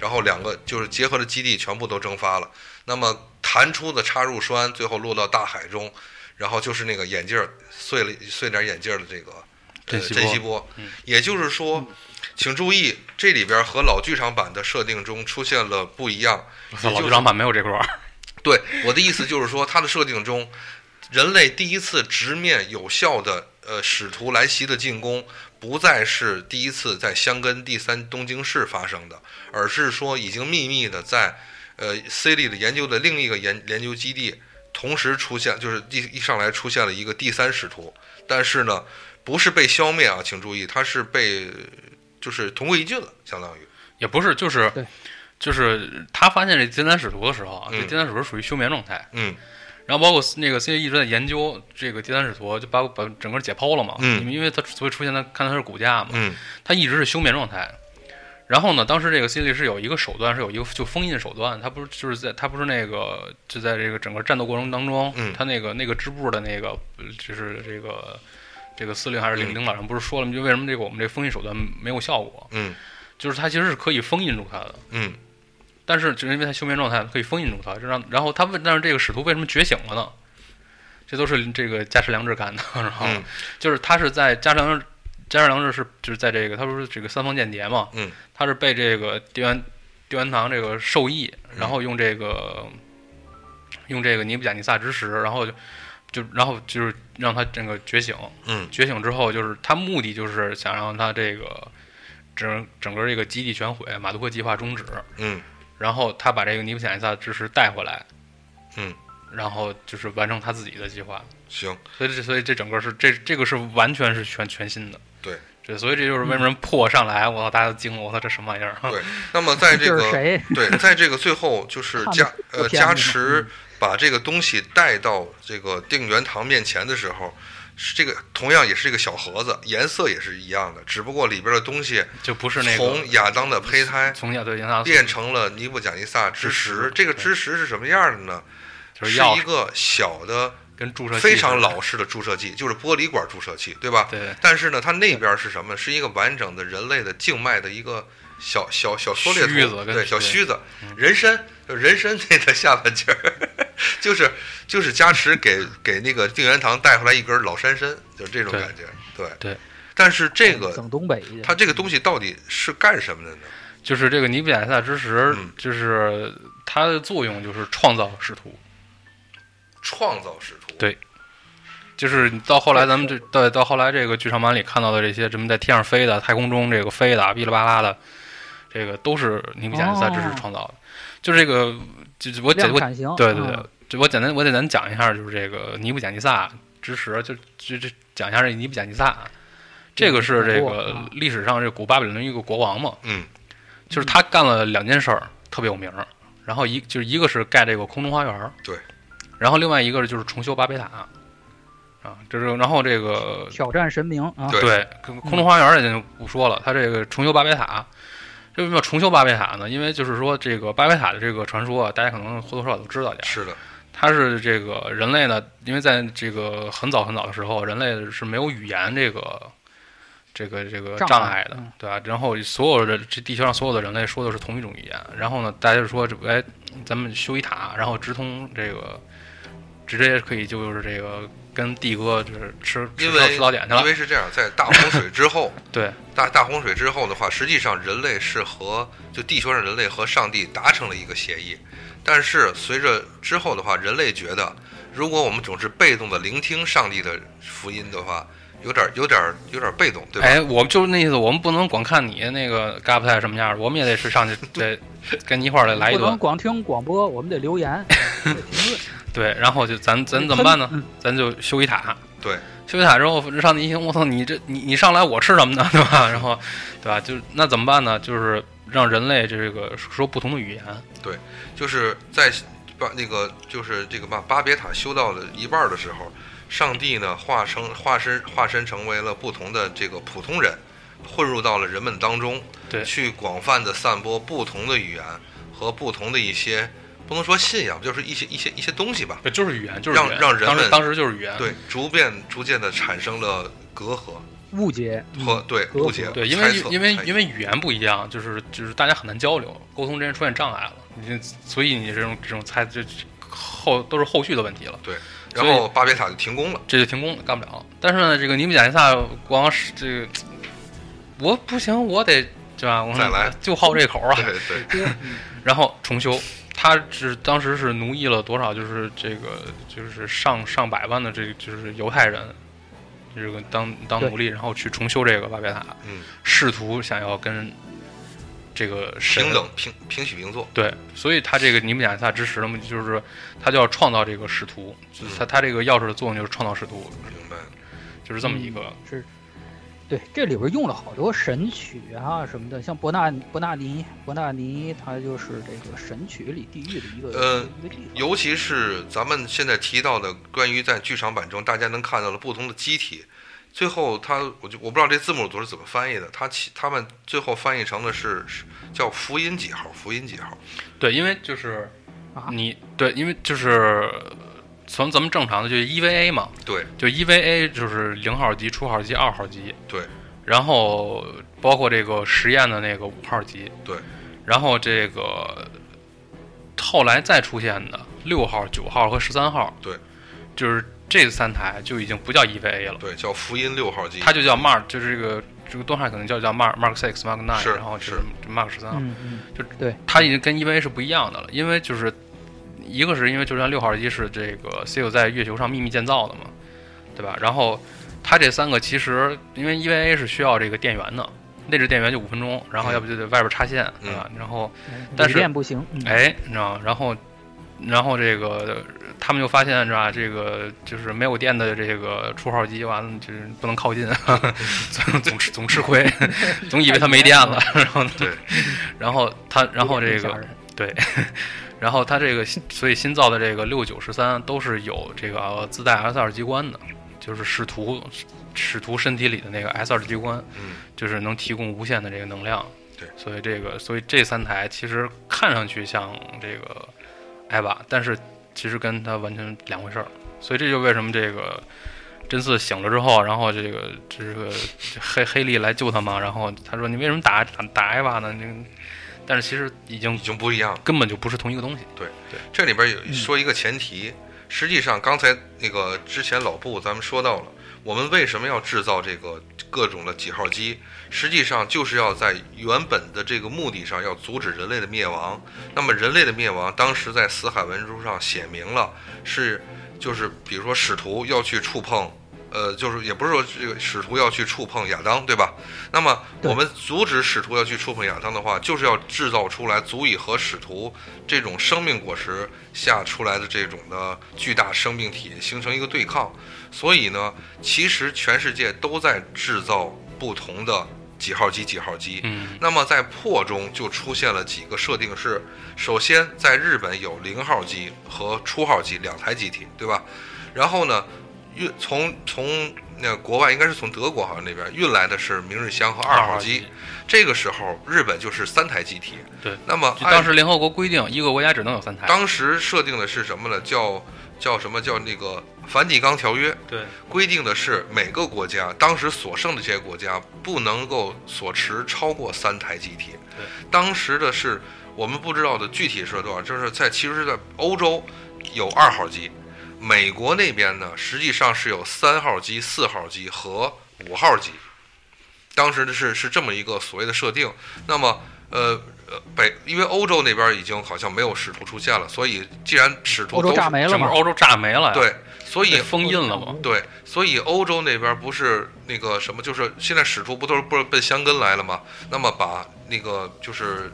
Speaker 1: 然后两个就是结合的基地全部都蒸发了，那么弹出的插入栓最后落到大海中，然后就是那个眼镜儿碎了碎点眼镜儿的这个呃
Speaker 3: 珍惜
Speaker 1: 珍
Speaker 3: 波
Speaker 1: 惜波
Speaker 3: 嗯，
Speaker 1: 也就是说。请注意，这里边和老剧场版的设定中出现了不一样。
Speaker 3: 我操
Speaker 1: 也
Speaker 3: 老
Speaker 1: 就
Speaker 3: 剧
Speaker 1: 是
Speaker 3: 场版没有这块儿，
Speaker 1: 对，我的意思就是说，它的设定中，人类第一次直面有效的呃使徒来袭的进攻，不再是第一次在箱根第三东京市发生的，而是说已经秘密的在呃 C 里的研究的另一个研研究基地，同时出现，就是一一上来出现了一个第三使徒，但是呢，不是被消灭啊，请注意，它是被就是同归于尽了，相当于。
Speaker 3: 也不是，就是
Speaker 2: 对
Speaker 3: 就是他发现这金三使徒的时候啊，这
Speaker 1: 嗯
Speaker 3: 金三使徒属于休眠状态，
Speaker 1: 嗯
Speaker 3: 然后包括那个 C 一直在研究这个第三使徒，就把把整个解剖了嘛，
Speaker 1: 嗯
Speaker 3: 因为因为他所以出现他看他是骨架嘛，
Speaker 1: 嗯
Speaker 3: 他一直是休眠状态。然后呢，当时这个 C 力是有一个手段，是有一个就封印手段，他不是就是在他不是那个就在这个整个战斗过程当中，
Speaker 1: 嗯
Speaker 3: 他那个那个支部的那个呃就是这个这个司令还是
Speaker 1: 嗯
Speaker 3: 领领导上不是说了吗？就为什么这个我们这封印手段没有效果，
Speaker 1: 嗯
Speaker 3: 就是他其实是可以封印住他的，
Speaker 1: 嗯
Speaker 3: 但是就是因为他休眠状态可以封印住他，这让然后他问，但是这个使徒为什么觉醒了呢？这都是这个加持良治干的，然后
Speaker 1: 嗯
Speaker 3: 就是他是在加上加上良治是就是在这个他不是这个三方间谍嘛，
Speaker 1: 嗯，
Speaker 3: 他是被这个地元地元堂这个授意，
Speaker 1: 嗯
Speaker 3: 然后用这个、用这个尼布甲尼撒之石，然后就就然后就是让他整个觉醒，
Speaker 1: 嗯
Speaker 3: 觉醒之后就是他目的就是想让他这个整整个这个基地全毁，马杜克计划终止，
Speaker 1: 嗯
Speaker 3: 然后他把这个尼布甲尼撒之石带回来，
Speaker 1: 嗯，
Speaker 3: 然后就是完成他自己的计划，
Speaker 1: 行。
Speaker 3: 所以这所以这整个是这这个是完全是全全新的，
Speaker 1: 对
Speaker 3: 对，所以这就是为什么破上来，我操，大家都惊了，我操，这什么玩意儿？
Speaker 1: 对，那么在这
Speaker 2: 这是
Speaker 1: 个
Speaker 2: 谁？
Speaker 1: 对，在这个最后 就是
Speaker 2: 看
Speaker 1: 加
Speaker 2: 着
Speaker 1: 呃
Speaker 2: 片子
Speaker 1: 加
Speaker 2: 嘛
Speaker 1: 持
Speaker 2: 嗯
Speaker 1: 把这个东西带到这个定元堂面前的时候，是这个同样也是一个小盒子，颜色也是一样的，只不过里边的东西
Speaker 3: 就不是那个
Speaker 1: 从亚当的胚胎
Speaker 3: 从小对银行
Speaker 1: 变成了尼布甲尼撒之
Speaker 3: 之
Speaker 1: 石
Speaker 3: 石。
Speaker 1: 这个
Speaker 3: 对
Speaker 1: 之石是什么样的呢？
Speaker 3: 就是
Speaker 1: 是
Speaker 3: 钥
Speaker 1: 一
Speaker 3: 匙
Speaker 1: 个小的
Speaker 3: 跟注射器
Speaker 1: 非常
Speaker 3: 似的，
Speaker 1: 老式的注射器，就是玻璃管注射器，对吧？
Speaker 3: 对，
Speaker 1: 但是呢，它那边是什么？是一个完整的人类的静脉的一个小小小缩略
Speaker 3: 须
Speaker 1: 图
Speaker 3: 子，跟
Speaker 1: 对，小
Speaker 3: 对
Speaker 1: 须子
Speaker 3: 嗯，
Speaker 1: 人参，就人参那个下半截儿， 就是就是加持给给那个定元堂带回来一根老山参，就是这种
Speaker 3: 对
Speaker 1: 感觉，对
Speaker 3: 对。
Speaker 1: 但是这个
Speaker 2: 整东北去。
Speaker 1: 它这个东西到底是干什么的呢？
Speaker 3: 就是这个尼布甲尼撒之石
Speaker 1: 嗯，
Speaker 3: 就是它的作用就是创造使徒，
Speaker 1: 创造使徒，
Speaker 3: 对就是你到后来咱们这对到后来这个剧场版里看到的这些什么在天上飞的、太空中这个飞的、噼里啪啦的，这个都是尼布甲尼撒之石
Speaker 2: 哦
Speaker 3: 创造的。就是这个，就是我简
Speaker 2: 量
Speaker 3: 我
Speaker 2: 产型，
Speaker 3: 对对对
Speaker 2: 嗯，，
Speaker 3: 就我简单我简单讲一下，就是这个尼布甲尼撒之石，就就就讲一下这尼布甲尼撒，啊这个是这
Speaker 2: 嗯我
Speaker 3: 个
Speaker 2: 啊
Speaker 3: 历史上这古巴比伦一个国王嘛，
Speaker 1: 嗯
Speaker 3: 就是他干了两件事儿特别有名儿，然后一就是一个是盖这个空中花园儿，
Speaker 1: 对，
Speaker 3: 然后另外一个就是重修巴别塔，啊，这是然后这个
Speaker 2: 挑战神明啊，
Speaker 1: 对
Speaker 3: 对空空中花园儿也就不说了，他这个重修巴别塔。这为什么要重修巴别塔呢？因为就是说，这个巴别塔的这个传说啊，大家可能或多或少都知道点儿。
Speaker 1: 是的，
Speaker 3: 它是这个人类呢，因为在这个很早很早的时候，人类是没有语言这个这个这个
Speaker 2: 障碍
Speaker 3: 障碍的
Speaker 2: 嗯，
Speaker 3: 对吧？然后所有的这地球上所有的人类说的是同一种语言，然后呢，大家就说这哎，咱们修一塔，然后直通这个，直接可以就是这个跟帝哥就是吃吃
Speaker 1: 因
Speaker 3: 到
Speaker 1: 为
Speaker 3: 吃早点去了
Speaker 1: 因，为是这样，在大洪水之后，
Speaker 3: 对
Speaker 1: 大大洪水之后的话，实际上人类是和就地球上人类和上帝达成了一个协议，但是随着之后的话，人类觉得，如果我们总是被动的聆听上帝的福音的话，有点有点有点被动，对吧？
Speaker 3: 哎，我们就是那意思，我们不能光看你那个嘎巴菜什么样，我们也得 是上去得跟你一块儿来来一
Speaker 2: 不能
Speaker 3: 顿，
Speaker 2: 光听广播，我们得 留言，得评论
Speaker 3: 对，然后就咱咱怎么办呢？？
Speaker 2: 嗯
Speaker 3: 咱就修一塔。
Speaker 1: 对，
Speaker 3: 修一塔之后，上帝一听，我操，你这你你上来我吃什么呢？对 吧？然后，对吧？就是那怎么办呢？就是让人类这个说不同的语言，
Speaker 1: 就是在把那个就是这个巴巴别塔修到了一半的时候，上帝呢化成化身化身成为了不同的这个普通人，混入到了人们当中，
Speaker 3: 对
Speaker 1: 去广泛的散播不同的语言和不同的一些不能说信仰，就是一些一些一些东西吧，
Speaker 3: 不呃就是语言，就是
Speaker 1: 让
Speaker 3: 语言
Speaker 1: 让人
Speaker 3: 当时
Speaker 1: 们
Speaker 3: 当时就是语言，
Speaker 1: 对，逐渐逐渐的产生了隔阂
Speaker 2: 误解嗯
Speaker 1: 和对
Speaker 2: 隔阂
Speaker 1: 误解、
Speaker 3: 嗯对，因
Speaker 1: 猜
Speaker 3: 为
Speaker 1: 测
Speaker 3: 因为
Speaker 1: 猜疑
Speaker 3: 因为语言不一样，就是就是大家很难交流，沟通之间出现障碍了，你这所以你这种这种猜这这后都是后续的问题了，
Speaker 1: 然后巴别塔就停工了，
Speaker 3: 这就停工了，干不了了。但是呢，这个尼布贾尼撒国王是这个，我不行，我得对吧？我
Speaker 1: 再来
Speaker 3: 就好这口啊，
Speaker 1: 对对，
Speaker 2: 嗯
Speaker 3: 然后重修。他是当时是奴役了多少？就是这个，就是上上百万的这，就是犹太人，这个当当奴隶，然后去重修这个巴别塔，
Speaker 1: 嗯，
Speaker 3: 试图想要跟这个神
Speaker 1: 平等平平起平坐，
Speaker 3: 对，所以他这个尼布甲尼撒之石的目的就是他就要创造这个使徒，就是他他这个钥匙的作用就是创造使徒，
Speaker 1: 明白？
Speaker 3: 就是这么一个。
Speaker 2: 是，对，这里边用了好多神曲啊什么的，像伯纳伯纳尼伯纳尼，他就是这个神曲里地狱的一个、
Speaker 1: 呃
Speaker 2: 一个地方。
Speaker 1: 尤其是咱们现在提到的关于在剧场版中大家能看到的不同的机体，最后它我就我不知道这字母组是怎么翻译的，它其他们最后翻译成的是是叫福音几号，福音几号，
Speaker 3: 对，因为就是
Speaker 2: 啊
Speaker 3: 你、对，因为就是从咱们正常的就是 EVA 嘛，
Speaker 1: 对，
Speaker 3: 就 EVA 就是零号机、初号机、二号机，
Speaker 1: 对，
Speaker 3: 然后包括这个实验的那个五号机，
Speaker 1: 对，
Speaker 3: 然后这个后来再出现的六号、九号和十三号，
Speaker 1: 对，
Speaker 3: 就是这三台就已经不叫 EVA 了，
Speaker 1: 对，叫福音六号机，
Speaker 3: 它就叫 Mark，就是这个这个动画可能叫叫 Mark Mark Six、Mark Nine，
Speaker 1: 是
Speaker 3: 然后就是 Mark 十三号，
Speaker 2: 嗯嗯，
Speaker 3: 它已经跟 EVA 是不一样的了，因为就是一个是因为就像六号机是这个 C u 在月球上秘密建造的嘛，对吧？然后它这三个其实因为 EVA 是需要这个电源的，内置电源就五分钟，然
Speaker 2: 嗯
Speaker 3: 后要不就得外边插线，对吧？然后但
Speaker 2: 理
Speaker 3: 是
Speaker 2: 念哎不行，嗯、
Speaker 3: 哎，你知道，然后然后这个他们就发现是吧，这个就是没有电的这个初号机，完了就是不能 靠近，总总吃总吃亏，总以为它没电了，然后
Speaker 1: 对，
Speaker 3: 然后他然后
Speaker 2: 有
Speaker 3: 这
Speaker 2: 点吓
Speaker 3: 个
Speaker 2: 人
Speaker 3: 然后它这个新所以新造的这个六九十三都是有这个呃自带 S 二机关的，就是使徒使徒身体里的那个 S 二机关，
Speaker 1: 嗯，
Speaker 3: 就是能提供无限的这个能量。
Speaker 1: 对，
Speaker 3: 所以这个所以这三台其实看上去像这个艾娃，但是其实跟它完全两回事儿。所以这就为什么这个真嗣醒了之后，然后这个这个这黑黑利来救他嘛，然后他说你为什么打打打艾娃呢？那个但是其实已经
Speaker 1: 已经不一样了。
Speaker 3: 根本就不是同一个东西。
Speaker 1: 这里边有说一个前提，实际上刚才那个之前老布咱们说到了，我们为什么要制造这个各种的几号机？实际上就是要在原本的这个目的上要阻止人类的灭亡。那么人类的灭亡，当时在死海文书上写明了，是就是比如说使徒要去触碰。呃，就是也不是说这个使徒要去触碰亚当，对吧？那么
Speaker 2: 对
Speaker 1: 我们阻止使徒要去触碰亚当的话，就是要制造出来足以和使徒这种生命果实下出来的这种的巨大生命体形成一个对抗。所以呢，其实全世界都在制造不同的几号机几号机。
Speaker 3: 嗯，
Speaker 1: 那么在破中就出现了几个设定是，首先在日本有零号机和初号机两台机体，对吧？然后呢，运从从那国外应该是从德国好像那边运来的是明日香和二号机，这个时候日本就是三台机体。
Speaker 3: 对，
Speaker 1: 那么
Speaker 3: 就
Speaker 1: 按
Speaker 3: 当时联合国规定，一个国家只能有三台。
Speaker 1: 当时设定的是什么呢？叫叫什么叫那个梵蒂冈条约，
Speaker 3: 对，
Speaker 1: 规定的是每个国家当时所剩的这些国家不能够所持超过三台机体
Speaker 3: 对。
Speaker 1: 当时的是我们不知道的具体是多少，就是在其实，在欧洲有二号机，美国那边呢实际上是有三号机、四号机和五号机。当时的是是这么一个所谓的设定。那么，呃。呃，北因为欧洲那边已经好像没有使徒出现了，所以既然使徒
Speaker 2: 欧洲
Speaker 1: 都
Speaker 2: 炸
Speaker 1: 是
Speaker 2: 没了
Speaker 3: 整个
Speaker 2: 嘛，
Speaker 3: 欧洲炸没了呀，
Speaker 1: 对，所以
Speaker 3: 被封印了嘛。
Speaker 1: 对，所以欧洲那边不是那个什么，就是现在使徒不都是奔奔香根来了吗？那么把那个就是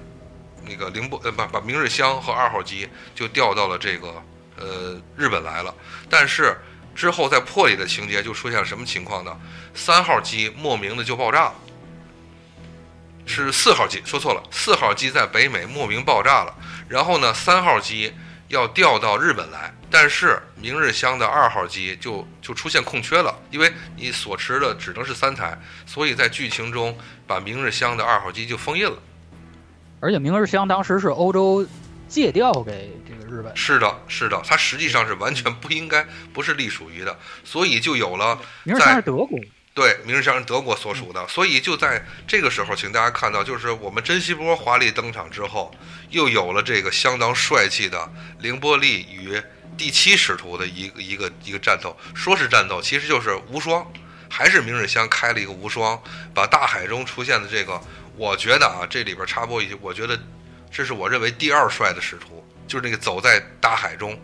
Speaker 1: 那个凌波呃，把把明日香和二号机就调到了这个呃日本来了。但是之后在破里的情节就出现了什么情况呢？三号机莫名的就爆炸了。是四号机，说错了，四号机在北美莫名爆炸了。然后呢，三号机要调到日本来，但是明日香的二号机就就出现空缺了，因为你所持的只能是三台，所以在剧情中把明日香的二号机就封印了。
Speaker 2: 而且明日香当时是欧洲借调给这个日本。
Speaker 1: 是的，是的，它实际上是完全不应该，不是隶属于的，所以就有了
Speaker 2: 名人堂是德国，
Speaker 1: 对明日香是德国所属的，所以就在这个时候，请大家看到，就是我们珍惜波华丽登场之后，又有了这个相当帅气的凌波丽与第七使徒的一个一个一个战斗。说是战斗，其实就是无双，还是明日香开了一个无双，把大海中出现的这个，我觉得啊，这里边插播一句，我觉得这是我认为第二帅的使徒，就是那个走在大海中，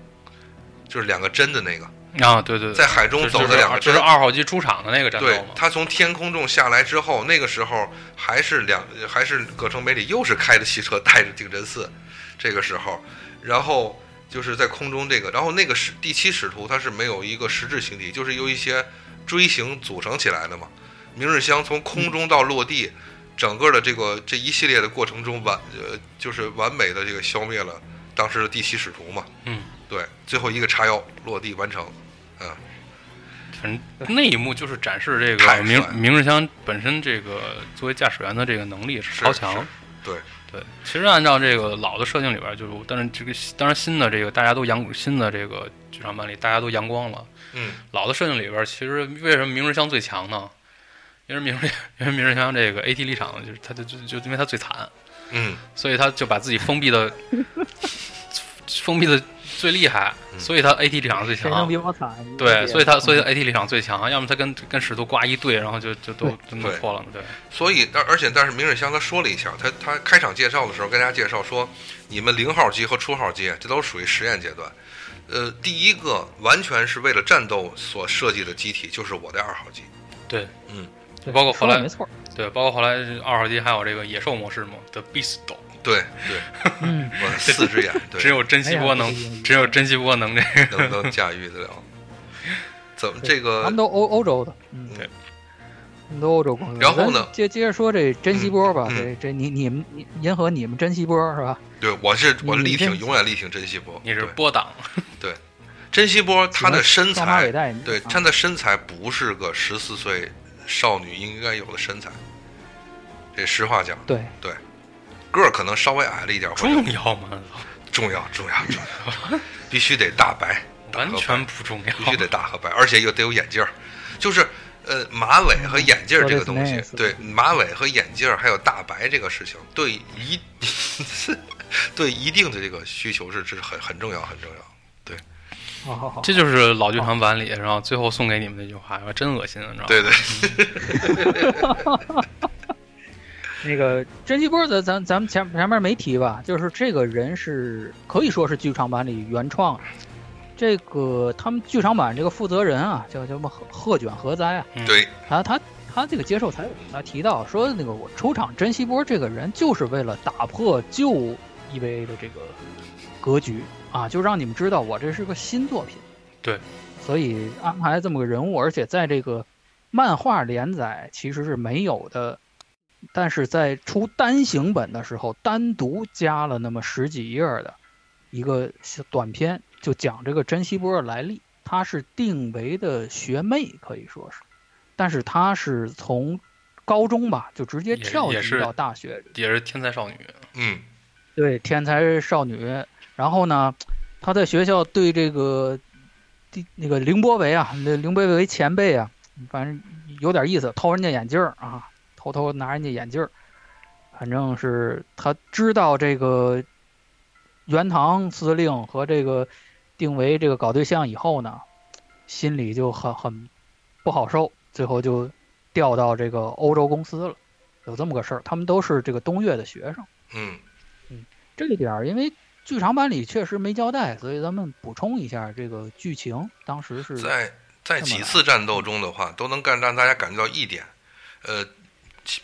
Speaker 1: 就是两个针的那个，
Speaker 3: 啊，对对，对
Speaker 1: 在海中
Speaker 3: 这
Speaker 1: 走
Speaker 3: 这
Speaker 1: 的
Speaker 3: 是
Speaker 1: 两
Speaker 3: 二
Speaker 1: 个
Speaker 3: 这
Speaker 1: 针
Speaker 3: 是。二号机出场的那个战斗
Speaker 1: 对
Speaker 3: 嘛，
Speaker 1: 他从天空中下来之后，那个时候还是两还是葛城北里又是开着汽车带着定真寺，这个时候，然后就是在空中这个，然后那个使第七使徒他是没有一个实质形体，就是由一些锥形组成起来的嘛。明日香从空中到落地，整个的这个这一系列的过程中完呃就是完美的这个消灭了当时的第七使徒嘛。
Speaker 3: 嗯，
Speaker 1: 对，最后一个叉腰落地完成。
Speaker 3: 反正那一幕就是展示这
Speaker 1: 太
Speaker 3: 个明
Speaker 1: 帅了
Speaker 3: 明日香本身这个作为驾驶员的这个能力是
Speaker 1: 是
Speaker 3: 超强
Speaker 1: 是。对
Speaker 3: 对，其实按照这个老的设定里边，就是但是这个当然新的这个大家都阳新的这个剧场版里大家都阳光了。
Speaker 1: 嗯，
Speaker 3: 老的设定里边，其实为什么明日香最强呢？因为明日因为明日香 这个 AT 立场就是他就就就因为他最惨，
Speaker 1: 嗯，
Speaker 3: 所以他就把自己封 闭的封闭的最厉害，
Speaker 1: 嗯
Speaker 3: 所以他 AT 立场最
Speaker 4: 谁能
Speaker 3: 强
Speaker 4: 比。我惨？
Speaker 3: 对，所以他所以
Speaker 2: 嗯
Speaker 3: 哎
Speaker 4: 以
Speaker 3: 他 AT 立场最强，要么他跟跟使徒挂一队，然后就就都就弄错了。对，
Speaker 1: 所以，但而且但是明日香他说了一下，他他开场介绍的时候跟大家介绍说，你们零号机和初号机这都属于实验阶段。呃，第一个完全是为了战斗所设计的机体，就是我的二号机。
Speaker 2: 对
Speaker 3: 包括后来
Speaker 2: 说得没错，
Speaker 3: 对，包括后来二号机还有这个野兽模式嘛，The Beast，
Speaker 1: 对对，
Speaker 2: 嗯，
Speaker 1: 我的四只眼，
Speaker 3: 只
Speaker 1: 对，
Speaker 3: 有珍惜波能
Speaker 4: 哎呀这个也，
Speaker 3: 只有珍惜波能这个。
Speaker 1: 能能驾驭得了。怎么
Speaker 2: 对
Speaker 1: 这
Speaker 2: 他
Speaker 1: 个
Speaker 2: 们都欧欧洲的，嗯，
Speaker 3: 对，
Speaker 2: 他们都欧洲公司。
Speaker 1: 然后呢
Speaker 2: 咱接接着说这珍惜波吧，
Speaker 1: 嗯嗯
Speaker 2: 这这你你们你银河你们珍惜波是吧？
Speaker 1: 对我是我
Speaker 2: 你
Speaker 1: 力
Speaker 2: 这
Speaker 1: 挺，永远力挺珍惜波。
Speaker 3: 你是
Speaker 1: 对
Speaker 3: 波党，
Speaker 1: 珍惜波，她的身
Speaker 2: 双马
Speaker 1: 材
Speaker 2: 尾带，你
Speaker 1: 对，
Speaker 2: 啊
Speaker 1: 她的身材不是个十四岁少女应该有的身材，这实话讲，
Speaker 2: 对，
Speaker 1: 个儿可能稍微矮了一点，或者
Speaker 3: 重要 吗？
Speaker 1: 重要重要重要，必须得大白，
Speaker 3: 完全不重要。
Speaker 1: 必须得大和白，而且又得有眼镜儿，就是呃马尾和眼镜儿这个东西，
Speaker 4: Nice
Speaker 1: 对马尾和眼镜儿还有大白这个事情，对一对一定的这个需求是这是很很重要很重要。
Speaker 2: 好哦好好，
Speaker 3: 这就是老剧场版里，然后最后送给你们那句话，真恶心，你知道吗？
Speaker 1: 对对，
Speaker 2: 那个珍惜波咱咱咱们前前面没提吧，就是这个人是可以说是剧场版里原创的。这个他们剧场版这个负责人啊，叫叫什么贺贺卷和哉啊，
Speaker 3: 嗯
Speaker 1: 对
Speaker 2: 他他他这个接受采访，他提到说，那个我出场珍惜波这个人，就是为了打破旧 EVA E 的这个格局啊，就让你们知道我这是个新作品。
Speaker 3: 对，
Speaker 2: 所以安排这么个人物，而且在这个漫画连载其实是没有的，但是在出单行本的时候，单独加了那么十几页的一个小短篇，就讲这个珍惜波的来历。她是定为的学妹，可以说是。但是她是从高中吧，就直接
Speaker 3: 也
Speaker 2: 跳
Speaker 3: 也
Speaker 2: 级
Speaker 3: 是
Speaker 2: 到大学，
Speaker 3: 也是天才少女，
Speaker 1: 嗯
Speaker 2: 对，天才少女。然后呢，她在学校对这个第那个凌波维啊，那凌波维前辈啊，反正有点意思，偷人家眼镜儿啊，偷偷拿人家眼镜儿。反正是她知道这个元堂司令和这个定为这个搞对象以后呢，心里就很很不好受，最后就调到这个欧洲公司了。有这么个事儿，他们都是这个东岳的学生。
Speaker 1: 嗯，
Speaker 2: 这一点儿，因为剧场版里确实没交代，所以咱们补充一下这个剧情。当时是
Speaker 1: 在在几次战
Speaker 2: 嗯
Speaker 1: 斗中的话，都能干让大家感觉到一点，呃，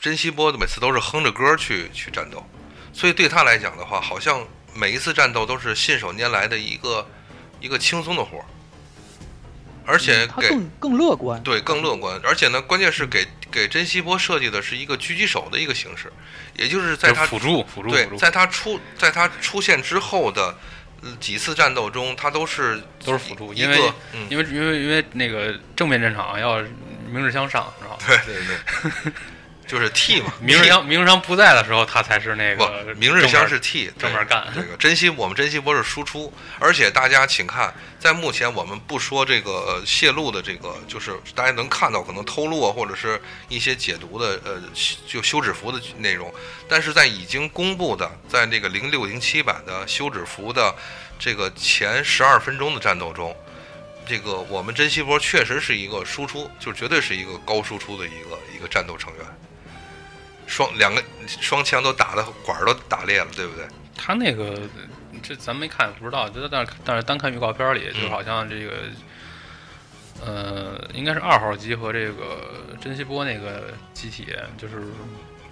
Speaker 1: 珍惜波每次都是哼着歌去去战斗，所以对他来讲的话，好像每一次战斗都是信手拈来的一个一个轻松的活儿，而且
Speaker 2: 嗯他
Speaker 1: 给、
Speaker 2: 更更乐观，
Speaker 1: 对更乐观，而且呢，关键是给给珍惜波设计的是一个狙击手的一个形式，也就是在
Speaker 3: 就是
Speaker 1: 他
Speaker 3: 辅助辅助
Speaker 1: 对
Speaker 3: 辅助，
Speaker 1: 在他出在他出现之后的。呃几次战斗中，他都是
Speaker 3: 都是辅助
Speaker 1: 一
Speaker 3: 因为
Speaker 1: 个嗯，
Speaker 3: 因为 因为因为那个正面战场要明日相上，是吧？
Speaker 1: 对对对， 就是 T 嘛，
Speaker 3: 明日香明日香不在的时候，他才是那
Speaker 1: 不
Speaker 3: 个，
Speaker 1: 明日香
Speaker 3: 正
Speaker 1: 是 T，
Speaker 3: 正面干
Speaker 1: 对这个珍惜我们珍惜波是输出，而且大家请看，在目前我们不说这个呃泄露的这个，就是大家能看到可能偷录啊，或者是一些解读的呃休就休止符的内容，但是在已经公布的在那个零六零七版的休止符的这个前十二分钟的战斗中。这个我们珍惜波确实是一个输出，就绝对是一个高输出的一个一个战斗成员，双两个双枪都打的管儿都打裂了，对不对？
Speaker 3: 他那个这咱没看也不知道，就是但是但是单看预告片里，就
Speaker 1: 嗯
Speaker 3: 好像这个。呃，应该是二号机和这个珍惜波那个机体，就是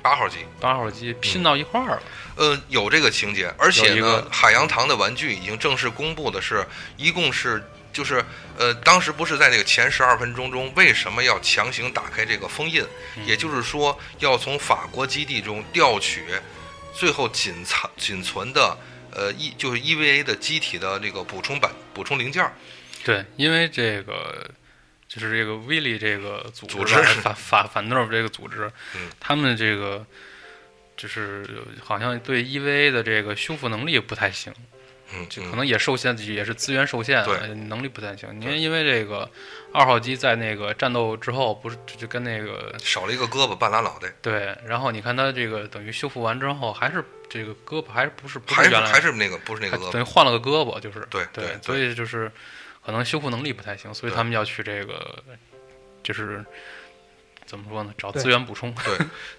Speaker 1: 八号机，
Speaker 3: 八号机拼到一块儿了。
Speaker 1: 嗯，有这个情节，而且
Speaker 3: 有一
Speaker 1: 呢
Speaker 3: 个，
Speaker 1: 海洋堂的玩具已经正式公布的是，一共是就是呃，当时不是在那个前十二分钟中，为什么要强行打开这个封印？
Speaker 3: 嗯
Speaker 1: 也就是说，要从法国基地中调取最后仅藏仅存的呃 E 就是 EVA 的机体的这个补充版补充零件儿。
Speaker 3: 对，因为这个就是这个威利这个组织
Speaker 1: 组
Speaker 3: 吧
Speaker 1: 织是
Speaker 3: 反反反豆这个组织，
Speaker 1: 嗯
Speaker 3: 他们这个就是好像对 EVA 的这个修复能力不太行，
Speaker 1: 嗯，
Speaker 3: 就
Speaker 1: 嗯
Speaker 3: 可能也受限，也是资源受限，
Speaker 1: 对
Speaker 3: 呃能力不太行。因
Speaker 1: 对
Speaker 3: 为因为这个二号机在那个战斗之后，不是就就跟那个
Speaker 1: 少了一个胳膊，半拉脑袋，
Speaker 3: 对，然后你看他这个等于修复完之后，还是这个胳膊还是不是不
Speaker 1: 还是
Speaker 3: 原来
Speaker 1: 还是那个不是那个
Speaker 3: 还
Speaker 1: 胳膊。
Speaker 3: 等于换了个胳膊，就是
Speaker 1: 对
Speaker 3: 对
Speaker 1: 对
Speaker 3: 所以就是可能修复能力不太行，所以
Speaker 1: 对
Speaker 3: 他们要去这个就是怎么说呢，找
Speaker 2: 对
Speaker 3: 资源补充。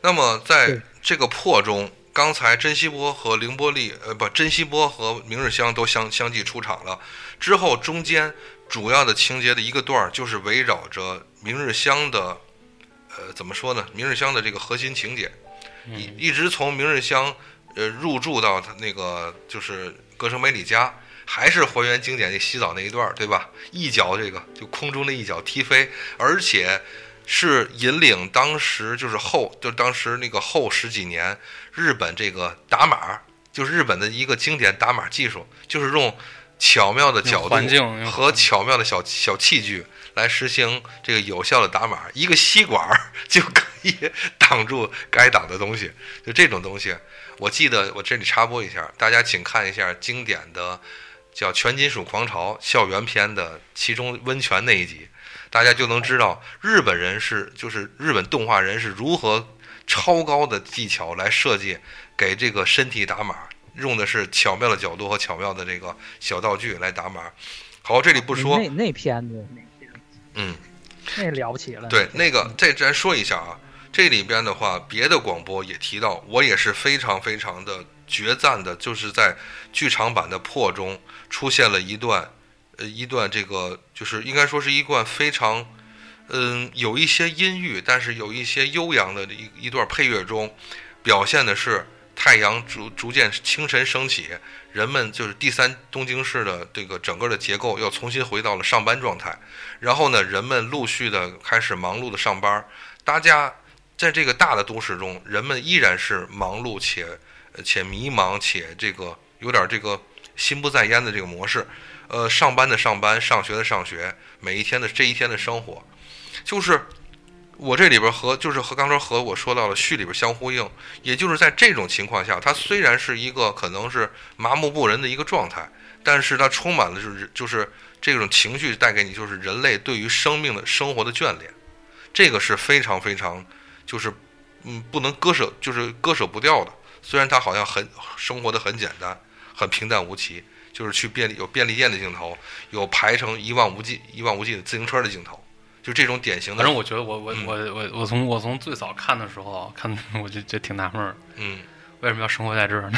Speaker 1: 那么在
Speaker 2: 对
Speaker 1: 这个破中，刚才珍惜波和凌波丽，呃，不，珍惜波和明日香都相相继出场了。之后中间主要的情节的一个段儿，就是围绕着明日香的，呃，怎么说呢？明日香的这个核心情节，一
Speaker 3: 嗯，
Speaker 1: 一直从明日香，呃，入住到他那个就是歌声美里家。还是还原经典那洗澡那一段儿，对吧？一脚这个就空中的一脚踢飞，而且是引领当时就是后，就是当时那个后十几年日本这个打码，就是日本的一个经典打码技术，就是用巧妙的角
Speaker 3: 用
Speaker 1: 度
Speaker 3: 环境
Speaker 1: 和巧妙的小小器具来实行这个有效的打码，一个吸管儿 就可以挡住该挡的东西，就这种东西。我记得我这里插播一下，大家请看一下经典的叫《全金属狂潮》校园篇的其中温泉那一集，大家就能知道日本人是就是日本动画人是如何超高的技巧来设计给这个身体打码，用的是巧妙的角度和巧妙的这个小道具来打码。好，这里不说，
Speaker 4: 那那片子，
Speaker 1: 嗯，
Speaker 4: 那了不起了。
Speaker 1: 对，那个这咱说一下啊，这里边的话，别的广播也提到，我也是非常非常的绝赞的，就是在剧场版的破中出现了一段，呃，一段这个就是应该说是一段非常，嗯，有一些阴郁，但是有一些悠扬的一一段配乐中，表现的是太阳逐逐渐清晨升起，人们就是第三东京市的这个整个的结构又重新回到了上班状态。然后呢，人们陆续的开始忙碌的上班儿。大家在这个大的都市中，人们依然是忙碌且呃且迷茫且这个有点这个心不在焉的这个模式。呃，上班的上班，上学的上学，每一天的这一天的生活，就是我这里边和就是和刚才和我说到了序里边相呼应，也就是在这种情况下，它虽然是一个可能是麻木不仁的一个状态，但是它充满了就是就是这种情绪带给你，就是人类对于生命的生活的眷恋，这个是非常非常就是嗯不能割舍，就是割舍不掉的。虽然它好像很生活的很简单，很平淡无奇，就是去便利有便利店的镜头，有排成一望无际一望无际的自行车的镜头，就这种典型的
Speaker 3: 反正我觉得我我
Speaker 1: 嗯
Speaker 3: 我我我从我从最早看的时候看， 我就就挺纳闷儿，
Speaker 1: 嗯。
Speaker 3: 为什么要生活在这儿呢？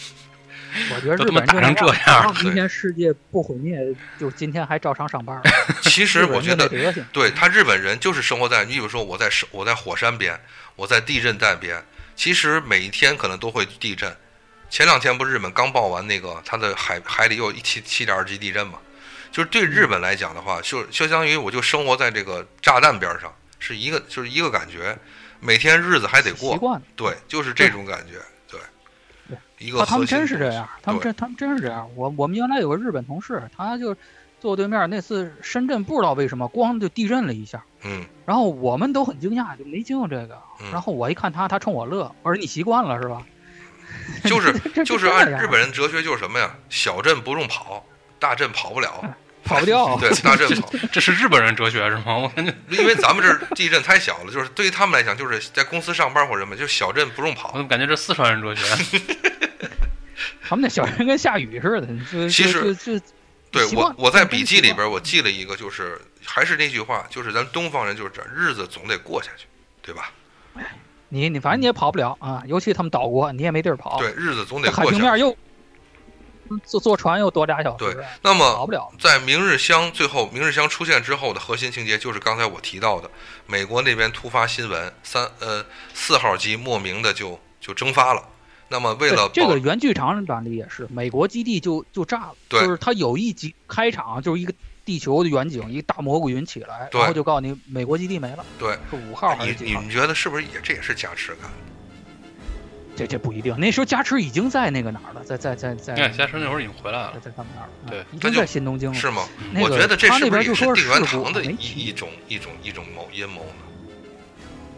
Speaker 2: 我觉得
Speaker 3: 都
Speaker 2: 日
Speaker 3: 他妈
Speaker 2: 本
Speaker 3: 打成
Speaker 2: 人
Speaker 3: 这
Speaker 2: 样，
Speaker 3: 样
Speaker 4: 到
Speaker 3: 了，
Speaker 4: 今天世界不毁灭，就今天还照常上班儿。
Speaker 1: 其实我觉
Speaker 4: 日本人的
Speaker 1: 得
Speaker 4: 这，德行，
Speaker 1: 对他日本人就是生活在，你比如说我在山我在火山边，我在地震带边，其实每一天可能都会地震。前两天不是日本刚报完那个它的海海里又一七七点二级地震嘛，就是对日本来讲的话，就就相当于我就生活在这个炸弹边上，是一个就是一个感觉，每天日子还得
Speaker 4: 习
Speaker 1: 过，
Speaker 4: 惯了。
Speaker 1: 对，就是这种感觉，对，
Speaker 4: 对
Speaker 1: 一
Speaker 4: 啊
Speaker 1: 个
Speaker 4: 他们
Speaker 1: 核心
Speaker 4: 真是这
Speaker 1: 东西
Speaker 4: 样，他们
Speaker 1: 对
Speaker 4: 真他们真是这样。我我们原来有个日本同事，他就
Speaker 2: 坐对面那次深圳不知道为什么咣就地震了一下，
Speaker 1: 嗯
Speaker 2: 然后我们都很惊讶，就没见过这个。
Speaker 1: 嗯
Speaker 2: 然后我一看他，他冲我乐，我说你习惯了是吧？
Speaker 1: 就是
Speaker 2: 这
Speaker 1: 就是
Speaker 2: 这
Speaker 1: 按
Speaker 2: 样啊
Speaker 1: 日本人哲学就是什么呀？小镇不用跑，大镇跑不了。
Speaker 2: 嗯跑不 掉
Speaker 1: 对，大镇跑，
Speaker 3: 这是日本人哲学是吗？ 我感觉
Speaker 1: 因为咱们这儿地震太小了，就是对于他们来讲，就是在公司上班或者什么，就是小镇不用
Speaker 3: 我
Speaker 1: 跑
Speaker 2: 嗯
Speaker 3: 怎。么感觉这四川人哲学？
Speaker 2: 他们那小人跟下雨似的，就
Speaker 1: 其实
Speaker 2: 就就就
Speaker 1: 对
Speaker 2: 习
Speaker 1: 我
Speaker 2: 惯，
Speaker 1: 我在
Speaker 2: 真
Speaker 1: 笔
Speaker 2: 习
Speaker 1: 记里
Speaker 2: 惯
Speaker 1: 边我记了一个，就是还是那句话，就是咱东方人就是这样日子总得过下去，对吧？
Speaker 2: 你你反正你也跑不了啊，尤其他们岛国，你也没地儿跑。
Speaker 1: 对，日子总
Speaker 2: 这
Speaker 1: 得
Speaker 2: 海
Speaker 1: 过
Speaker 2: 平
Speaker 1: 下去。
Speaker 2: 面又坐坐船又多俩小时，
Speaker 1: 对那么
Speaker 2: 跑不了。
Speaker 1: 在明日香最后，明日香出现之后的核心情节就是刚才我提到的，美国那边突发新闻，三呃四号机莫名的就就蒸发了。那么为
Speaker 2: 对
Speaker 1: 了
Speaker 2: 这
Speaker 1: 保
Speaker 2: 个原剧场版里也是，美国基地就就炸了，
Speaker 1: 对
Speaker 2: 就是它有一集开场就是一个地球的远景，一个大蘑菇云起来，
Speaker 1: 对
Speaker 2: 然后就告诉你美国基地没了，
Speaker 1: 对
Speaker 2: 是五号还
Speaker 1: 你
Speaker 2: 是几
Speaker 1: 你
Speaker 2: 号？
Speaker 1: 们觉得是不是也这也是加持感？
Speaker 2: 这这不一定，那时候加持已经在那个哪儿了，在在在在
Speaker 3: 你
Speaker 1: 哎
Speaker 3: 看，瞎说那会儿已经回来了
Speaker 2: 在。在他们那儿了，啊
Speaker 3: 对
Speaker 2: 已
Speaker 1: 那
Speaker 2: 经
Speaker 1: 就
Speaker 2: 在新东京了。
Speaker 1: 是吗？
Speaker 2: 那
Speaker 1: 我
Speaker 2: 个
Speaker 1: 觉得这
Speaker 2: 他
Speaker 1: 是
Speaker 2: 那
Speaker 1: 不是
Speaker 2: 边
Speaker 1: 也
Speaker 2: 就是说
Speaker 1: 定元
Speaker 2: 事
Speaker 1: 堂
Speaker 2: 故
Speaker 1: 的
Speaker 2: 没
Speaker 1: 一一
Speaker 2: 提，
Speaker 1: 种一种一种谋阴谋呢？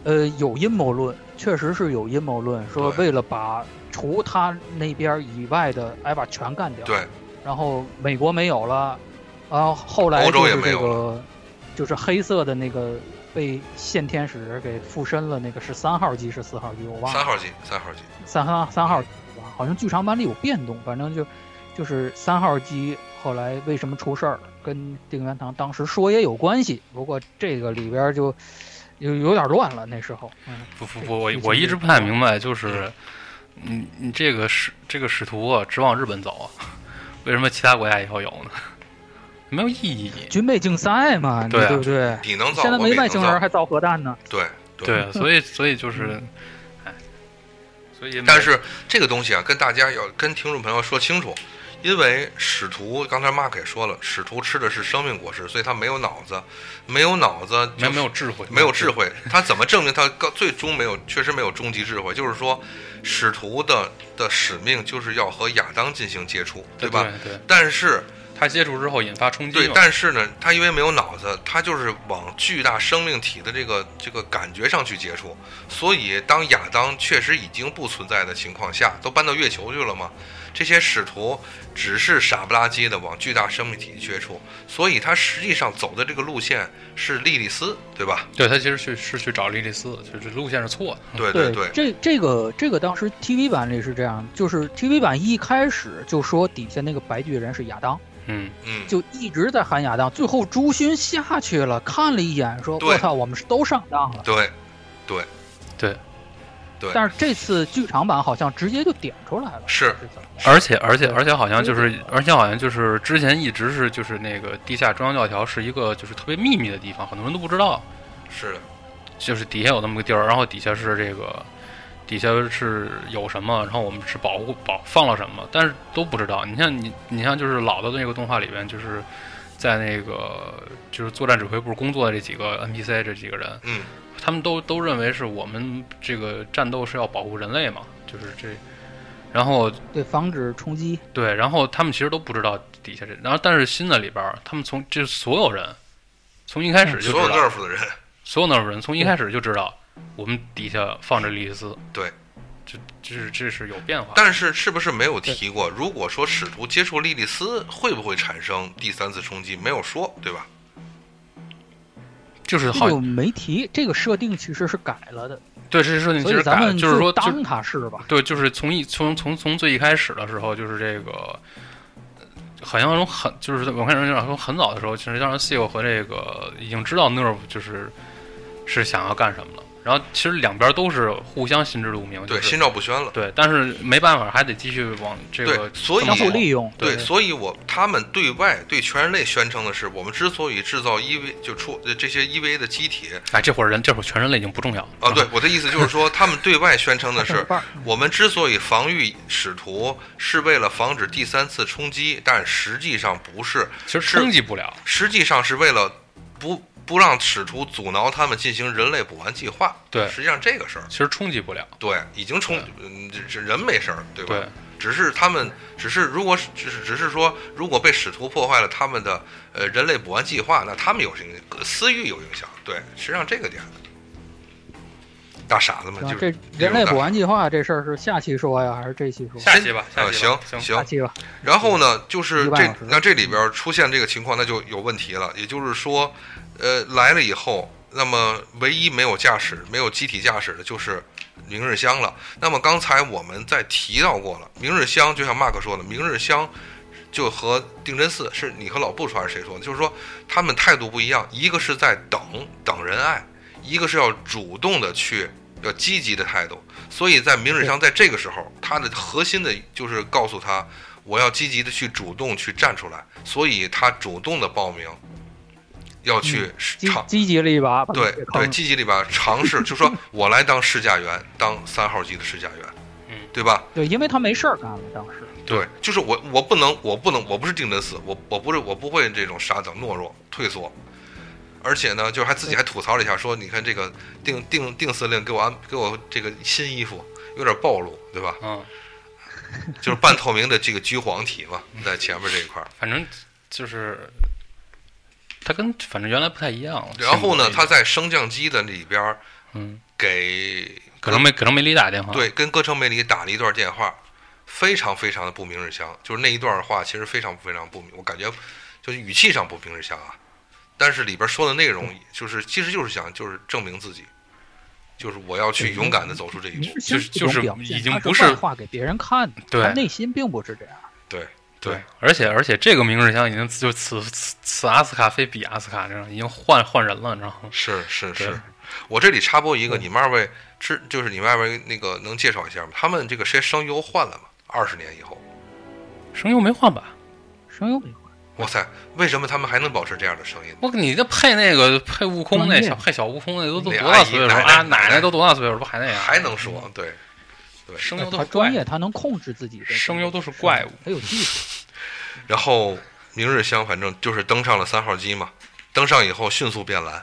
Speaker 2: 呃，有阴谋论，确实是有阴谋论，说
Speaker 1: 对
Speaker 2: 为了把除他那边以外的埃瓦全干掉，
Speaker 1: 对，
Speaker 2: 然后美国没有了，然后后来
Speaker 1: 欧洲
Speaker 2: 就
Speaker 1: 也
Speaker 2: 是
Speaker 1: 没
Speaker 2: 这
Speaker 1: 有
Speaker 2: 个，就是黑色的那个被现天使给附身了，那个是三号机是四号机，我忘
Speaker 1: 三
Speaker 2: 了，
Speaker 1: 号机，三号机，
Speaker 2: 三号三号机吧，好像剧场版里有变动，反正就就是三号机后来为什么出事儿，跟定元堂当时说也有关系，不过这个里边就有有点乱了那时候，嗯，
Speaker 3: 不不不，我
Speaker 2: 这这
Speaker 3: 我
Speaker 2: 这
Speaker 3: 一直不太明白，就是你你这个使这个使徒啊，只往日本走啊， 为什么其他国家也要有呢？ 没有意义。
Speaker 2: 军备竞赛嘛，你
Speaker 3: 对啊
Speaker 2: 不对？
Speaker 1: 你能造，
Speaker 2: 现在
Speaker 1: 我们
Speaker 2: 没
Speaker 1: 也
Speaker 2: 外
Speaker 1: 能
Speaker 2: 星人
Speaker 1: 造，
Speaker 2: 还造核弹呢，
Speaker 1: 对嗯
Speaker 3: 对， 啊，所以所以就是，哎，所以
Speaker 1: 但是这个东西啊，跟大家要跟听众朋友说清楚，因为使徒刚才 Mark 也说了，使徒吃的是生命果实，所以他没有脑子，没有脑子
Speaker 3: 没
Speaker 1: 就
Speaker 3: 没有智慧，
Speaker 1: 没有智慧，他怎么证明他高最终没有确实没有终极智慧？就是说，使徒的的使命就是要和亚当进行接触，
Speaker 3: 对
Speaker 1: 吧？？
Speaker 3: 对，
Speaker 1: 但是
Speaker 3: 他接触之后引发冲击
Speaker 1: 对，
Speaker 3: 嘛，
Speaker 1: 但是呢，他因为没有脑子，他就是往巨大生命体的这个这个感觉上去接触，所以当亚当确实已经不存在的情况下，都搬到月球去了嘛，这些使徒只是傻不拉几的往巨大生命体接触，所以他实际上走的这个路线是莉莉丝，对吧？
Speaker 3: 对他其实去是去找莉莉丝，就是路线是错的。
Speaker 1: 对
Speaker 2: 对
Speaker 1: 对，
Speaker 2: 这这个这个当时 TV 版里是这样，就是 TV 版一开始就说底下那个白巨人是亚当，
Speaker 3: 嗯，
Speaker 1: 嗯，
Speaker 2: 就一直在喊亚当，最后朱勋下去了，看了一眼说：“
Speaker 1: 对
Speaker 2: 我操，我们是都上当了。
Speaker 1: 对，”对
Speaker 2: 但是这次剧场版好像直接就点出来了，
Speaker 1: 是
Speaker 2: 怎么着
Speaker 3: 而且而且
Speaker 2: 对
Speaker 3: 而且好像就是，而且好像就是之前一直是就是那个地下中央教条是一个就是特别秘密的地方，很多人都不知道，
Speaker 1: 是的，
Speaker 3: 就是底下有那么个地儿，然后底下是这个。底下是有什么，然后我们是保护保放了什么，但是都不知道。你像你你像就是老的那个动画里边，就是在那个就是作战指挥部工作的这几个 NPC 这几个人，
Speaker 1: 嗯，
Speaker 3: 他们都都认为是我们这个战斗是要保护人类嘛，就是这，然后
Speaker 2: 对，防止冲击。
Speaker 3: 对，然后他们其实都不知道底下这，然后但是新的里边儿，他们从这所有人从一开始就知
Speaker 1: 所有
Speaker 3: 道，
Speaker 1: nerf 的人，
Speaker 2: 啊
Speaker 3: 所有那人
Speaker 2: 嗯
Speaker 3: 从一开始就知道我们底下放着莉莉丝，
Speaker 1: 对
Speaker 3: 这，这是这是有变化的，
Speaker 1: 但是是不是没有提过？如果说使徒接触莉莉丝，会不会产生第三次冲击？没有说，对吧？
Speaker 3: 就是
Speaker 2: 这
Speaker 3: 好
Speaker 2: 个没提，这个设定其实是改了的，
Speaker 3: 对这些设定
Speaker 2: 所
Speaker 3: 嗯其
Speaker 2: 以
Speaker 3: 实
Speaker 2: 咱
Speaker 3: 改了，
Speaker 2: 们
Speaker 3: 就是说就是
Speaker 2: 当它是吧？
Speaker 3: 对，就是从一从从从最一开始的时候，就是这个，呃好像从很就是我看人讲说很早的时候，其实当时 Seal 和这个已经知道 Nerve 就是是想要干什么了。然后其实两边都是互相心知肚明，就
Speaker 1: 对，
Speaker 3: 是
Speaker 1: 心照不宣了。
Speaker 3: 对，但是没办法，还得继续往这个
Speaker 1: 对所以
Speaker 3: 这
Speaker 2: 相
Speaker 3: 么走
Speaker 2: 互利用，
Speaker 1: 对，所以我他们对外对全人类宣称的是，我们之所以制造 EV 就出呃这些 EV 的机体
Speaker 3: 哎，这会儿人这会儿全人类已经不重要了
Speaker 1: 啊，对，我的意思就是说，他们对外宣称的
Speaker 2: 剩一
Speaker 1: 是，
Speaker 2: 半儿
Speaker 3: 嗯
Speaker 1: 我们之所以防御使徒，是为了防止第三次冲击，但实际上不是，
Speaker 3: 其实
Speaker 1: 是
Speaker 3: 冲击不了，
Speaker 1: 实际上是为了不。不让使徒阻挠他们进行人类补完计划。
Speaker 3: 对
Speaker 1: 实际上这个事儿，
Speaker 3: 其实冲击不了。
Speaker 1: 对，已经冲，嗯，这这人没事儿，对吧？
Speaker 3: 对，
Speaker 1: 只是他们，只是如果只是只是说，如果被使徒破坏了他们的呃人类补完计划，那他们有影私欲有影响。对，实际上这个点，大傻子们
Speaker 2: 吧
Speaker 1: 就？
Speaker 2: 这
Speaker 1: 是
Speaker 2: 人类
Speaker 1: 大
Speaker 2: 补完计划这事儿是下期说呀，还是这期说？
Speaker 3: 下期吧，下
Speaker 1: 呃
Speaker 3: 期吧
Speaker 1: 行
Speaker 3: 行，
Speaker 2: 下期吧。
Speaker 1: 然后呢，就是
Speaker 2: 一个半
Speaker 1: 这
Speaker 2: 小时
Speaker 1: 那这里边出现这个情况，那就有问题了。也就是说，呃，来了以后，那么唯一没有驾驶、没有集体驾驶的就是明日香了。那么刚才我们在提到过了，明日香就像马克说的，明日香就和定真寺是你和老布说还是谁说的？就是说他们态度不一样，一个是在等等仁爱，一个是要主动的去要积极的态度。所以在明日香在这个时候，他的核心的就是告诉他，我要积极的去主动去站出来，所以他主动的报名，要去
Speaker 2: 积
Speaker 1: 尝、
Speaker 2: 嗯积极了一把，把他
Speaker 1: 对
Speaker 2: 给坑
Speaker 1: 对，
Speaker 2: 了
Speaker 1: 积极里边尝试，就说我来当试驾员，当三号机的试驾员，
Speaker 3: 嗯
Speaker 1: 对吧？
Speaker 2: 对，因为他没事儿干了，当时
Speaker 1: 对，就是我，我不能，我不能，我不是定真寺，我我不是，我不会这种傻等、懦弱、退缩，而且呢，就是还自己还吐槽了一下，说你看这个定定定司令给我安给我这个新衣服有点暴露，对吧？
Speaker 3: 嗯，
Speaker 1: 就是半透明的这个橘黄体嘛，在前面这一块儿。
Speaker 3: 反正就是它跟反正原来不太一样了。
Speaker 1: 然后呢，
Speaker 3: 性格
Speaker 1: 他在升降机的里边儿
Speaker 3: 嗯，
Speaker 1: 给
Speaker 3: 可能没可能没理打电话。
Speaker 1: 对，跟歌城美里打了一段电话，非常非常的不明日香，就是那一段话其实非常非常不明，我感觉就是语气上不明日香啊，但是里边说的内容就是其实就是想就是证明自己，就是我要去勇敢的走出这一步，
Speaker 3: 就是就是已经不是
Speaker 2: 是画给别人看的，
Speaker 3: 对
Speaker 2: 他内心并不是这样。
Speaker 3: 对，而且而且这个明日香已经就此此此阿斯卡非彼阿斯卡，这样已经换换人了，你知道吗？
Speaker 1: 是是
Speaker 3: 对
Speaker 1: 是，我这里插播一个，你们二位知就是你们二位那个能介绍一下吗？他们这个谁声优换了吗？二十年以后，
Speaker 3: 声优没换吧？
Speaker 2: 声优没换，
Speaker 1: 哇塞，为什么他们还能保持这样的声音？
Speaker 3: 我你这配那个配悟空那
Speaker 2: 专业
Speaker 3: 小配小悟空那都都
Speaker 1: 那
Speaker 3: 多
Speaker 1: 阿
Speaker 3: 大
Speaker 1: 姨
Speaker 3: 岁数
Speaker 1: 奶奶
Speaker 3: 啊？
Speaker 1: 奶奶
Speaker 3: 奶奶都多大岁数了，不还那样？
Speaker 1: 还能说对，对
Speaker 3: 声优都
Speaker 2: 他
Speaker 3: 是
Speaker 2: 专
Speaker 3: 怪
Speaker 2: 业，他能控制自己的
Speaker 3: 声优都是怪物。
Speaker 2: 他有技术。
Speaker 1: 然后明日香反正就是登上了三号机嘛，登上以后迅速变蓝，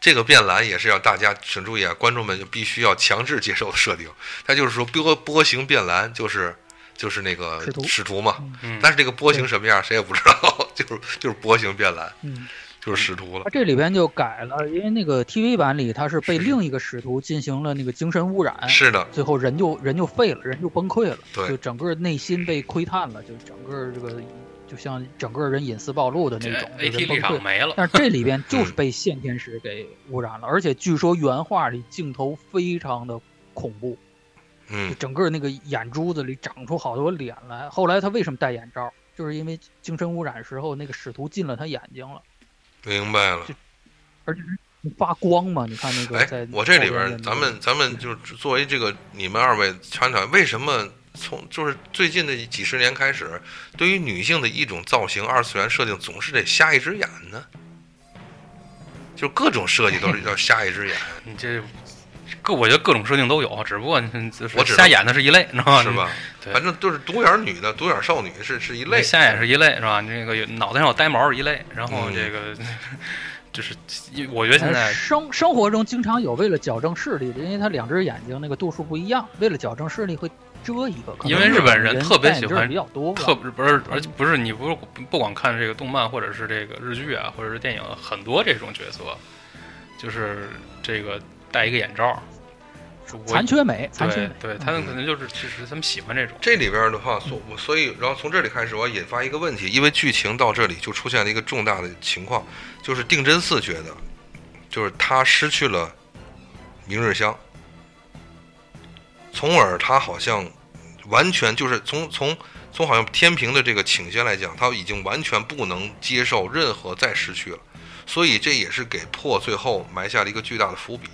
Speaker 1: 这个变蓝也是要大家请注意啊，观众们就必须要强制接受的设定。它就是说波波形变蓝就是 就是那个
Speaker 2: 使徒
Speaker 1: 使徒嘛，
Speaker 3: 嗯，
Speaker 1: 但是这 个波形什么样谁也不知道，就是就是波形变蓝
Speaker 2: 嗯，
Speaker 1: 就是使徒了
Speaker 2: 他。这里边就改了，因为那个 TV 版里他是被
Speaker 1: 是
Speaker 2: 另一个使徒进行了那个精神污染，
Speaker 1: 是的，
Speaker 2: 最后人就人就废了，人就崩溃了，
Speaker 1: 对
Speaker 2: 就整个内心被窥探了，就整个这个就像整个人隐私暴露的那
Speaker 3: 这
Speaker 2: 种，就
Speaker 3: AT
Speaker 2: 人崩溃
Speaker 3: 立场。没了。
Speaker 2: 但是这里边就是被线天使给污染了，而且据说原画里镜头非常的恐怖，就
Speaker 1: 嗯，
Speaker 2: 整个那个眼珠子里长出好多脸来。后来他为什么戴眼罩？就是因为精神污染时候那个使徒进了他眼睛了，
Speaker 1: 明白了。
Speaker 2: 发光嘛。你看那个在
Speaker 1: 哎，我这里
Speaker 2: 后
Speaker 1: 边
Speaker 2: 边的
Speaker 1: 儿
Speaker 2: 那
Speaker 1: 咱
Speaker 2: 个
Speaker 1: 们咱们就是作为这个你们二位参团，为什么从就是最近的几十年开始，对于女性的一种造型二次元设定总是得瞎一只眼呢？就各种设计都是要瞎一只 眼，
Speaker 3: 你这各我觉得各种设定都有，只不过你就是
Speaker 1: 我只
Speaker 3: 瞎演的是一啊类，你知道吗？
Speaker 1: 是吧？
Speaker 3: 对
Speaker 1: 反正就是独眼女的、独眼少女是是一类。
Speaker 3: 瞎眼是一类是吧？你这个有脑袋上有呆毛是一类，然后
Speaker 1: 嗯
Speaker 3: 这个就是我觉得现在
Speaker 2: 生生活中经常有为了矫正视力的，因为他两只眼睛那个度数不一样，为了矫正视力会遮一个。可能
Speaker 3: 因为日本人特别喜欢
Speaker 2: 戴眼镜比较多吧，
Speaker 3: 特不是，而且不是你不是不光看这个动漫或者是这个日剧啊，或者是电影，很多这种角色，就是这个戴一个眼罩，我
Speaker 2: 残缺美，残缺美。
Speaker 3: 对
Speaker 2: 嗯
Speaker 3: 对，他们可能就是就是他们喜欢这种，
Speaker 1: 这里边儿的话，所我所以，然后从这里开始，我要引发一个问题，因为剧情到这里就出现了一个重大的情况，就是定真寺觉得，就是他失去了明日香，从而他好像完全就是从从从好像天平的这个倾斜来讲，他已经完全不能接受任何再失去了，所以这也是给破最后埋下了一个巨大的伏笔。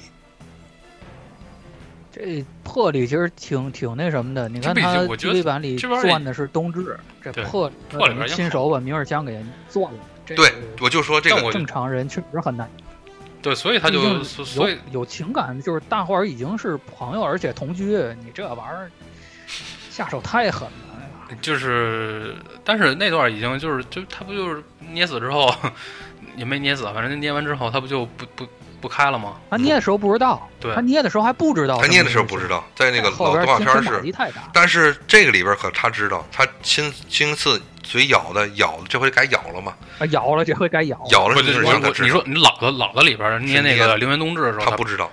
Speaker 2: 这魄力其实挺挺那什么的。你看
Speaker 3: 这不已
Speaker 2: 他
Speaker 3: 经我觉得
Speaker 2: TV 版里
Speaker 3: 这玩意儿
Speaker 2: 攥的是冬至，这
Speaker 3: 对
Speaker 2: 魄
Speaker 3: 魄里边已经
Speaker 2: 亲手把明日香给攥了。这
Speaker 1: 对
Speaker 2: 个，
Speaker 1: 我就说这个
Speaker 3: 但我
Speaker 2: 正常人确实很难。
Speaker 3: 对，所以他
Speaker 2: 毕
Speaker 3: 就
Speaker 2: 竟
Speaker 3: 所所以
Speaker 2: 有有情感，就是大伙儿已经是朋友，而且同居，你这玩意儿下手太狠了。哎呀
Speaker 3: 就是，但是那段已经就是就他不就是捏死之后，也没捏死，反正就捏完之后，他不就不不不开了吗？
Speaker 4: 他捏的时候不知道，
Speaker 3: 对
Speaker 4: 他捏的时候还不知道，
Speaker 1: 他捏的时候不知
Speaker 4: 道。
Speaker 1: 道，在那个
Speaker 4: 后
Speaker 1: 老
Speaker 4: 边
Speaker 1: 动画
Speaker 4: 天
Speaker 1: 片
Speaker 4: 空
Speaker 1: 是
Speaker 4: 打击太大，
Speaker 1: 但是这个里边可他知道，他亲亲自嘴咬的咬，这回改咬了嘛？
Speaker 4: 啊，咬了这回该咬了，
Speaker 1: 咬了
Speaker 3: 不
Speaker 1: 是
Speaker 3: 是，
Speaker 1: 就是
Speaker 3: 哦我
Speaker 1: 让他
Speaker 3: 我
Speaker 1: 知
Speaker 3: 你
Speaker 1: 道，
Speaker 3: 说你老的老的里边儿捏那
Speaker 1: 是捏
Speaker 3: 个陵园冬至的时候，
Speaker 1: 他
Speaker 3: 他
Speaker 1: 不知道，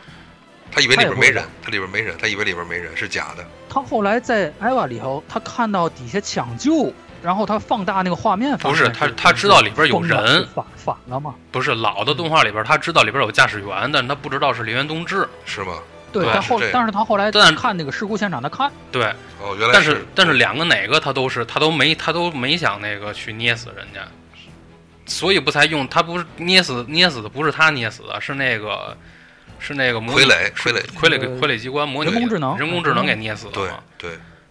Speaker 1: 他以为里
Speaker 4: 他也
Speaker 1: 边
Speaker 4: 不
Speaker 1: 没
Speaker 4: 知道
Speaker 1: 人，他里边没人，他以为里边没人是假的。
Speaker 4: 他后来在艾娃里头，他看到底下抢救，然后他放大那个画面，
Speaker 3: 不是
Speaker 4: 发现
Speaker 3: 他他知道里边有
Speaker 4: 疯了
Speaker 3: 人
Speaker 4: 反反了嘛？
Speaker 3: 不是老的动画里边儿，他知道里边有驾驶员，但是他不知道是陵园冬至。
Speaker 1: 是吗？
Speaker 4: 对
Speaker 3: 对
Speaker 4: 他
Speaker 1: 是
Speaker 4: 后
Speaker 1: 这样，
Speaker 4: 但是他后来
Speaker 3: 但
Speaker 4: 看那个事故现场，他看
Speaker 3: 对，
Speaker 1: 哦，原来
Speaker 3: 但是但是两个哪个他都是他都没他都没想那个去捏死人家，所以不才用他不是捏死捏死的不是他捏死的，是那个是那个模拟
Speaker 1: 傀儡，傀儡，
Speaker 3: 傀儡
Speaker 4: 呃
Speaker 3: 傀儡机关模拟
Speaker 4: 人工智能
Speaker 3: 人工智能给捏死的
Speaker 1: 对
Speaker 3: 嘛。
Speaker 1: 对，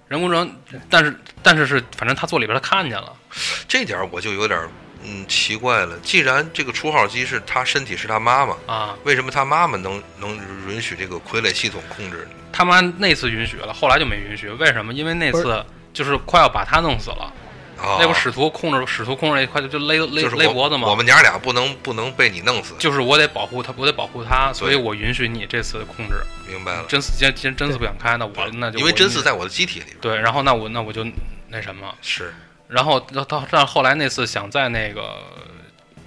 Speaker 3: 人工智能，但是但是是反正他坐里边他看见了，
Speaker 1: 这点儿我就有点儿嗯奇怪了。既然这个初号机是他身体是他妈妈，
Speaker 3: 啊，
Speaker 1: 为什么他妈妈能能允许这个傀儡系统控制呢？
Speaker 3: 他妈那次允许了，后来就没允许，为什么？因为那
Speaker 4: 不
Speaker 3: 次就是快要把他弄死了，
Speaker 1: 啊，
Speaker 3: 那不使徒控制使徒控制一块就就勒勒
Speaker 1: 就是
Speaker 3: 勒
Speaker 1: 我
Speaker 3: 脖子嘛。
Speaker 1: 我们娘俩不能不能被你弄死，
Speaker 3: 就是我得保护他，我得保护他，所以我允许你这次控制。
Speaker 1: 明白了？
Speaker 3: 真丝既然既然真丝不想开，那我那就
Speaker 1: 嗯因为
Speaker 3: 我
Speaker 1: 真嗣在我的机体里边，
Speaker 3: 对，然后那我那我就那什么，
Speaker 1: 是
Speaker 3: 然后到到到后来那次想在那个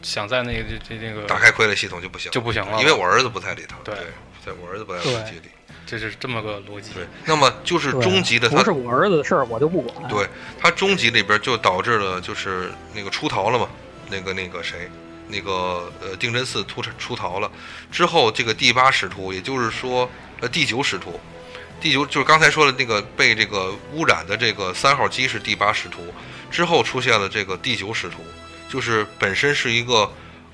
Speaker 3: 想在那个这这那个
Speaker 1: 打开傀儡系统就不行，
Speaker 3: 呃就不行了，
Speaker 1: 因为我儿子不在里头，
Speaker 3: 对
Speaker 1: 对，在我儿子不在我的机体里。
Speaker 3: 这是这么个逻辑。
Speaker 1: 对，那么就是
Speaker 4: 对
Speaker 1: 终极的
Speaker 4: 不
Speaker 1: 他
Speaker 4: 是我儿子的事儿，我就不管。
Speaker 1: 对他终极里边就导致了就是那个出逃了嘛，那个那个谁，那个呃定真寺出出逃了之后，这个第八使徒，也就是说呃第九使徒，第九就是刚才说的那个被这个污染的这个三号机是第八使徒，之后出现了这个第九使徒，就是本身是一个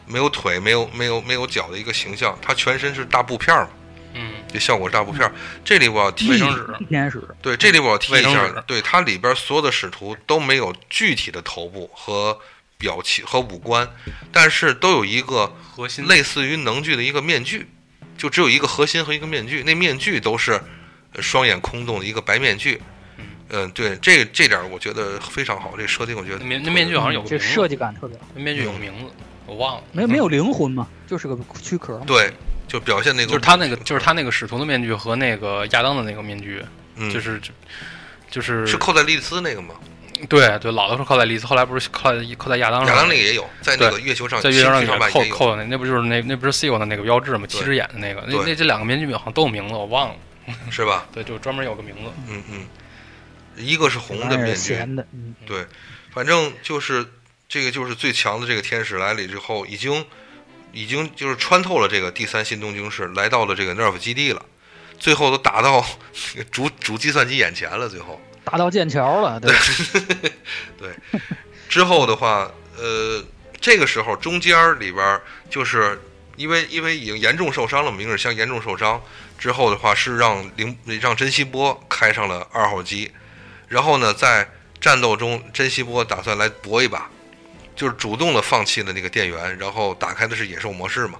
Speaker 1: 没有腿、没有没有没有脚的一个形象，他全身是大布片儿嘛，
Speaker 3: 嗯，
Speaker 1: 这效果是大布片儿。这里我要提
Speaker 3: 卫
Speaker 1: 一
Speaker 3: 生
Speaker 1: 下。
Speaker 3: 纸
Speaker 4: 一天使
Speaker 1: 对，这里我要提一
Speaker 3: 卫生
Speaker 1: 下
Speaker 3: 纸，
Speaker 1: 对它里边所有的使徒都没有具体的头部和表情和五官，但是都有一个
Speaker 3: 核心
Speaker 1: 类似于能具的一个面具，就只有一个核心和一个面具，那面具都是呃双眼空洞的一个白面具
Speaker 3: 嗯。
Speaker 1: 嗯，对，这这点我觉得非常好，这设定我觉得
Speaker 3: 那面那面具好像有个
Speaker 4: 这
Speaker 3: 名字
Speaker 4: 设计感特别好，
Speaker 3: 那面具有名字，我忘了。
Speaker 4: 没没
Speaker 1: 嗯
Speaker 4: 有灵魂嘛，嗯就是个躯壳嘛。
Speaker 1: 对，就表现那个
Speaker 3: 就是他那个，就是他那个使徒的面具和那个亚当的那个面具，
Speaker 1: 嗯
Speaker 3: 就是就就是
Speaker 1: 是扣在利兹那个吗？
Speaker 3: 对对，老的时候扣在利斯，后来不是扣在扣在亚当
Speaker 1: 亚
Speaker 3: 上
Speaker 1: 当
Speaker 3: 吗
Speaker 1: 那个也有，在那
Speaker 3: 对
Speaker 1: 个月球上
Speaker 3: 在月
Speaker 1: 星
Speaker 3: 亮
Speaker 1: 球
Speaker 3: 上
Speaker 1: 上吧
Speaker 3: 给扣
Speaker 1: 也有，
Speaker 3: 扣的那，那不就是那那不是 seal 的那个标志吗？七只眼的那个，那
Speaker 1: 对
Speaker 3: 那这两个面具好像都有名字，我忘了。
Speaker 1: 是吧？
Speaker 3: 对，就专门有个名字。
Speaker 1: 嗯嗯，一个是红
Speaker 4: 这
Speaker 1: 的
Speaker 4: 玩意儿
Speaker 1: 面具，
Speaker 4: 闲的，嗯，
Speaker 1: 对，反正就是这个就是最强的这个天使来了之后，已经已经就是穿透了这个第三新东京市，来到了这个 NERF 基地了，最后都打到主主计算机眼前了。最后
Speaker 4: 打到剑桥 了，对吧，
Speaker 1: 之后的话，呃，这个时候中间儿里边儿就是因为因为已经严重受伤了，明日香严重受伤之后的话是让凌让珍惜波开上了二号机，然后呢，在战斗中珍惜波打算来搏一把，就是主动的放弃了那个电源，然后打开的是野兽模式嘛。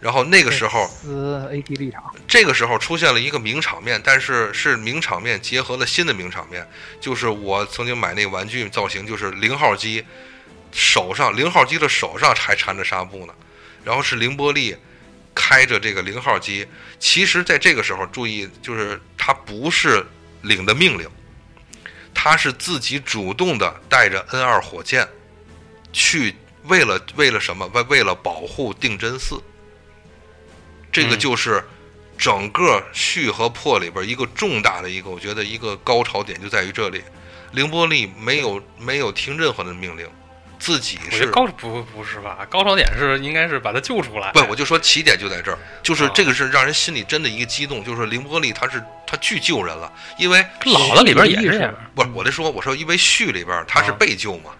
Speaker 1: 然后那个时候，
Speaker 4: 撕 AT 立场，
Speaker 1: 这个时候出现了一个名场面，但是是名场面结合了新的名场面，就是我曾经买那个玩具造型，就是零号机手上零号机的手上还缠着纱布呢，然后是凌波丽开着这个零号机，其实在这个时候注意，就是他不是领的命令，他是自己主动的带着 N 二火箭去为了为了什么？为为了保护定真寺，这个
Speaker 3: 嗯
Speaker 1: 就是。整个续和破里边一个重大的一个，我觉得一个高潮点就在于这里，凌波丽没有没有听任何的命令，自己
Speaker 3: 我觉
Speaker 1: 是
Speaker 3: 得高不不是吧？高潮点是应该是把他救出来。
Speaker 1: 不，我就说起点就在这儿，就是
Speaker 3: 啊
Speaker 1: 这个是让人心里真的一个激动，就是凌波丽她是她去救人了，因为
Speaker 3: 老的里边也是这样
Speaker 1: 不是我这说我说因为续里边她是
Speaker 3: 啊
Speaker 1: 被救嘛，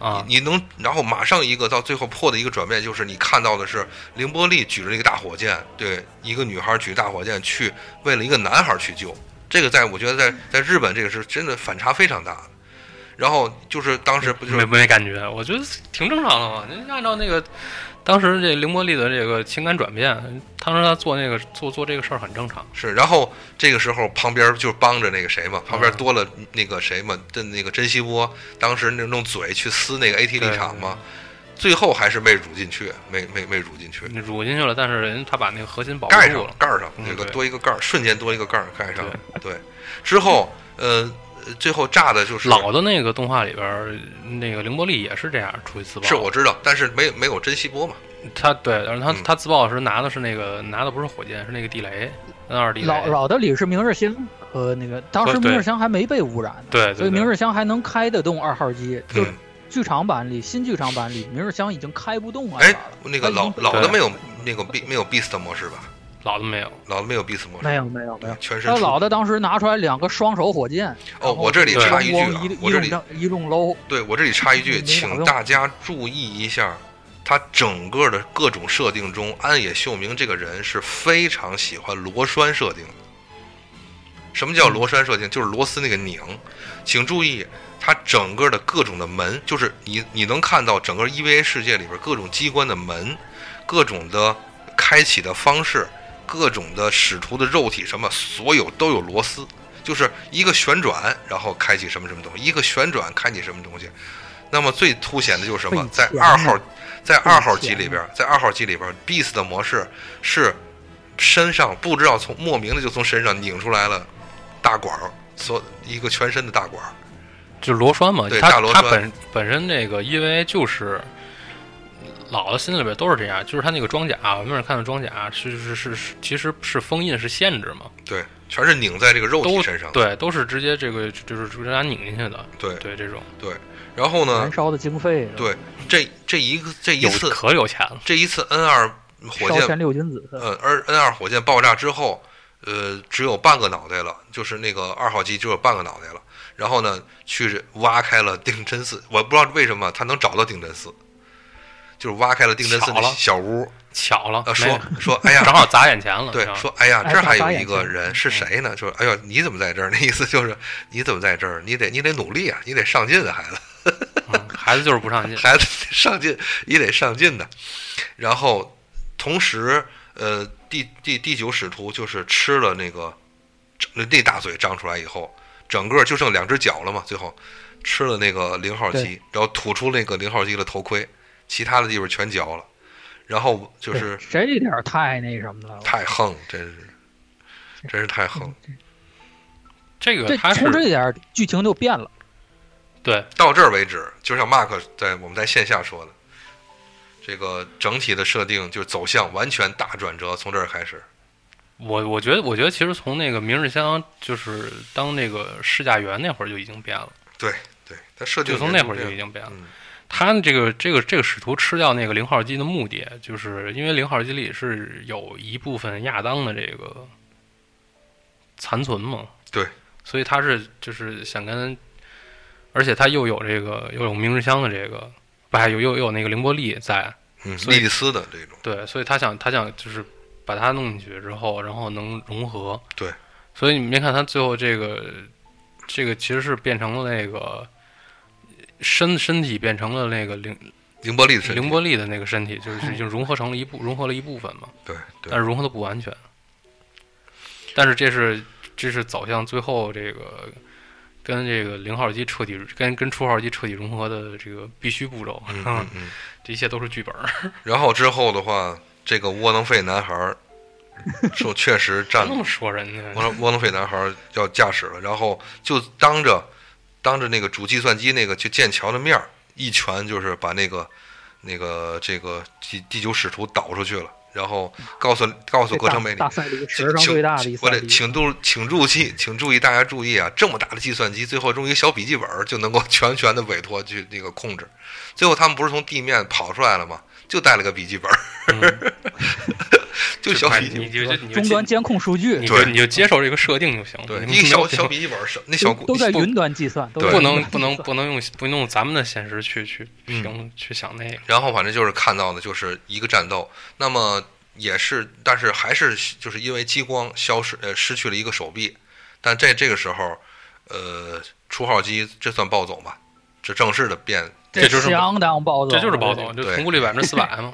Speaker 3: 啊。
Speaker 1: 你你能，然后马上一个到最后破的一个转变，就是你看到的是凌波丽举着一个大火箭，对，一个女孩举着大火箭去为了一个男孩去救，这个在我觉得在在日本这个是真的反差非常大的。然后就是当时不就
Speaker 3: 没
Speaker 1: 是
Speaker 3: 没感觉，我觉得挺正常的嘛。您按照那个当时这凌波丽的这个情感转变，当时他做那个做做这个事儿很正常。
Speaker 1: 是，然后这个时候旁边就帮着那个谁嘛，旁边
Speaker 3: 嗯
Speaker 1: 多了那个谁嘛，的那个珍惜波，当时那弄嘴去撕那个 AT 立场嘛，最后还是没入进去，没没没入进去，
Speaker 3: 你入进去了，但是人他把那个核心保护
Speaker 1: 盖
Speaker 3: 住
Speaker 1: 上
Speaker 3: 了，
Speaker 1: 盖儿上
Speaker 3: 嗯
Speaker 1: 有个
Speaker 3: 对
Speaker 1: 多一个盖儿，瞬间多一个盖儿盖上了。对，之后呃，最后炸的就是啊
Speaker 3: 老的那个动画里边儿，那个凌波丽也是这样出去自爆，
Speaker 1: 是我知道，但是没没有珍惜波嘛，
Speaker 3: 他对，但是他
Speaker 1: 嗯
Speaker 3: 他自爆的时候拿的是那个拿的不是火箭，是那个地雷 N 二地雷，
Speaker 4: 老老的李是明日香和那个当时
Speaker 3: 对
Speaker 4: 明日香还没被污染呢，
Speaker 3: 对对
Speaker 4: 所以明
Speaker 3: 对
Speaker 4: 日香还能开得动二号机。就
Speaker 1: 嗯，
Speaker 4: 剧场版里、新剧场版里，明日香已经开不动二
Speaker 1: 哎
Speaker 4: 号了。，
Speaker 1: 那个
Speaker 4: 它已
Speaker 1: 老
Speaker 4: 经
Speaker 1: 老的
Speaker 3: 对
Speaker 1: 没有那个 B 没有 Beast 模式吧？
Speaker 3: 老的没有，
Speaker 1: 老的没有 Beast 模式，
Speaker 4: 没有没有没有，
Speaker 1: 全身
Speaker 4: 他
Speaker 1: 出
Speaker 4: 老的当时拿出来两个双手火箭，
Speaker 1: 哦，我这里
Speaker 3: 对
Speaker 1: 插一句啊
Speaker 4: 光一，
Speaker 1: 我这
Speaker 4: 一
Speaker 1: 里嗯
Speaker 4: 种一种 low，
Speaker 1: 对我这里插一句，
Speaker 4: 没打
Speaker 1: 请
Speaker 4: 用
Speaker 1: 大家注意一下，他整个的各种设定中，安野秀明这个人是非常喜欢螺栓设定的。什么叫
Speaker 4: 嗯
Speaker 1: 螺栓设定？就是螺丝那个拧。请注意，它整个的各种的门，就是你你能看到整个 EVA 世界里边各种机关的门，各种的开启的方式，各种的使徒的肉体什么，所有都有螺丝，就是一个旋转，然后开启什么什么东西，一个旋转开启什么东西。那么最凸显的就是什么
Speaker 4: 费？
Speaker 1: 在
Speaker 4: 钱
Speaker 1: 二
Speaker 4: 啊
Speaker 1: 号，在二号机
Speaker 4: 钱
Speaker 1: 里
Speaker 4: 啊
Speaker 1: 边，在二号机里边，Beast 的模式是身上不知道从莫名的就从身上拧出来了大管儿，所一个全身的大管儿。
Speaker 3: 就是螺栓嘛
Speaker 1: 对，
Speaker 3: 它
Speaker 1: 大螺
Speaker 3: 它
Speaker 1: 栓
Speaker 3: 本本身那个 EVA 就是老的新的里边都是这样，就是它那个装甲，我们那儿看的装甲是是是是，其实是封印是限制嘛，
Speaker 1: 对，全是拧在这个肉体
Speaker 3: 都
Speaker 1: 身上的。
Speaker 3: 对，都是直接这个就是直接给它拧进去的，
Speaker 1: 嗯对
Speaker 3: 对这种
Speaker 1: 然后呢
Speaker 4: 燃，烧的经费，
Speaker 1: 对这这一个这一
Speaker 3: 有
Speaker 1: 次
Speaker 3: 可有钱了，
Speaker 1: 这一次 N 二火
Speaker 4: 烧
Speaker 1: 箭，
Speaker 4: 钱六君子，
Speaker 1: 呃，而 N 二火箭爆炸之后，呃，只有半个脑袋了，就是那个二号机只有半个脑袋了。然后呢，去挖开了定真寺，我不知道为什么他能找到定真寺，就是挖开了定真寺
Speaker 3: 巧
Speaker 1: 那
Speaker 3: 了
Speaker 1: 小屋，
Speaker 3: 巧了，
Speaker 1: 呃，
Speaker 3: 没
Speaker 1: 说
Speaker 3: 有
Speaker 1: 说，哎呀，
Speaker 3: 正好砸眼前了，
Speaker 1: 对
Speaker 3: 你，知道吗
Speaker 1: 说哎呀，
Speaker 4: 哎
Speaker 1: 这儿
Speaker 4: 眨
Speaker 1: 还
Speaker 4: 眨
Speaker 1: 有
Speaker 4: 眼
Speaker 1: 一个
Speaker 4: 睛
Speaker 1: 人是
Speaker 3: 嗯
Speaker 1: 谁呢？说哎呦，你怎么在这儿？那 意思就是你怎么在这儿？你得你得努力啊，你得上进啊，孩子，
Speaker 3: 嗯孩子就是不上进，
Speaker 1: 孩子得上进，你得上进的。然后同时，呃，第第第九使徒就是吃了那个那那大嘴张出来以后，整个就剩两只脚了嘛，最后吃了那个零号机，然后吐出那个零号机的头盔，其他的地方全嚼了。然后就
Speaker 4: 对
Speaker 1: 是
Speaker 4: 这点儿太那什么了。
Speaker 1: 太横，真是真是太横。
Speaker 3: 这个
Speaker 4: 这
Speaker 3: 它
Speaker 4: 从
Speaker 3: 是
Speaker 4: 这点儿剧情就变了，
Speaker 3: 对
Speaker 1: 到这儿为止，就像 Mark 在我们在线下说的，这个整体的设定就是走向完全大转折，从这儿开始。
Speaker 3: 我我觉得我觉得其实从那个明日香就是当那个试驾员那会儿就已经变了。
Speaker 1: 对，它设定
Speaker 3: 就从那会儿就已经啊变了。
Speaker 1: 嗯
Speaker 3: 他这个这个这个使徒吃掉那个零号机的目的，就是因为零号机里是有一部分亚当的这个残存嘛。
Speaker 1: 对，
Speaker 3: 所以他是就是想跟，而且他又有这个又有明日香的这个，不还有又又有那个凌波丽在，
Speaker 1: 嗯，
Speaker 3: 所以
Speaker 1: 莉莉丝的这种，
Speaker 3: 对，所以他想他想就是把它弄进去之后，然后能融合。
Speaker 1: 对，
Speaker 3: 所以你没看他最后这个这个其实是变成了那个身身体变成了那个零
Speaker 1: 凌波丽的身体
Speaker 3: 凌波丽的那个身体，就是已经融合成了一部融合了一部分嘛，
Speaker 1: 对对
Speaker 3: 但是融合的不完全。但是这是这是走向最后这个跟这个零号机彻底跟跟初号机彻底融合的这个必须步骤，
Speaker 1: 嗯嗯嗯。
Speaker 3: 这一切都是剧本儿。
Speaker 1: 然后之后的话，这个窝囊废男孩 儿说确实占
Speaker 3: 别 那么说人家，
Speaker 1: 窝窝囊废男孩儿要驾驶了，然后就当着当着那个主计算机那个去剑桥的面儿，一拳就是把那个那个这个第第九使徒倒出去了，然后告诉告诉
Speaker 4: 这
Speaker 1: 葛
Speaker 4: 大
Speaker 1: 城美里
Speaker 4: 大，赛里史
Speaker 1: 请
Speaker 4: 上
Speaker 1: 请
Speaker 4: 最大的一
Speaker 1: 我
Speaker 4: 赛
Speaker 1: 得
Speaker 4: 里，
Speaker 1: 请注请注意，请注意大家注意啊！这么大的计算机，最后用一个小笔记本儿就能够 全权的委托去那个控制。最后他们不是从地面跑出来了吗？就带了个笔记本儿，
Speaker 3: 嗯
Speaker 1: 就小
Speaker 3: 哎
Speaker 1: 笔记本
Speaker 3: 你
Speaker 1: 儿。
Speaker 3: 就你就
Speaker 4: 终端监控数据
Speaker 3: 你
Speaker 1: 对
Speaker 3: 就你就接受这个设定就行了。
Speaker 1: 对，
Speaker 3: 你
Speaker 1: 一个
Speaker 3: 没有
Speaker 1: 小小笔记本儿是那小
Speaker 4: 都
Speaker 1: 姑
Speaker 4: 都在
Speaker 1: 不
Speaker 4: 云端计算，都
Speaker 1: 对
Speaker 4: 在云
Speaker 3: 不能
Speaker 4: 端
Speaker 3: 不能
Speaker 4: 计算
Speaker 3: 不能用不能用咱们的现实去去
Speaker 1: 嗯
Speaker 3: 评去想那个。
Speaker 1: 然后反正就是看到的就是一个战斗，那么也是，但是还是就是因为激光消失，呃，失去了一个手臂，但在这个时候，呃，初号机这算暴走吧，这正式的变，
Speaker 3: 这就是
Speaker 4: 相当暴走，
Speaker 3: 这就是暴走，
Speaker 4: 这
Speaker 3: 就
Speaker 1: 对
Speaker 3: 同步率百分之 四百嘛。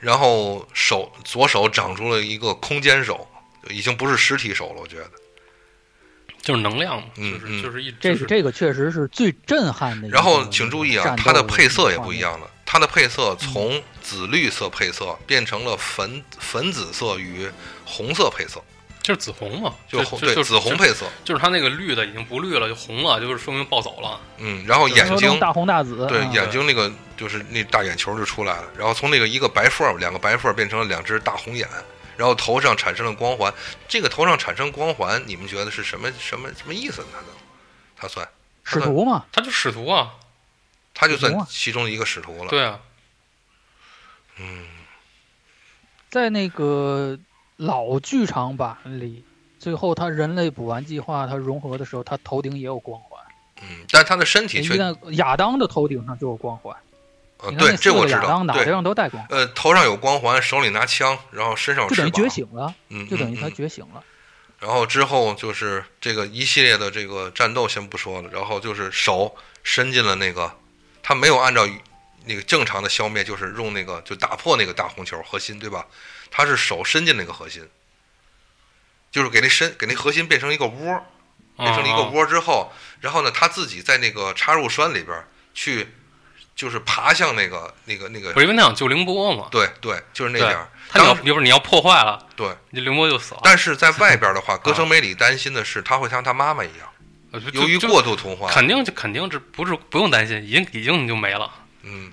Speaker 1: 然后手左手长出了一个空间手，已经不是实体手了，我觉得。
Speaker 3: 就是能量嘛，
Speaker 1: 嗯
Speaker 3: 就
Speaker 1: 嗯
Speaker 3: 是就是一
Speaker 4: 这
Speaker 3: 就是
Speaker 4: 嗯个这个确实是最震撼的一个战斗的。
Speaker 1: 啊然后请注意啊，它的配色也不一样了，它的配色从紫绿色配色变成了粉粉紫色与红色配色，
Speaker 3: 就是紫红嘛，
Speaker 1: 就红对紫红，配色，
Speaker 3: 就是它那个绿的已经不绿了，就红了，就是说明暴走了。
Speaker 1: 嗯，然后
Speaker 2: 有时
Speaker 1: 眼
Speaker 2: 候
Speaker 1: 睛
Speaker 2: 弄大红大紫，
Speaker 1: 对
Speaker 4: 嗯
Speaker 2: 啊
Speaker 1: 眼睛那个就是那大眼球就出来了，然后从那个一个白缝儿两个白缝儿变成了两只大红眼，然后头上产生了光环。这个头上产生光环，你们觉得是什么什么什么意思呢？他都，他算
Speaker 2: 使徒嘛，
Speaker 3: 它就使徒啊，
Speaker 1: 他就算
Speaker 2: 使徒啊
Speaker 1: 其中的一个使徒了。
Speaker 3: 对啊，
Speaker 1: 嗯，
Speaker 2: 在那个老剧场版里，最后他人类补完计划，他融合的时候，他头顶也有光环。
Speaker 1: 嗯，但他的身体
Speaker 2: 一
Speaker 1: 却，
Speaker 2: 旦亚当的头顶上就有光环，
Speaker 1: 呃，
Speaker 2: 哎你看
Speaker 1: 对，
Speaker 2: 那四
Speaker 1: 这我
Speaker 2: 个
Speaker 1: 知
Speaker 2: 亚
Speaker 1: 道
Speaker 2: 当，脑袋
Speaker 1: 对，
Speaker 2: 上都带光环，
Speaker 1: 呃，头上有光环，手里拿枪，然后身上有
Speaker 2: 就
Speaker 1: 翅
Speaker 2: 等于
Speaker 1: 膀，
Speaker 2: 觉醒了，
Speaker 1: 嗯，
Speaker 2: 就等于
Speaker 1: 嗯
Speaker 2: 他
Speaker 1: 嗯
Speaker 2: 觉醒了。
Speaker 1: 然后之后就是这个一系列的这个战斗先不说了，然后就是手伸进了那个，他没有按照那个正常的消灭，就是用那个就打破那个大红球核心，对吧？他是手伸进那个核心，就是给那身给那核心变成一个窝，变成了一个
Speaker 3: 啊
Speaker 1: 窝之后，然后呢他自己在那个插入栓里边儿去，就是爬向那个那个那个
Speaker 3: 不，是因为那想救凌波嘛，
Speaker 1: 对对，就是那
Speaker 3: 对啊
Speaker 1: 点儿。
Speaker 3: 他要
Speaker 1: 当时
Speaker 3: 要不是你要破坏了，
Speaker 1: 对，
Speaker 3: 你凌波就死了。
Speaker 1: 但是在外边儿的
Speaker 3: 啊
Speaker 1: 话，歌声梅里担心的是他会像他妈妈一样。
Speaker 3: 呃就
Speaker 1: 由于
Speaker 3: 就
Speaker 1: 过度同化，
Speaker 3: 肯定就肯定这不是不用担心，已经已经你就没了，
Speaker 1: 嗯，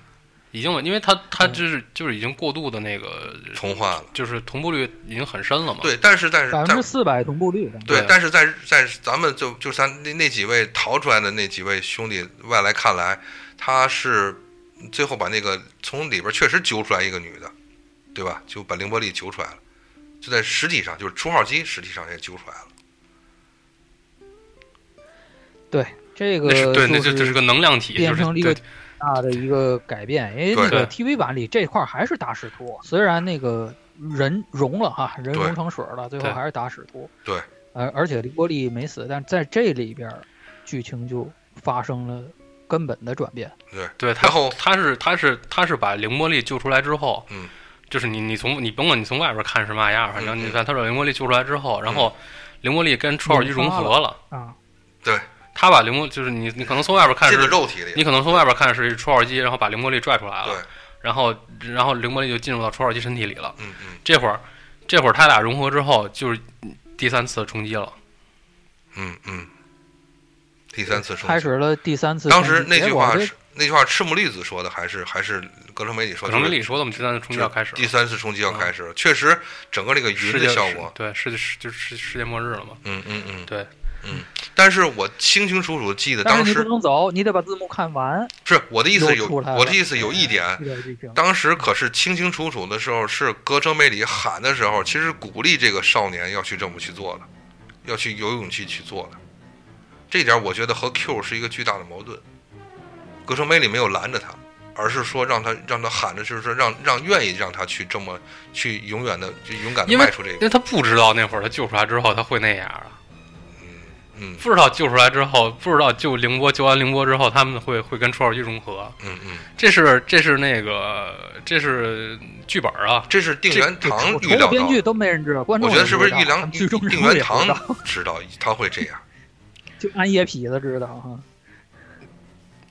Speaker 3: 已经因为他他就是就是已经过度的那个
Speaker 1: 同化了。
Speaker 3: 就是同步率已经很深了嘛。，
Speaker 1: 对，但是但是
Speaker 2: 百
Speaker 1: 但
Speaker 2: 分之四百同步率，
Speaker 1: 对
Speaker 3: 对，
Speaker 1: 但是在在咱们就就咱那那几位逃出来的那几位兄弟外来看来，他是最后把那个从里边确实揪出来一个女的，对吧？就把凌波丽揪出来了，就在实体上就是初号机实体上也揪出来了。
Speaker 2: 这个
Speaker 3: 那是对，那就
Speaker 2: 就
Speaker 3: 就是个能量体，
Speaker 2: 变
Speaker 3: 就是
Speaker 2: 成了一个
Speaker 3: 对
Speaker 2: 大的一个改变，因为那
Speaker 3: 对
Speaker 2: 个 TV 版里这块儿还是打使徒，虽然那个人融了哈，人融成水了，最后
Speaker 3: 对
Speaker 2: 还是打使徒。
Speaker 1: 对，
Speaker 2: 而而且黎波利没死，但在这里边儿剧情就发生了根本的转变。
Speaker 1: 对，
Speaker 3: 对他
Speaker 1: 然后
Speaker 3: 他是他是他是把凌波丽救出来之后，
Speaker 1: 嗯，
Speaker 3: 就是你你从你甭管你从外边看是嘛样，反正
Speaker 1: 嗯
Speaker 3: 你
Speaker 1: 嗯
Speaker 3: 看他把凌波丽救出来之后，然后凌波丽跟初号机融合了，
Speaker 2: 啊，
Speaker 3: 他把凌波就是你你可能从外边看
Speaker 1: 进了
Speaker 3: 是，
Speaker 1: 肉体里
Speaker 3: 你
Speaker 1: 了，
Speaker 3: 可能从外边看是初号机，然后把凌波丽拽出来
Speaker 1: 对
Speaker 3: 了，，然后然后凌波丽就进入到初号机身体里了。
Speaker 1: 嗯嗯
Speaker 3: 这会儿这会儿他俩融合之后，就是第三次冲击了。
Speaker 1: 嗯嗯，第三次冲
Speaker 2: 开
Speaker 1: 击
Speaker 2: 始了第三次冲
Speaker 1: 当
Speaker 2: 击。
Speaker 1: 时那句
Speaker 2: 结果
Speaker 1: 话
Speaker 2: 这
Speaker 1: 是那句话，赤木绿子说的，还是还是格罗梅里说的？
Speaker 3: 可能
Speaker 1: 就是
Speaker 3: 跟你说的，我们第三次冲击要开始了，嗯
Speaker 1: 第三次冲击要开始了，确实整个这个云
Speaker 3: 世
Speaker 1: 的
Speaker 3: 界
Speaker 1: 效果，
Speaker 3: 对世界世就是世界末日了嘛。
Speaker 1: 嗯嗯嗯，
Speaker 3: 对，
Speaker 1: 嗯，但是我清清楚楚记得
Speaker 2: 但
Speaker 1: 当
Speaker 2: 是你不
Speaker 1: 时
Speaker 2: 能走，你得把字幕看完。
Speaker 1: 是我的意思
Speaker 2: 又
Speaker 1: 有
Speaker 2: 出来
Speaker 1: 我的
Speaker 2: 了
Speaker 1: 意思有一点，
Speaker 2: 这个剧情
Speaker 1: 哎当时可是清清楚楚的时候，是歌声梅里喊的时候，其实鼓励这个少年要去这么去做的，要去有勇气去做的。这点我觉得和 Q 是一个巨大的矛盾。歌声梅里没有拦着他，而是说让他让他喊着，就是说让让愿意让他去这么去永远的就勇敢的
Speaker 3: 因为
Speaker 1: 迈出这一
Speaker 3: 因
Speaker 1: 步。
Speaker 3: 为他不知道那会儿他救出来之后他会那样啊，
Speaker 1: 嗯
Speaker 3: 不知道救出来之后，不知道救凌波救完凌波之后他们会会跟初号机融合，
Speaker 1: 嗯嗯，
Speaker 3: 这是这是那个这是剧本啊，
Speaker 1: 这是定元
Speaker 2: 这
Speaker 1: 堂
Speaker 2: 我
Speaker 1: 预
Speaker 2: 除
Speaker 1: 料
Speaker 2: 了
Speaker 1: 到
Speaker 2: 编剧
Speaker 1: 的。
Speaker 2: 都没人知道，观众
Speaker 1: 我觉得
Speaker 2: 也
Speaker 1: 是不是
Speaker 2: 不知
Speaker 1: 玉
Speaker 2: 道
Speaker 1: 良
Speaker 2: 剧中人
Speaker 1: 定
Speaker 2: 物
Speaker 1: 元
Speaker 2: 也不知道
Speaker 1: 堂知道他会这样？
Speaker 2: 就安野痞子知道哈。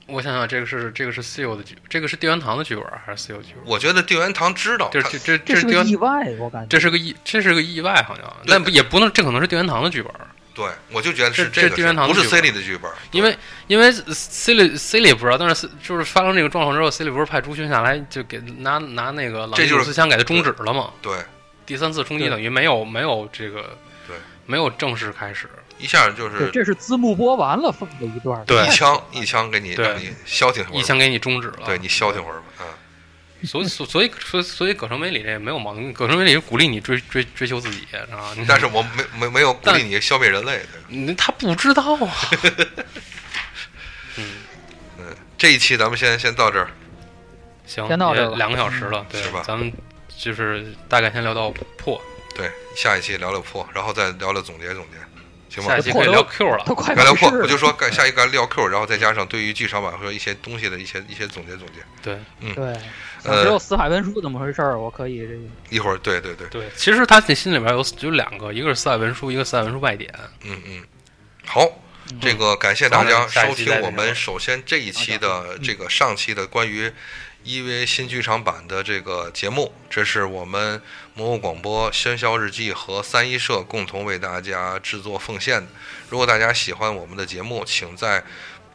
Speaker 3: 我想想这个是这个是 CEO 的剧，这个是定元堂的剧本还是 CEO 剧本？
Speaker 1: 我觉得定元堂知道，
Speaker 3: 这
Speaker 1: 他
Speaker 3: 这这
Speaker 2: 这
Speaker 3: 这
Speaker 2: 是
Speaker 3: 定
Speaker 2: 个意
Speaker 3: 元
Speaker 2: 外，我感觉。
Speaker 3: 这是个意这是个意外好像，
Speaker 1: 对
Speaker 3: 但不也不能这可能是定元堂的剧本。
Speaker 1: 对，我就觉得
Speaker 3: 这
Speaker 1: 是
Speaker 3: 这
Speaker 1: 个
Speaker 3: 定元
Speaker 1: 事
Speaker 3: 堂
Speaker 1: 不
Speaker 3: 的
Speaker 1: 是
Speaker 3: 剧本
Speaker 1: C 里的剧本，
Speaker 3: 因为因为 C 里 C 里不知道，但是 C- 就是发生这个状况之后，C 里不是派朱勋下来就给拿拿那个朗
Speaker 1: 这
Speaker 3: 尼
Speaker 1: 就是
Speaker 3: 鲁斯枪给他终止了吗？
Speaker 1: 对，
Speaker 3: 第三次冲击
Speaker 2: 对
Speaker 3: 等于没有没有这个
Speaker 1: 对
Speaker 3: 没有正式开始，
Speaker 1: 一下就
Speaker 2: 对，
Speaker 1: 是
Speaker 2: 这是字幕播完了放的一段儿。
Speaker 3: 对
Speaker 1: 一枪一枪给你
Speaker 3: 对
Speaker 1: 让你消停会儿，
Speaker 3: 一枪给你终止了。嗯
Speaker 1: 对你消停会儿吧，啊，
Speaker 3: 所以所所以所以所以葛城美里这没有矛盾，葛城美里是鼓励你追追追求自己，知道吗？
Speaker 1: 嗯但是我没没没有鼓励你消灭人类，对吧
Speaker 3: 你他不知道啊。 嗯，
Speaker 1: 嗯，这一期咱们先先到这儿，
Speaker 3: 行，
Speaker 2: 先到这儿
Speaker 3: 也
Speaker 2: 吧
Speaker 3: 两个小时了，对
Speaker 1: 嗯是吧
Speaker 3: 咱们就是大概先聊到破，
Speaker 1: 对，下一期聊聊破，然后再聊聊总结总结，行吗
Speaker 3: 下一？期
Speaker 2: 破
Speaker 3: 可以
Speaker 2: 都
Speaker 3: 聊 Q 了。
Speaker 2: 都快
Speaker 1: 该聊破，
Speaker 2: 没
Speaker 1: 我
Speaker 2: 事了
Speaker 1: 就说该下一个聊 Q，然后再加上对于剧场版和一些东西的一些一些总结总结，
Speaker 3: 对，
Speaker 2: 对，想
Speaker 1: 呃
Speaker 2: 知道死海文书怎么回事儿，我可以这个
Speaker 1: 一会儿对对对，
Speaker 3: 对，其实他这心里边有有两个，一个是四海文书，一个四海文书外典。
Speaker 1: 嗯嗯，好。这个感谢大家
Speaker 3: 咱们下
Speaker 1: 收
Speaker 3: 一期
Speaker 1: 听
Speaker 3: 再啊
Speaker 1: 我们
Speaker 3: 聊
Speaker 1: 首先这一期的这个上期的关于 EVA 新剧场版的这个节目，这是我们魔物广播、喧嚣日记和三一社共同为大家制作奉献的。如果大家喜欢我们的节目，请在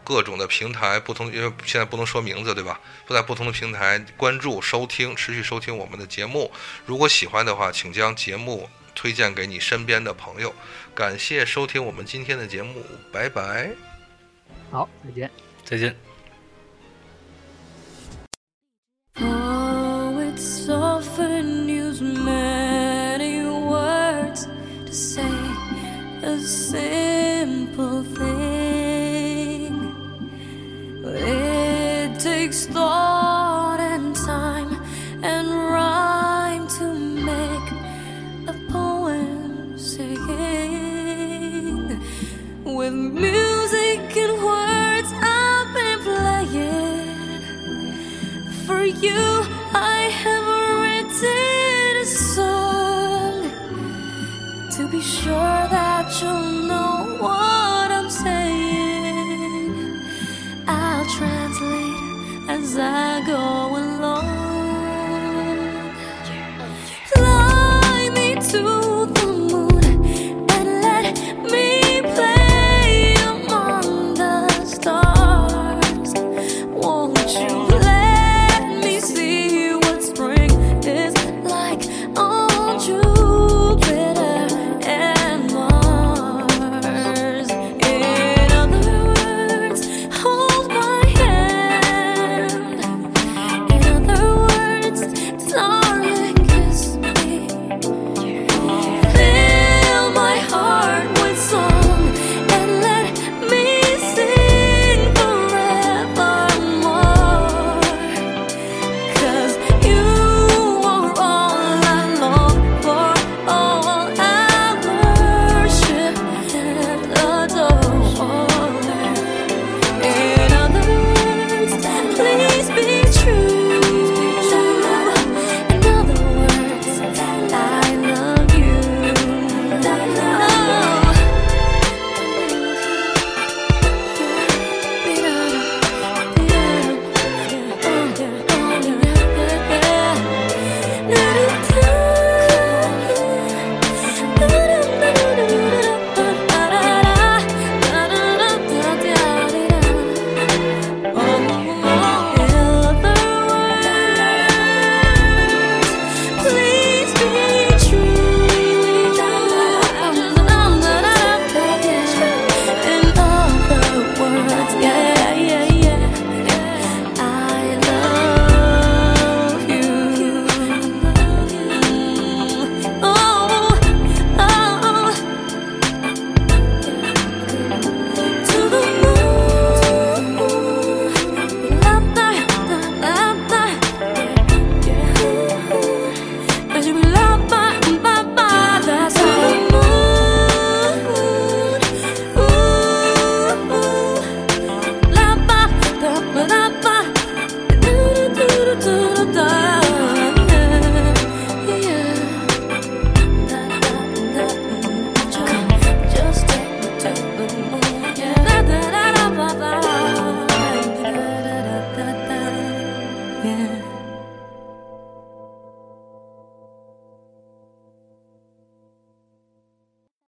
Speaker 1: 各种的平台不同，因为现在不能说名字，对吧？不在不同的平台关注、收听，持续收听我们的节目。如果喜欢的话，请将节目推荐给你身边的朋友。感谢收听我们今天的节目，拜拜。
Speaker 4: 好，再见。
Speaker 3: 再见。
Speaker 5: Oh, it's often used many words to say a simple thing. It takes thought and time and rhyme to make a poem sing. With music and words I've been playing. For you, I have written a song to be sure that you'll know what I'm saying. I'll translate as I go along. Oh,